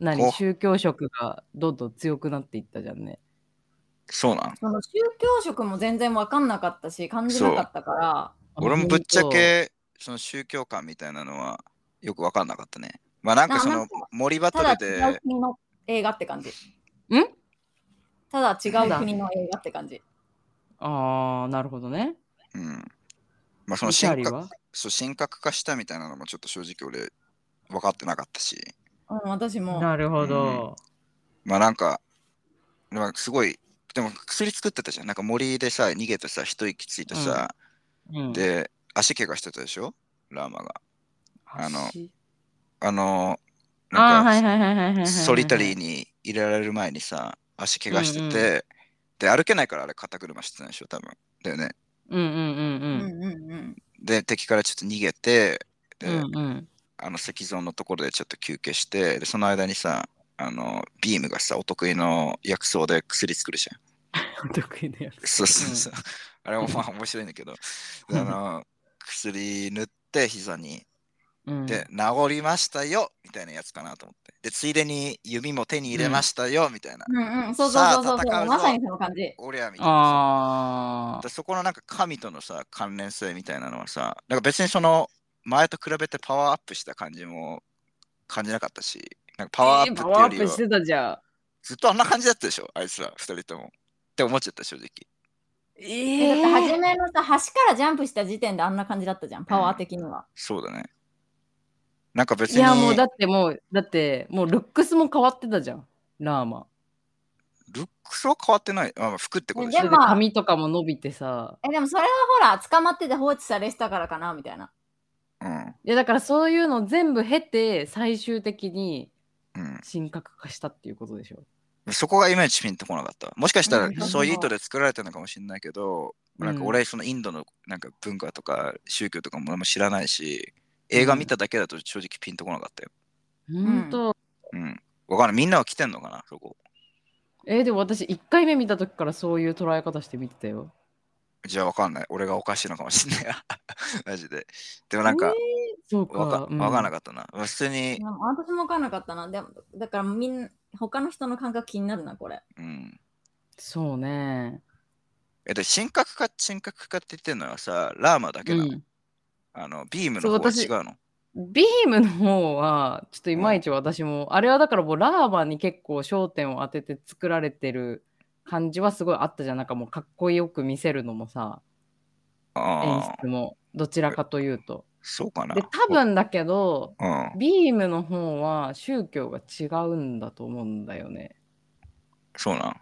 何
後
宗教色がどんどん強くなっていったじゃんね。
そうなん
その宗教色も全然わかんなかったし感じなかったから
俺もぶっちゃけその宗教観みたいなのはよく分かんなかったね。まあなんかそ
なな
の
んか
森バト
た
ル
だ違う
で、
国の映画って感じ。ん
ん
ただ違う国の映画って感じ。
ああ、なるほどね。
うん、まあそ
そ
の
シャー
神
リー
格
は
そう神格化したみたいなのもちょっと正直俺分かってなかったし、
うん、私も。
なるほど。
まあなんか、まあ、すごい、でも薬作ってたじゃん。なんか森でさ、逃げてさ、一息ついてさ、
うん、
で、足怪我してたでしょラーマが。あの
足
あのー、な
あー
ん
はい
か
はいはいはいはいはいはい。
ソリタリーに入れられる前にさ、足怪我してて、で、歩けないからあれ肩車してたんでしょ、多分。だよね。
うんうんうん
う
うんん。
うんうん。
で、敵からちょっと逃げて、で、
うんうん
あの石像のところでちょっと休憩して、で、その間にさ、あの、ビームがさ、お得意の薬草で薬作るじゃん。
お (laughs) 得意だよ。
そうそうそう。あれもまあ面白いんだけど、あの、薬塗って膝に。
うん
で、治りましたよみたいなやつかなと思って。で、ついでに弓も手に入れましたよみたいな。
うんうん、そうそうそうそう
さあ戦うぞ
まさにその感じ。
おりゃみたいなさ。
あ
でそこのなんか神とのさ関連性みたいなのはさなんか別にその前と比べてパワーアップした感じも感じなかったしなんかパワーアップ
パ
っ
ワーア
て
ッ
いうより
プ
は
してたじゃん。
ずっとあんな感じだったでしょあいつら二人ともって思っちゃった正直
えだ
え
って初めのさ、端からジャンプした時点であんな感じだったじゃん、パワー的には。
そうだねなんか別
い
に
やもうだってもうだってもうルックスも変わってたじゃんラーマ
ルックスは変わってないあまあ服ってことでし
そ
で
ょ
れ
も
で髪とかも伸びてさ
え、でもそれはほら、捕まってて放置されてたからかな、みたいな。
うん
いやだからそういうの全部経て最終的に
うん
神格化したっていうことでしょ
そこがいまいちピンとこなかった。もしかした
うん
らそういう意図で作られたのかもしれないけど、
うん
なんか俺そのインドのなんか文化とか宗教とかもあんま知らないし、映画見ただけだと正直ピンとこなかったよ。
本当、
うん。わかんない。みんなは来てんのかなそこ。
えでも私1回目見た時からそういう捉え方して見てたよ
(laughs) じゃあわかんない。俺がおかしいのかもしれない。マジで。でもなんか、
えーそうか。
わか
うん
わかんなかったな。普通に
で、も私も分かんなかったな。でもだからみんな他の人の感覚気になるな、これ。
うん。
そうね。
えっと、神格化、神格化って言ってるのはさ、ラーマだけ
う
なの。
ん。
あの、ビーム
そ
の
う
方は
私
違うの。
ビームの方は、ちょっといまいち私も、あれはだからもうラーバに結構焦点を当てて作られてる感じはすごいあったじゃん。なんかもうかっこよく見せるのもさ、演
ああ、
出も、どちらかというと。
そうかな。
で、多分だけど、
うん。
ビームの方は宗教が違うんだと思うんだよね。
そうなん。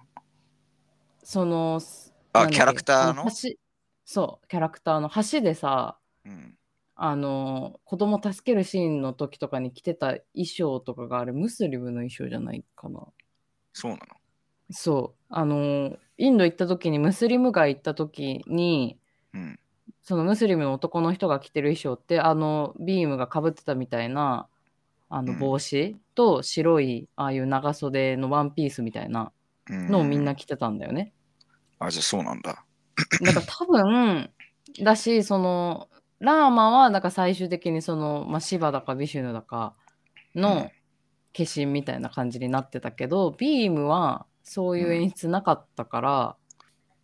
その、す
あ
なんだっけ
キャラクターの
あ橋そう、キャラクターの橋でさ、
うん。
あの、子供助けるシーンの時とかに着てた衣装とかがあれ、ムスリムの衣装じゃないかな。
そうなの。
そう、あの、インド行った時に、ムスリム街行った時に、
うん。
そのムスリムの男の人が着てる衣装って、あの、ビームがかぶってたみたいな、あの
うん
帽子と白い、ああいう長袖のワンピースみたいな
うん、
のをみんな着てたんだよね。
あ、じゃあそうなんだ。
なんか多分だしそのラーマはなんか最終的にその、まあ、シバだかビシュヌだか
う
の
ん
化身みたいな感じになってたけど、ビームはそういう演出なかったから、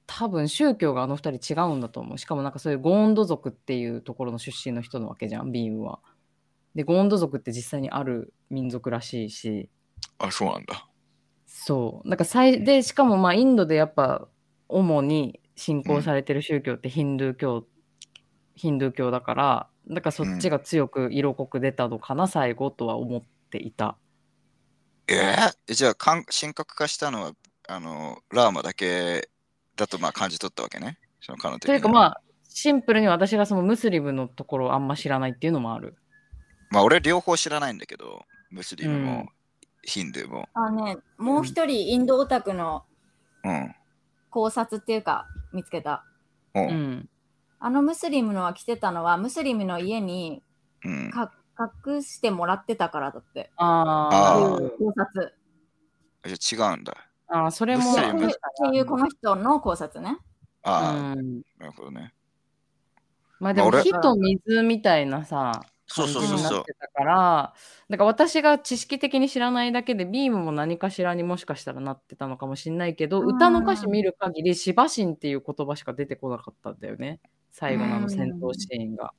多分宗教があの二人違うんだと思うしかもなんかそういうゴーンド族っていうところの出身の人のわけじゃんビームは。でゴーンド族って実際にある民族らしいし
あ、そうなんだ。
そうなんか最でしかもまあインドでやっぱ主に信仰されてる宗教ってヒンドゥー教、ヒンドゥー教だからだからそっちが強く色濃く出たのかな、最後とは思っていた
えーえじゃあ、かん神格化したのは、あの、ラーマだけだと、まあ、感じ取ったわけね。その彼女的
と
に
い
は
うかまあシンプルに私がそのムスリムのところをあんま知らないっていうのもある
まあ、俺、両方知らないんだけど、ムスリム
うん
も、ヒンドゥーも。
あね、もう一人インドオタクの
うん。
考察っていうか見つけた。
おう。
うんん
あのムスリムのは着てたのはムスリムの家に
うん。
か隠してもらってたからだって。
あ
あ
ー
考察。っ
じゃあ違うんだ。
あーそれも
ムスリム
確かに
ていうこの人の考察ね。
ああ、
うん
なるほどね。
まあで
まあ
も
俺
火と水みたいなさ、
そうそう
そう
感じに
そ
な
う
ってたから、だから私が知識的に知らないだけで、ビームも何かしらにもしかしたらなってたのかもしれないけど、
うん
歌の歌詞見る限り、シバシンっていう言葉しか出てこなかったんだよね。最後のあの戦闘シーンが。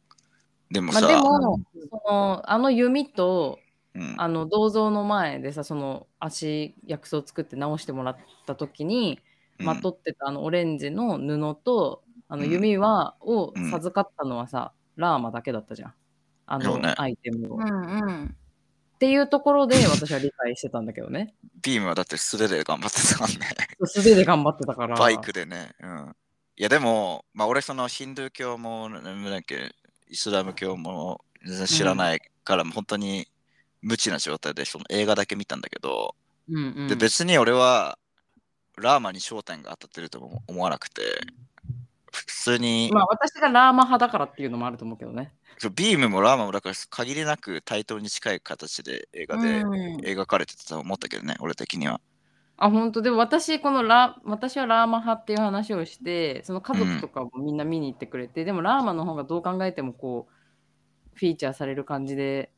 でも
まあ
さ、
でも、そのあの弓と
うん、
あの銅像の前でさ、その足、薬草を作って直してもらった時に、
うん
まとってたあのオレンジの布とあの
うん
弓輪を
うん
授かったのはさ、ラーマだけだったじゃん。あ
そう
の
ね
アイテムを。
う
っ
んうん。
ていうところで私は理解してたんだけど
(laughs)
ね。
ビームはだって素手で頑張ってたもんね。
素手で頑張ってたから。
バイクでね。うん。いやでも、まあ俺そのヒンドゥー教も、なんだっけ、イスラム教も全然知らないから、本当に無知な状態で、その映画だけ見たんだけど、
うんうん、
で別に俺はラーマに焦点が当たってるとも思わなくて、普通に、
まあ私がラーマ派だからっていうのもあると思うけどね。
そうビームもラーマもだから限りなく対等に近い形で映画で
うん
描かれてたと思ったけどね、俺的には。
あ、本当でも私、このラ、私はラーマ派っていう話をして、その家族とかもみんな見に行ってくれて、でもラーマの方がどう考えてもこう、フィーチャーされる感じで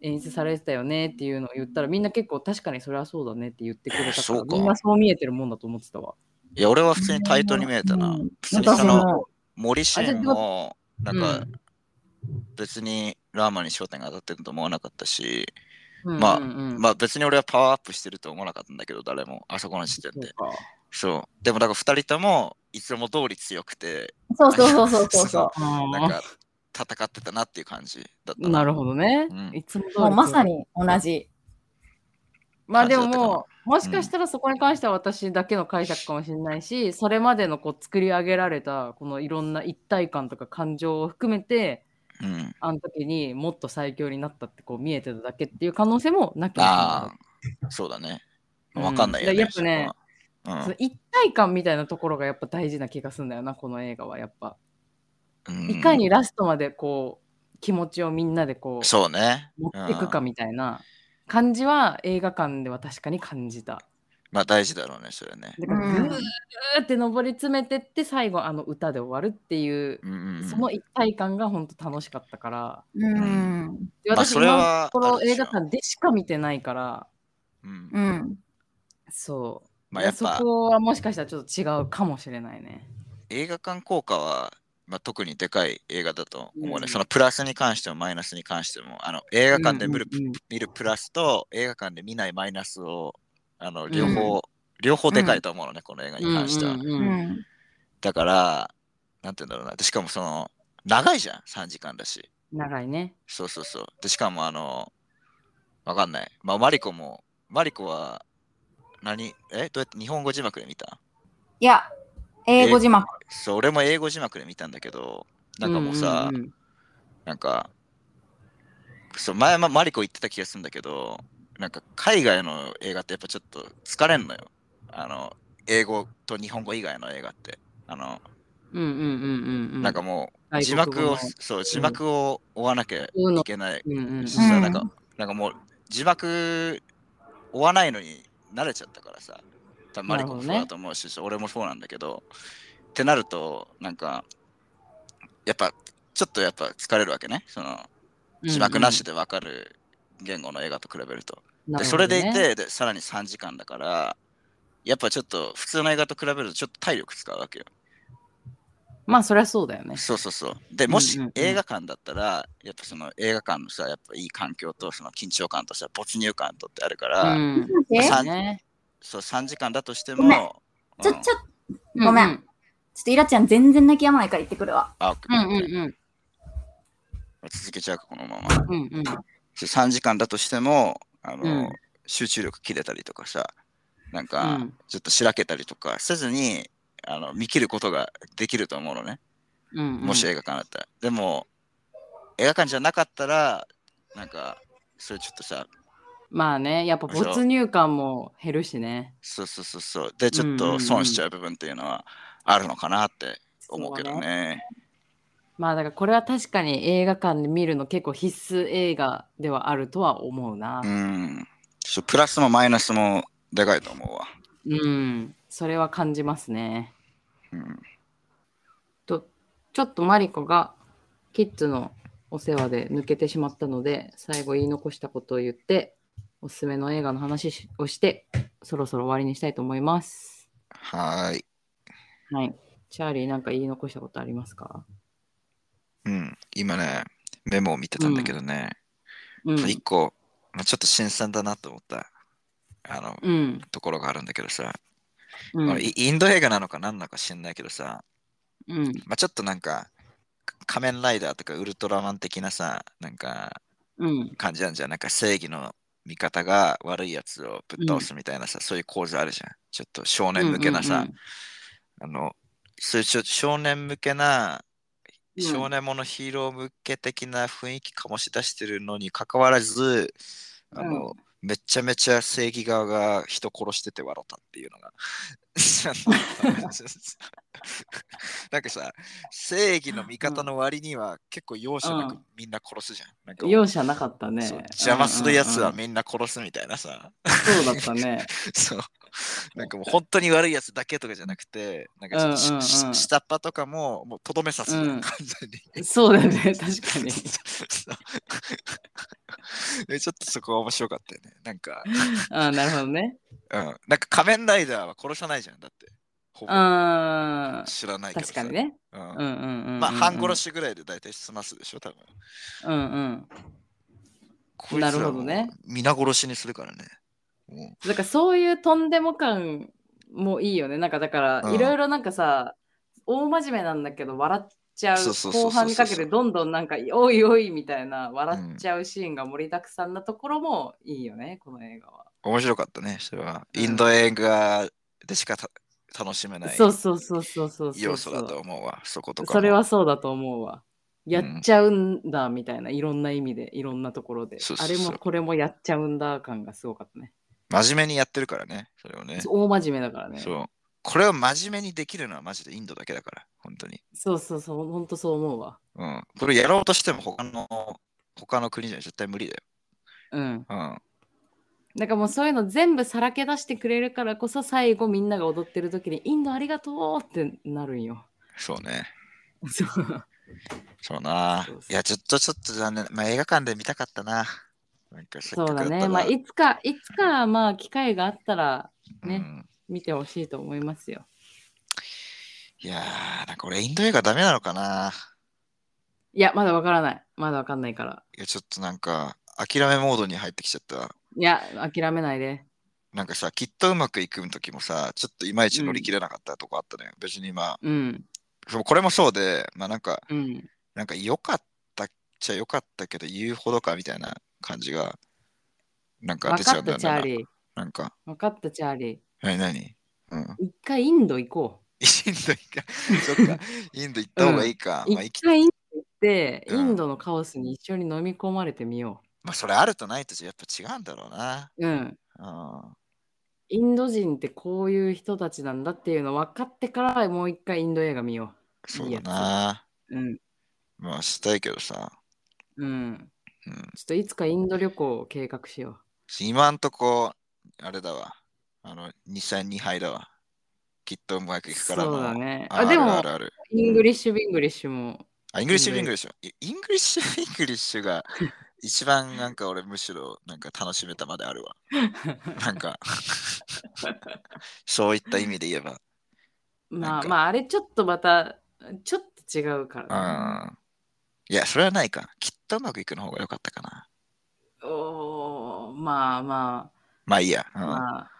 演出されてたよねっていうのを言ったら、みんな結構確かにそれはそうだねって言ってくれたか
そ
ら、
うか
みんなそう見えてるもんだと思ってたわ。
いや、俺は普通に対等に見えたな。普通
なん
に
か
そ
そ
の
の、
森シーンも、な
あ
ん
じゃあ
か別にラーマに焦点が当たってると思わなかったし、
うん
まあ
うんうん
まあ別に俺はパワーアップしてると思わなかったんだけど、誰も、あそこの時点で。
そうか
そう。でもだから二人ともいつも通り強くて、
そうそうそうそうそうそう。
な
あ
んか戦ってたなっていう感じだった
ーなるほどね。
うん
いつも通り
もうまさに同じ。
まあ
感じだ
で
っ
も
たかな
もう、もしかしたらそこに関しては私だけの解釈かもしれないし、それまでのこう作り上げられたこのいろんな一体感とか感情を含めて、
ど。うん。
あの時にもっと最強になったってこう見えてただけっていう可能性もなきゃいけ
あ
な
あ、そうだね。
うん
わかんないよね。
やっぱね
そこ
い
は。
その一体感みたいなところがやっぱ大事な気がするんだよな、この映画はやっぱ。
うん
いかにラストまでこう気持ちをみんなでこう
そうね。
持っていくか
うん
みたいな感じは映画館では確かに感じた。
まあ大事だろうね、それね。
だから
うん
ぐーって上り詰めてって最後あの歌で終わるっていう
うんうんうん
その一体感が本当楽しかったから
うん。
で
まあ
私
それ
今
は
のとこ
あ
ろ
れで
映
しょ
画館でしか見てないから
うん
うん。
そう、
まあやっぱ
そこはもしかしたらちょっと違うかもしれないね
映画館効果は、まあ、特にでかい映画だと思うね、
うん
そのプラスに関してもマイナスに関しても、あの映画館で見る,、
うんうんうん
見るプラスと映画館で見ないマイナスをあの両方、両方でかいと思うのね、この映画に関しては。
うんうん
う
うん
ん。
だから、なんて言うんだろうな、でしかもその長いじゃん、3時間だし。
長いね
そうそうそう。で、しかもあの、わかんない。まあ、マリコも、マリコは何、え、どうやって日本語字幕で見た
いや、英語字幕。
そう、俺も英語字幕で見たんだけど、なんかもうさ、
んん
なんか、そう前まマリコ言ってた気がするんだけど、なんか海外の映画ってやっぱちょっと疲れんのよ。あの、英語と日本語以外の映画って。あの、
うんうんうんうんうん
なんかもう
外
字
国語の
幕を、そう、字幕を追わなきゃい
うん
けない
うんうん
しさ、なんか、なんかもう字幕追わないのに慣れちゃったからさ、多分マリコもそう
なるほどね
だと思うし、そう俺もそうなんだけど、ってなると、なんか、やっぱ、ちょっとやっぱ疲れるわけね、その字幕なしでわかる言語の映画と比べると。でそれでい、て、でさらに3時間だから、やっぱちょっと普通の映画と比べるとちょっと体力使うわけよ。
まあそりゃそうだよね。
そうそうそう。でもし
うんうんうん
映画館だったら、やっぱその映画館のさ、やっぱいい環境とその緊張感とさ、没入感とってあるから、
うん
ま
え
あさん
ね
そう3時間だとして
ごめん
も、
ちょ、
うん
ちょ、ごめん。
うん
ちょっとイラちゃん全然泣き止まないから言ってくるわ。
あ、OK
うんうんうん
続けちゃうか、このまま。
うんうん。
3時間だとしても、あの
うん
集中力切れたりとかさ、なん
う
か、
ん
ちょっとしらけたりとかせずにあの見切ることができると思うのね、
うんうん
もし映画館だったら。でも映画館じゃなかったらなんかそれちょっとさ
まあね、やっぱ没入感も減るしね。
そうそうそうそうでちょっ
うんうんう
と
ん
損しちゃう部分っていうのはあるのかなって思うけど
そう
ね。
まあだからこれは確かに映画館で見るの結構必須映画ではあるとは思うな
う。んそうプラスもマイナスもでかいと思うわ。
うん、それは感じますね。
うん、
とちょっとマリコがキッズのお世話で抜けてしまったので最後言い残したことを言っておすすめの映画の話しをしてそろそろ終わりにしたいと思います。
はーい、
はい。チャーリーなんか言い残したことありますか、
うん。今ねメモを見てたんだけどね、
うん、
一個、まあ、ちょっと新鮮だなと思ったあの、
うん。
ところがあるんだけどさ、
うん
まあイインド映画なのか何なのか知んないけどさ、
うん。
まあ、ちょっとなんかか仮面ライダーとかウルトラマン的なさなんか
うん。
感じなんじゃんなんか正義の味方が悪いやつをぶっ倒すみたいなさ、そういう構図あるじゃんちょっと少年向けなさ、あのそういうちょ少年向けな
うん
少年ものヒーロー向け的な雰囲気醸し出してるのにかかわらずあの、めちゃめちゃ正義側が人殺してて笑ったっていうのが (laughs) なんかさ正義の味方の割には結構容赦な
う
くみんな殺すじゃん,、なんか
うん容赦なかったね。
そう邪魔するやつは
うんうん
みんな殺すみたいなさ、
うんそうだった
(laughs)
ね。
そうなんかもう本当に悪いやつだけとかじゃなくてなんかちょっとし、
うんうんうん
し下っ端とかももうとどめさすじゃん
うん
完全に
そうだね、 (laughs) 確かに。
えちょっとそこは面白かったよね。なんか、
あなるほどね。
うん、なんか仮面ライダーは殺さないじゃん、だって。ほぼ
うん。
知らないけど
確
さ
かに。ね。
うん
うんうんうんうん。
まあ、半殺。しぐらいで大体済ますでしょ、多分。
うんうん。
こいつら
なるほどね
もう。皆殺しにするからね。も
だからそういうとんでも感もいいよね。なんかだか
う
ら
ん
いろいろなんかさ、大真面目なんだけど笑っちゃう
そうそうそうそうそう
後半にかけてどんどんなんかおいおいみたいな笑っちゃうシーンが盛りだくさんなところもいいよね、この映画は。
う面白かったね、それは。
うん
インド映画でしかた楽しめない
そうそうそうそうそうそう。
要素だと思うわ、そことかも。
それはそうだと思うわ。やっちゃうんだみたいな、いろんな意味で、いろんなところで
そう。そう
あ
そう
れもこれもやっちゃうんだ感がすごかったね。
真面目にやってるからね、それをね。
大真面目だからね。
そう。これを真面目にできるのはマジでインドだけだから、本当に。
そうそうそう、ほんとそう思うわ。
うん。これやろうとしても他の、他の国じゃ絶対無理だよ。
う
うん。
ん。なんかもうそういうの全部さらけ出してくれるからこそ最後みんなが踊ってる時にインドありがとうってなるんよ。
そうね。
そう
そうな
そうそう。
いや、ちょっとちょっと残念。まあ映画館で見たかったな。なんかせっか
そう
くだ
だ
った
ね。
ら
まあいつか、いつかまあ機会があったらね
うん
見てほしいと思いますよ。
いやー、なんか俺インド映画ダメなのかな。
いや、まだわからない。まだわかんないから。
いや、ちょっとなんか諦めモードに入ってきちゃった。
いや、諦めないで。
なんかさ、きっとうまくいく時もさ、ちょっといまいち乗り切れなかったとこあったね。別にまあ、
うん。
そうこれもそうで、まあなんか、
うん。
なんか良かったっちゃ良かったけど言うほどかみたいな感じが、なんか
分
出ちゃ
か
う
っ
んだ
た、
よ
チャー
ね。
リー。
なんか、
分かった、チャーリー。
何何 (laughs) うん。
一回インド行こ
インド行か、 (laughs) そっか、インド行った方がいいか。
う。
まあ、行
一
き
回インド行って、
うん
インドのカオスに一緒に飲み込まれてみよ
まあ、それあるとないとじゃやっぱ違うんだろうな。
う。うん。
うん。
インド人ってこういう人たちなんだっていうの分かってからもう一回インド映画見よ
そうだな。
う。うん。
まあ、したいけどさ。
うん。
うん。
ちょっといつかインド旅行を計画しよ
今んとこ、あれだわ。あの、2、3、2杯だわ。きっとうまく
う。
いくから
そうだ
の。
ね。
あ
あ、で
ある
も
ある、ある。
イングリッシュビングリッシュも。
あ、イングリッシュ、イ
イ
ン
ン
グ
グ
リッシュ。いイングリッシュ、イングリッシュが一番なんか俺むしろなんか楽しめたまである
(laughs)
わ。なんか、 (laughs) そういった意味で言えば。なん
まあ
か
まあ、あれちょっとまた、ちょっと違うから
う
ね。
ん。いや、それはないか。きっとうまくいくの方が良かったかな。
おーまあま
まあいいや。うん
あ、
わ、
まあ。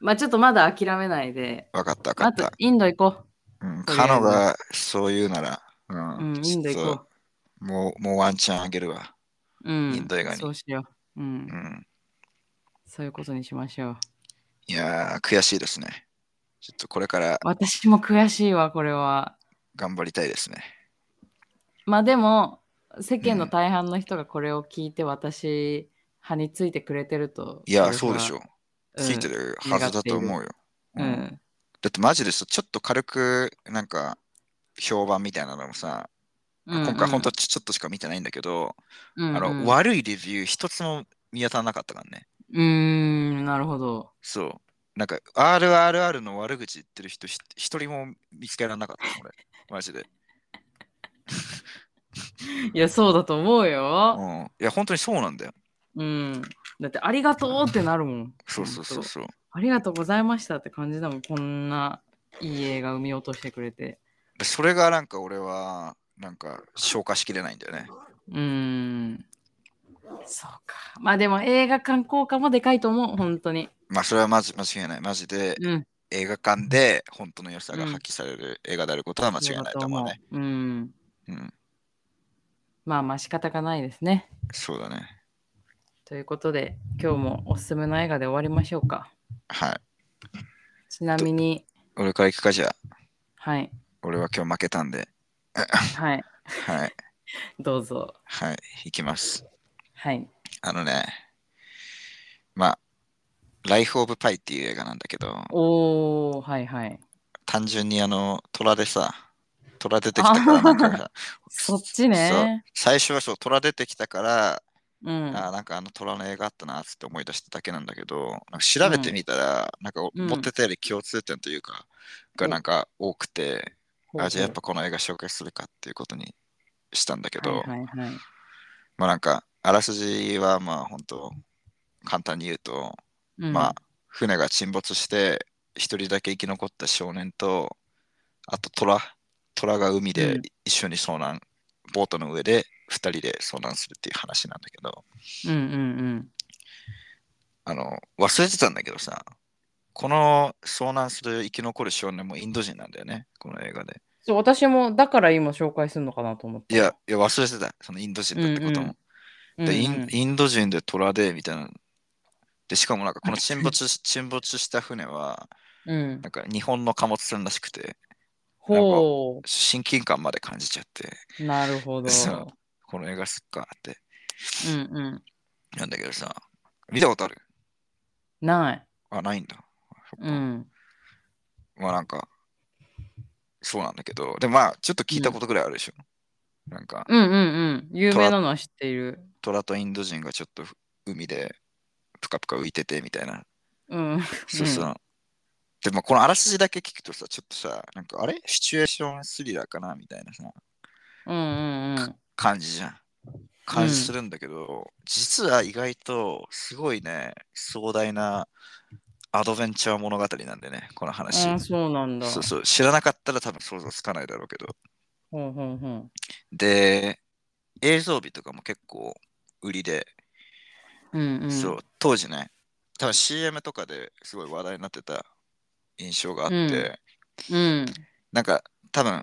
まあちょっとまだ諦めないで。
かったわか
あ
っ
と
た。、
インド行こ
うん、
とりあえず
彼女がそう言うなら、うん
う。うん、インド
ちょっ
行
と
こ
もう、もうワンチャンあげるわ。
う。うん、
インド映画に
そうしよう。うん
う、ん。
そういうことにしましょう。
いやー、悔しいですね。ちょっとこれから
私も悔しいわ、これは。
頑張りたいですね。
まあでも、世間の大半の人がこれを聞いて私派についてくれてると。
いや、そうでしょう。
ん
ついてるはずだと思うよ。
う
うん
ん。
だってマジでさ、ちょっと軽く、なんか、評判みたいなのもさ、
うん
今回ほんと、ちちょっとしか見てないんだけど、
うんうん
あの、悪いレビュー一つも見当たらなかったからね。
うーん、なるほど。
そう。なんか、RRR の悪口言ってる人ひ一人も見つけられなかった、俺。マジで。
いや、そうだと思う
う
よ。
ん。いや、本当にそうなんだよ。
うん。だって、ありがとうってなるもん。
そうそうそうそう。
ありがとうございましたって感じだもん。こんないい映画生み落としてくれて。
でそれがなんか俺は、なんか、消化しきれないんだよね。
うーん。そうか。まあでも映画館効果もでかいと思う、本当に。
まあ、それはまず間違いない。マジで、
うん。
映画館で本当の良さが発揮される映画であることは間違いないと思うね。
そうだと思う。うん。
うん、
まあまあ仕方がないですね。
そうだね。
ということで、今日もおすすめの映画で終わりましょうか。
はい。
ちなみに、
俺から行くかじゃあ。
はい。
俺は今日負けたんで。
はい。
はい。
どうぞ。
はい。行きます。
はい。
あのね。まあ、ライフ・オブ・パイっていう映画なんだけど、
おー、はいはい。
単純にあの、虎でさ、虎出てきたからなんか (laughs) さ、
そっちね。
最初はそう、虎出てきたから、
うん。
あーなんかあの虎の映画あったなっつって思い出しただけなんだけど、なんか調べてみたら、なんか
うん
持ってたより共通点というか、が
お
なんか多くて、
ほうほう
あ、じゃあやっぱこの映画紹介するかっていうことにしたんだけど、
はいはいはい。
まあなんか、あらすじはまあ本当、簡単に言うと、
うん
まあ、船が沈没して、一人だけ生き残った少年と、あと虎、虎が海
う
で
ん
一緒に遭難、ボートの上で二人で遭難するっていう話なんだけど、
うんうん
あの、忘れてたんだけどさ、この遭難する生き残る少年もインド人なんだよね、この映画で。
うん。私もだから今紹介するのかなと思って。
いや、、いや忘れてた、そのインド人だってことも。でイン、インド人で虎で、みたいな。で、しかもなんかこの沈没し (laughs) 沈没した船は、
うん
な、んか日本の貨物船らしくて、
ほ
親近感まで感じちゃって、
う、なるほど。
そうこの映画すっかって、
うんうん。
なんだけどさ、見たことある
ない。
あ、ないんだ。そっか
うん。
まあなんか、そうなんだけど、でもまあちょっと聞いたことぐらいあるでしょ。なんか、
うんうんうん。有名なのは知っている。
トラとインド人がちょっと海でぷかぷか浮いててみたいな。
うん。
そうそう。でもこのあらすじだけ聞くとさ、ちょっとさ、なんかあれシチュエーションスリラーかなみたいなさ、
うんうんうん。
感じじゃん。感じするんだけど、実は意外とすごいね、壮大なアドベンチャー物語なんでね、この話。
あそうなんだ。
そうそう、知らなかったら多分想像つかないだろうけど。
ほうほうほ
で、映像美とかも結構売りで、
う。うんうん。
そう、当時ね、多分 CM とかですごい話題になってた印象があって、
うんうん。
なんか多分、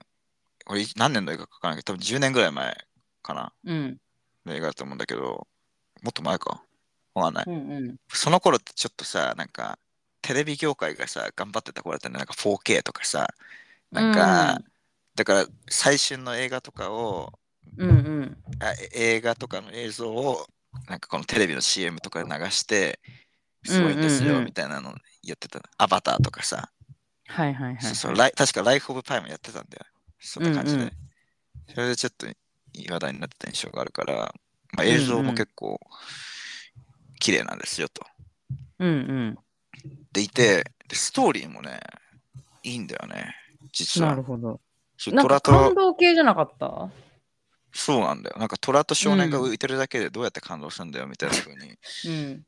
俺何年の映画かわからないけど、多分10年ぐらい前かな、
うん。
の映画だと思うんだけど、もっと前か。わかんない。
うんうん。
その頃ってちょっとさ、なんか、テレビ業界がさ、頑張ってた頃だったね、なんか 4K とかさ、なんか、
うん
だから最新の映画とかを、
うんうん。
あえ映画とかの映像を、なんかこのテレビの CM とかで流して、すごいんです
うんうん
よ、
うん
みたいなのやってた。アバターとかさ、
はいはいはい。
そうそうライ確かライフ・オブ・パイもやってたんだよ。そんな感じで。
うんうん
それでちょっといい話題になってた印象があるから、まあ、映像も結構綺麗なんですよと。
うんうん。
でいて、でストーリーもね、いいんだよね。実
な
は
る。ほど。
そう
なん
虎
か
と
感、動系じゃなかった
そうなんだよ。なんか虎と少年が浮いてるだけでどうやって感動するんだよみたいな風に、
うん。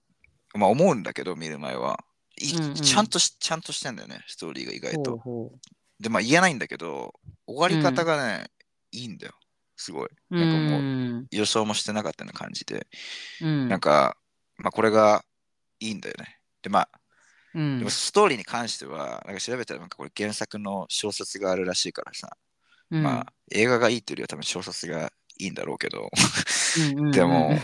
まあ思うんだけど、見る前は。い
うんうん
ちゃんとし、ちゃんとしてんだよね、ストーリーが意外
ほう
と。
ほ
で、まあ言えないんだけど、終わり方がね、いいんだよ。すごい。
う。
なんかもう
うん
予想もしてなかったような感じで、
うん。
なんか、まあ、これがいいんだよね。で、まあ、
うん
でもストーリーに関しては、なんか調べたら、なんかこれ原作の小説があるらしいからさ、
うん
まあ、映画がいいというよりは多分小説がいいんだろうけど、
うんうんうん
でも、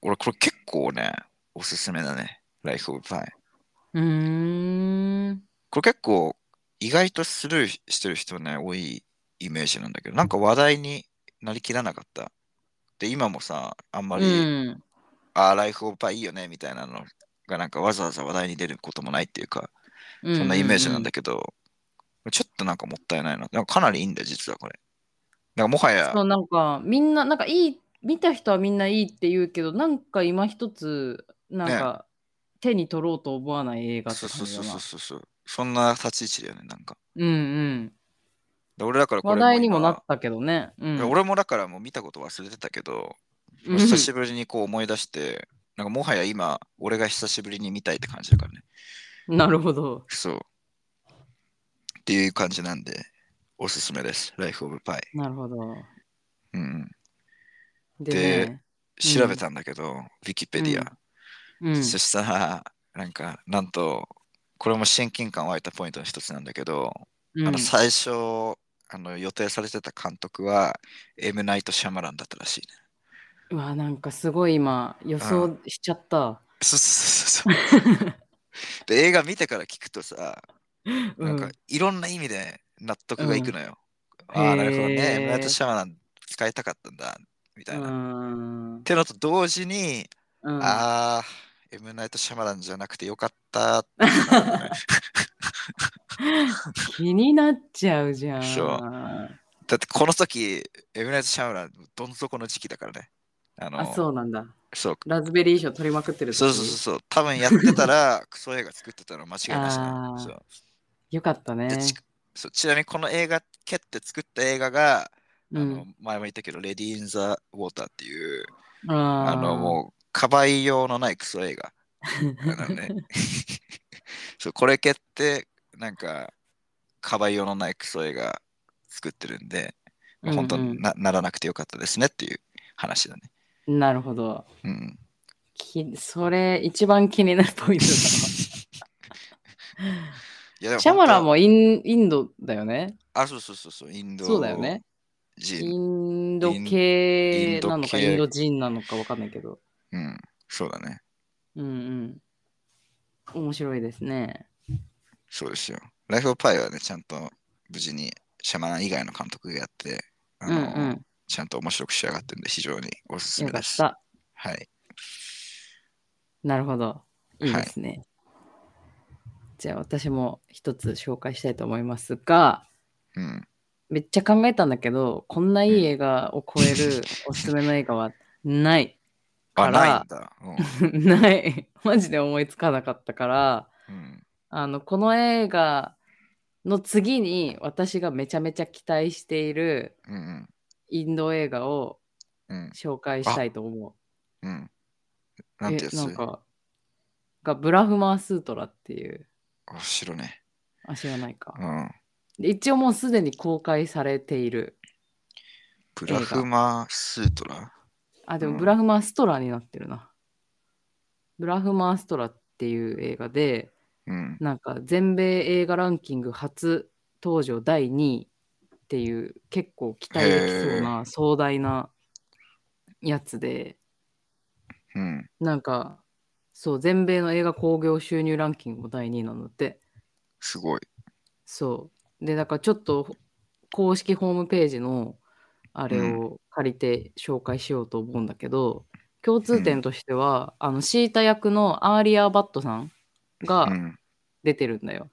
俺これ結構ね、おすすめだね、ライフオブパイ。
うーん。
これ結構、意外とスルーしてる人ね、多いイメージなんだけど、なんか話題になりきらなかった。で、今もさ、あんまり、
うん
ああ、ライフオブパイいいよね、みたいなのが、なんかわざわざ話題に出ることもないっていうか、そんなイメージなんだけど、ちょっとなんかもったいないな。なんかかなりいいんだよ、実はこれ。なんかもはや、
そうなんかみんななんかいい見た人はみんないいって言うけどなんか今一つなんか、手に取ろうと思わない映画って
そうそ
感
う
じ
そ
だ
う
な
そうそうそう、そんな立ち位置だよね、なんか。
うんうん
で俺だからこれ
話題にも
今
なったけどね、うん、
いや俺もだからもう見たこと忘れてたけど、
うん
久しぶりにこう思い出して、なんかもはや今、俺が久しぶりに見たいって感じだからね。
(laughs) なるほど
そう。っていう感じなんで、おすすめです。ライフオブパイ。
なるほど
うんうん。
で
で
ね
調べたんだけど、ウィキペディア。
うん
そしたら、なんか、なんと、これも親近感湧いたポイントの一つなんだけど、
うん
あの最初あの予定されてた監督は、エム・ナイト・シャマランだったらしいね。
うわなんかすごい今予想しちゃった
そうそうそうそう。 (laughs) で、映画見てから聞くとさ、
う
なんか
ん
いろんな意味で納得がいくのよ。
うん
あ
へー
あ、なるほどね。エム・ナイト・シャマラン使いたかったんだ、みたいな。っ
うん
てのと同時に、
うん
ああ、エム・ナイト・シャマランじゃなくてよかった
(laughs)
ってなるよね
気になっちゃうじゃん
そうだってこの時、エムナイト・シャムラン、どん底の時期だからね。あの
あそうなんだ
そう
ラズベリー賞取りまくってる時
そうそうそうそう。多分やってた
(laughs)
ら、クソ映画作ってたの間違いなし
あ
な
ー
そう
よかったね
でちそうちなみにこの映画、蹴って作った映画が、あ
うん
の前も言ったけど、レディー・イン・ザ・ウォーターっていう、
あ
あのもう、かばいようのないクソ映画。なのね (laughs) そうこれ蹴って、なんか、かばいようのないクソ映画作ってるんで、
うんうん
本当にな,、ならなくてよかったですねっていう話だね。
う。なるほど。
うん。
きそれ、一番気になるポイントだ
いやで
わ。
も
シャマラン
本
もインインドだよね。
当は。あ、そうそうそうそう、インド
そうだよね。イ
人。
ンド系なのか、
インド系
インド人なのかわかんないけど。
うん、そうだね。
うんうん。面白いですね。
そうですよ。ライフ・オブ・パイはね、ちゃんと無事にシャマラン以外の監督がやって、あ
うん
の
うん。
ちゃんと面白く仕上がってるんで、非常におすす
よ
め
かっ
です。
た。
はい。
なるほど。いいですね。じゃあ、私も一つ紹介したいと思いますが、
うん。
めっちゃ
(laughs)
考えたんだけど、こんないい映画を超えるおすすめの映画はない。 (laughs) か
あ、ないん
ら、
だ。
ない。マジで思いつかなかったから、
うんうん
あの、この映画の次に私がめちゃめちゃ期待している
うん
インド映画を
うん
紹介したいと思
うんうん。
う。
なんてやつ
なんか、がブラフマースートラっていう、
あ白ね。
あ、知らないか。
うん。
で一応もうすでに公開されている。
ブラフマスートラ
あ、で
う
も
ん
ブラフマーストラになってるな。ブラフマーストラっていう映画で、
うん。
なんか全米映画ランキング初登場第2位っていう結構期待できそうな壮大なやつで
うん。
なんかそう全米の映画興行収入ランキングも第2位なのって
すごい。
そうでだからちょっと公式ホームページのあれを借りて紹介しようと思うんだけど、共通点としては、あのシータ役のアーリア・バットさん
う
が
ん。
出てるんだよ。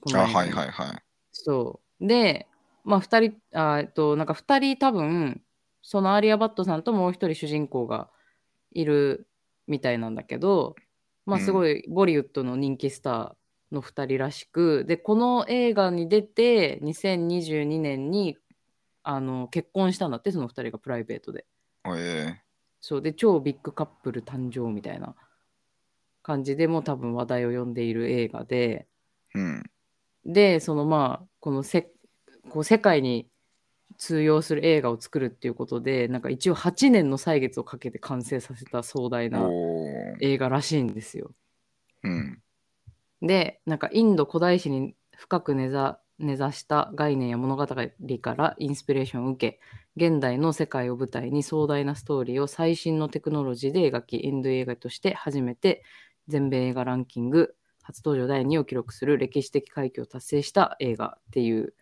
この
あ、
映画
はい
に
はいはい。
そう。で、まあ、2人、あーえっと、なんか2人多分、そのアリア・バットさんともう1人主人公がいるみたいなんだけど、まあ、
うん
すごいボリウッドの人気スターの2人らしく、で、この映画に出て、2022年にあの結婚したんだって、その2人がプライベートで。
おえ
そうで、超ビッグカップル誕生みたいな感じでもう多分話題を呼んでいる映画で、
ー。うん。
でそのまあこのせこう世界に通用する映画を作るっていうことでなんか一応8年の歳月をかけて完成させた壮大な
おー。
映画らしいんですよ。
うん。
でなんかインド古代史に深く根ざ根ざした概念や物語からインスピレーションを受け現代の世界を舞台に壮大なストーリーを最新のテクノロジーで描きインド映画として初めて全米映画ランキング初登場第2位を記録する歴史的快挙を達成した映画っていう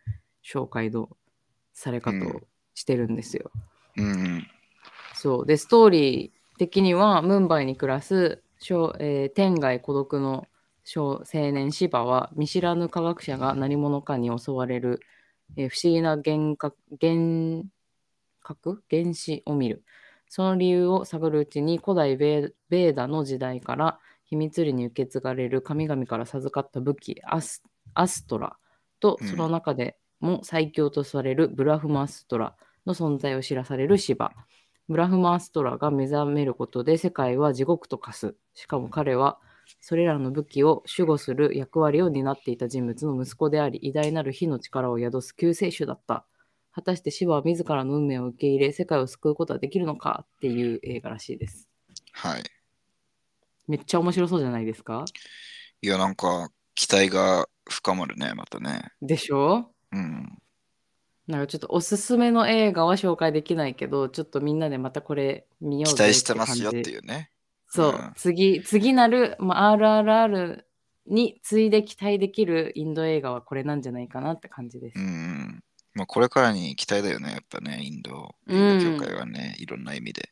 紹介のされ方をしてるんですよ。
うん。
そうでストーリー的にはムンバイに暮らす少、えー天涯孤独の少青年シバは見知らぬ科学者が何者かに襲われる、えー不思議な幻覚幻覚原子を見るその理由を探るうちに古代ベーベーダの時代から秘密裏に受け継がれる神々から授かった武器アスアストラと
うん
その中でも最強とされるブラフマアストラの存在を知らされるシバブラフマアストラが目覚めることで世界は地獄と化すしかも彼はそれらの武器を守護する役割を担っていた人物の息子であり偉大なる火の力を宿す救世主だった果たしてシバは自らの運命を受け入れ世界を救うことはできるのかっていう映画らしいです
はい。
めっちゃ面白そうじゃないですか
いや、なんか、期待が深まるね、またね。
でしょ
うん。
なんかちょっとおすすめの映画は紹介できないけどちょっとみんなでまたこれ見よ
期
うぜ
待してますよっ
感
て
じ
いうね。
そ
う
う、
ん
次、次なる、まあ、RRR に次いで期待できるインド映画はこれなんじゃないかなって感じです。
うんうん。まあ、これからに期待だよね、やっぱね、インド
うん
映画協会はね、いろんな意味で。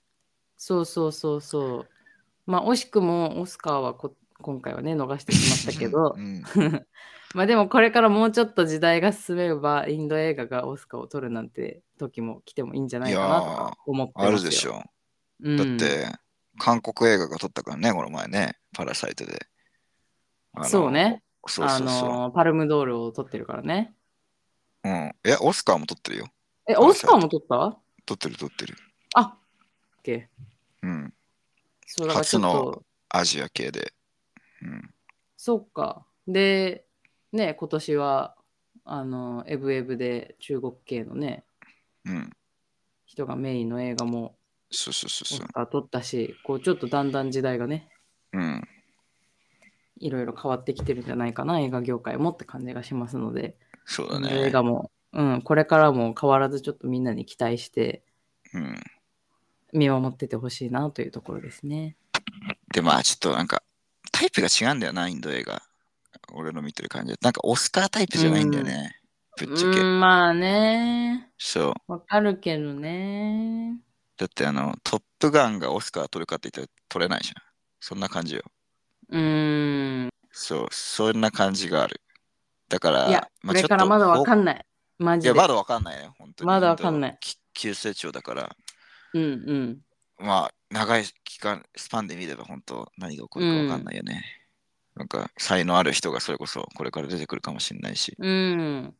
そうそうそうそう。まあ、惜しくもオスカーはこ今回はね、逃してしまったけ
(laughs)
ど
う、ん。
まあでもこれからもうちょっと時代が進めば、インド映画がオスカーを取るなんて時も来てもいいんじゃないかなとか思ってます
あ
よ。
るでしょ。
うん。
だって、韓国映画が撮ったからね、この前ね、パラサイトで。あの
そうね。
そうそうそう。
あのーパルムドールを取ってるからね。
うん。え、オスカーも撮ってるよ。
え、オスカーも取った
撮ってる撮ってる。
あオッケー。
うん。
そうだからちょっ
初
と
の。アジア系で。うん。
そっか。で、ね、今年は、あの、エブエブで中国系のね、
うん。
人がメインの映画も
そうそうそ
オ
う
ス
そう。
カー撮ったし、こう、ちょっとだんだん時代がね、
うん。
いろいろ変わってきてるんじゃないかな、映画業界もって感じがしますので、
そうだ
映
ね。
画も、うん、これからも変わらずちょっとみんなに期待して
うん。
見守っててほしいなというところですね。
で、まあ、ちょっとなんか、タイプが違うんだよな、インド映画。俺の見てる感じだとなんか、オスカータイプじゃないんだよね。ぶっちゃ
う
け。
ん、まあね、
そう。
わかるけどね。
だって、あの、トップガンがオスカー取るかって言ったら取れないじゃん。そんな感じよ。
うん、
そう、そんな感じがある。だから、
いや、
まあ
これからまだわかんない。マ
い
ジ
や、
で。
まだわかんないね、本当に。
まだわかんない
インドはき急成長だから、
うんうん。
まあ、長い期間、スパンで見れば本当何が起こるか分かんないよね。なんか、才能ある人がそれこそこれから出てくるかもしれないし。
うん。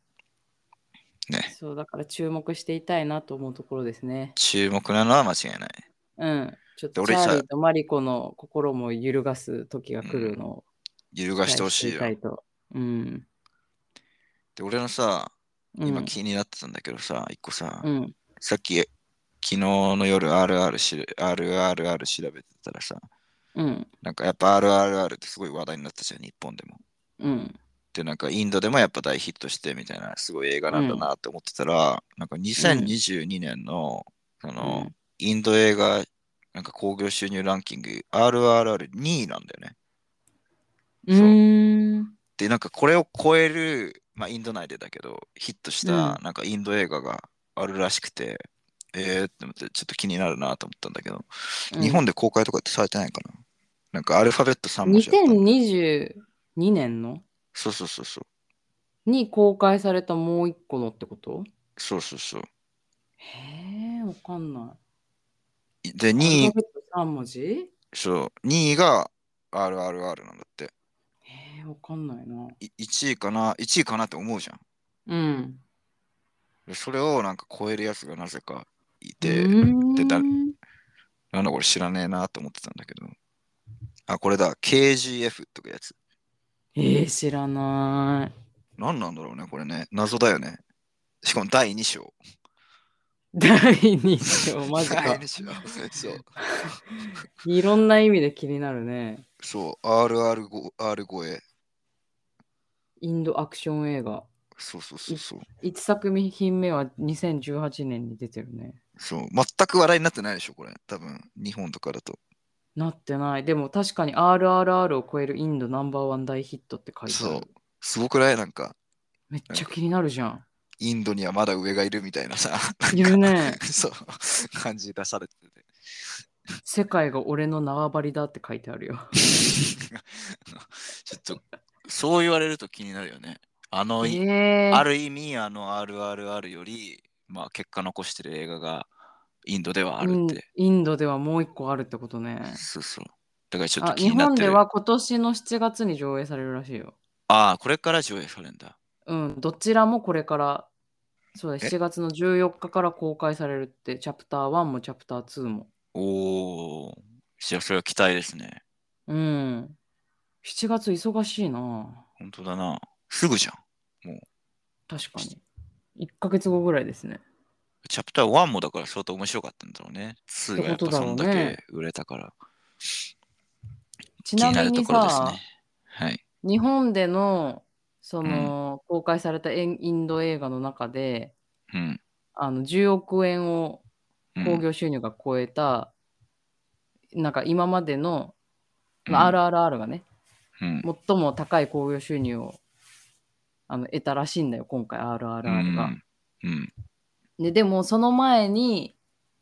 ね
そう、だから注目していたいなと思うところですね。
注目なのは間違いない。
うん。ちょっ
で
と、チ
俺さ
ャーリーとマリコの心も揺るがす時が来るのを
揺る
期
が
待
してほしい
て
よ
た。と。うん。
で、俺のさ、
うん
今気になってたんだけどさ、一個さ、
うん。
さっき、昨日の夜 RR し RRR 調べてたらさ、
うん。
なんかやっぱ RRR ってすごい話題になったじゃん、日本でも。
うん。
で、なんかインドでもやっぱ大ヒットしてみたいな、すごい映画なんだなって思ってたら、なんか2022年の、その、インド映画、なんか興行収入ランキング、RRR2 位なんだよね。
うん。うん。
で、なんかこれを超える、まあ、インド内でだけど、ヒットした、なんかインド映画があるらしくて、えーって思って、ちょっと気になるなと思ったんだけど、日本で公開とかってされてないかななんかアルファベット3文字だった。
2022年の
そうそうそうそう。
に公開されたもう一個のってこと
そうそうそう。
へえ、わかんな
で、
い。
2位、
3文字
そう、2位が RRR なんだって。
へえ、わかんないな。
い1位かな ?1 位かなって思うじゃん。
うん。
でそれをなんか超えるやつがなぜかいて、でだ
うん
なんだこれ知らねえなと思ってたんだけど。あ、これだ。KGF とかやつ。
えー、知らな
何なんだろうね、これね。謎だよね。しかも第2章。
い。 (laughs) 第2章、マジ
(laughs) 第
か
2。章。そう。
いろんな意味で気になるね。
そう。RR5、R5 へ。
インドアクション映画。
そうそうそうそう。
1作品目は2018年に出てるね。
そう。全く話題になってないでしょ、これ。多分、日本とかだと。
なってない。でも確かに RRR を超えるインドナンバーワン大ヒットって書いてあ
そう
る。。
すごくないなんか、
めっちゃ気になるじゃん。
インドにはまだ上がいるみたいなさ。
いるね。
(laughs) そう。感じ出されてて。 (laughs)
世界が俺の縄張りだって書いてあるよ。
ちょっと、そう言われると気になるよね。あの、い
えー
ある意味、あの RRR より、まあ、結果残してる映画がインドではあるって。
インインドではもう一個あるってことね。
そうそう。だからちょっと
あ
気
日
になっ
本
て
で
る。
は今年の7月に上映されるらしいよ。
ああ、これから上映されるんだ。
うん、どちらもこれから、そうだ、
え
7月の14日から公開されるって、チャプター1もチャプター2も。
おお。じゃあ、それは期待ですね。
うん。7月忙しいな。
本当だな。すぐじゃん。
確かに。1ヶ月後ぐらいですね。
チャプター1もだから相当面白かったんだろうね。2がやっぱそんだ
ってことだろうね
け売れたから。
ち
気
な
にな
み
ると
に
ころです
さ、
ね。はい。
日本での、その、公開されたインインド映画の中で、
うん。
あの10億円を
うん
興行収入が超えた、なんか今までの、まあ
うん
RRR がね、
うん。
最も高い興行収入をあの得たらしいんだよ、今回 RRR が。
うん。うん
ででも、その前に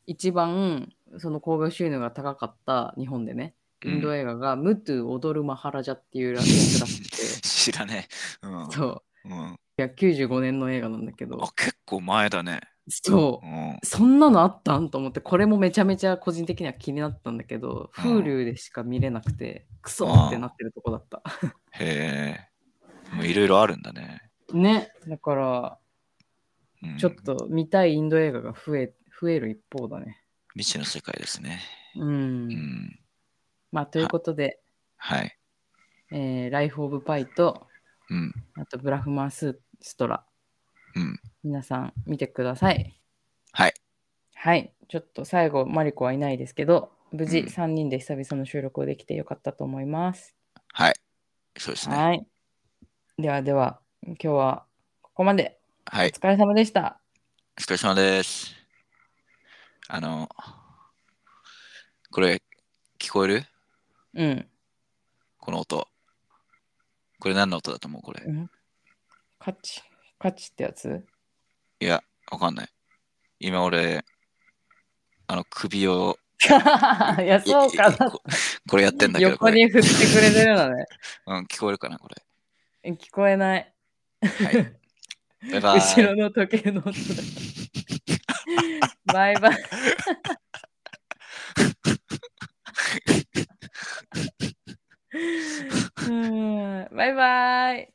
一番その興行収入が高かった日本でね、インド映画がムトゥ・踊るマハラジャっていうらしくて、
(laughs) 知らねえ。うん。
そう、
うん、
95年の映画なんだけど
あ、結構前だね。
そう
う。ん。
そんなのあったんと思って、これもめちゃめちゃ個人的には気になったんだけど、
うん
Hulu でしか見れなくて、クソーってなってるとこだった。
へえ。もういろいろあるんだね。
ね、だから、
うん、
ちょっと見たいインド映画が増え増える一方だね。
未知の世界ですね。
う。
うんん。
まあ、ということで、
はい。
えー、ライフ・オブ・パイと、
うん。
あとブラフマンス・ストラ、
うん。
皆さん見てください。
はい。
はい、ちょっと最後、マリコはいないですけど、無事
うん
3人で久々の収録をできてよかったと思います。
はい。そうですね。
はい。ではでは、今日はここまで。
は
お
い。
疲れ様でした。
お疲れ様です。あの、これ、聞こえる
うん。
この音。これ何の音だと思うこれ。
カチ、カチってやつ
いや、わかんない。今俺、あの、首を、
いや、そうか
いいいここれやってん
な。
だけど、こ
横
れ
に振ってくれてるのね。
うん、聞こえるかな、これ。
え聞こえない。
はい。バ
(laughs)
イバイ。
後ろの
(laughs)
時計の音だけ。バイバイ。うんバイバイ。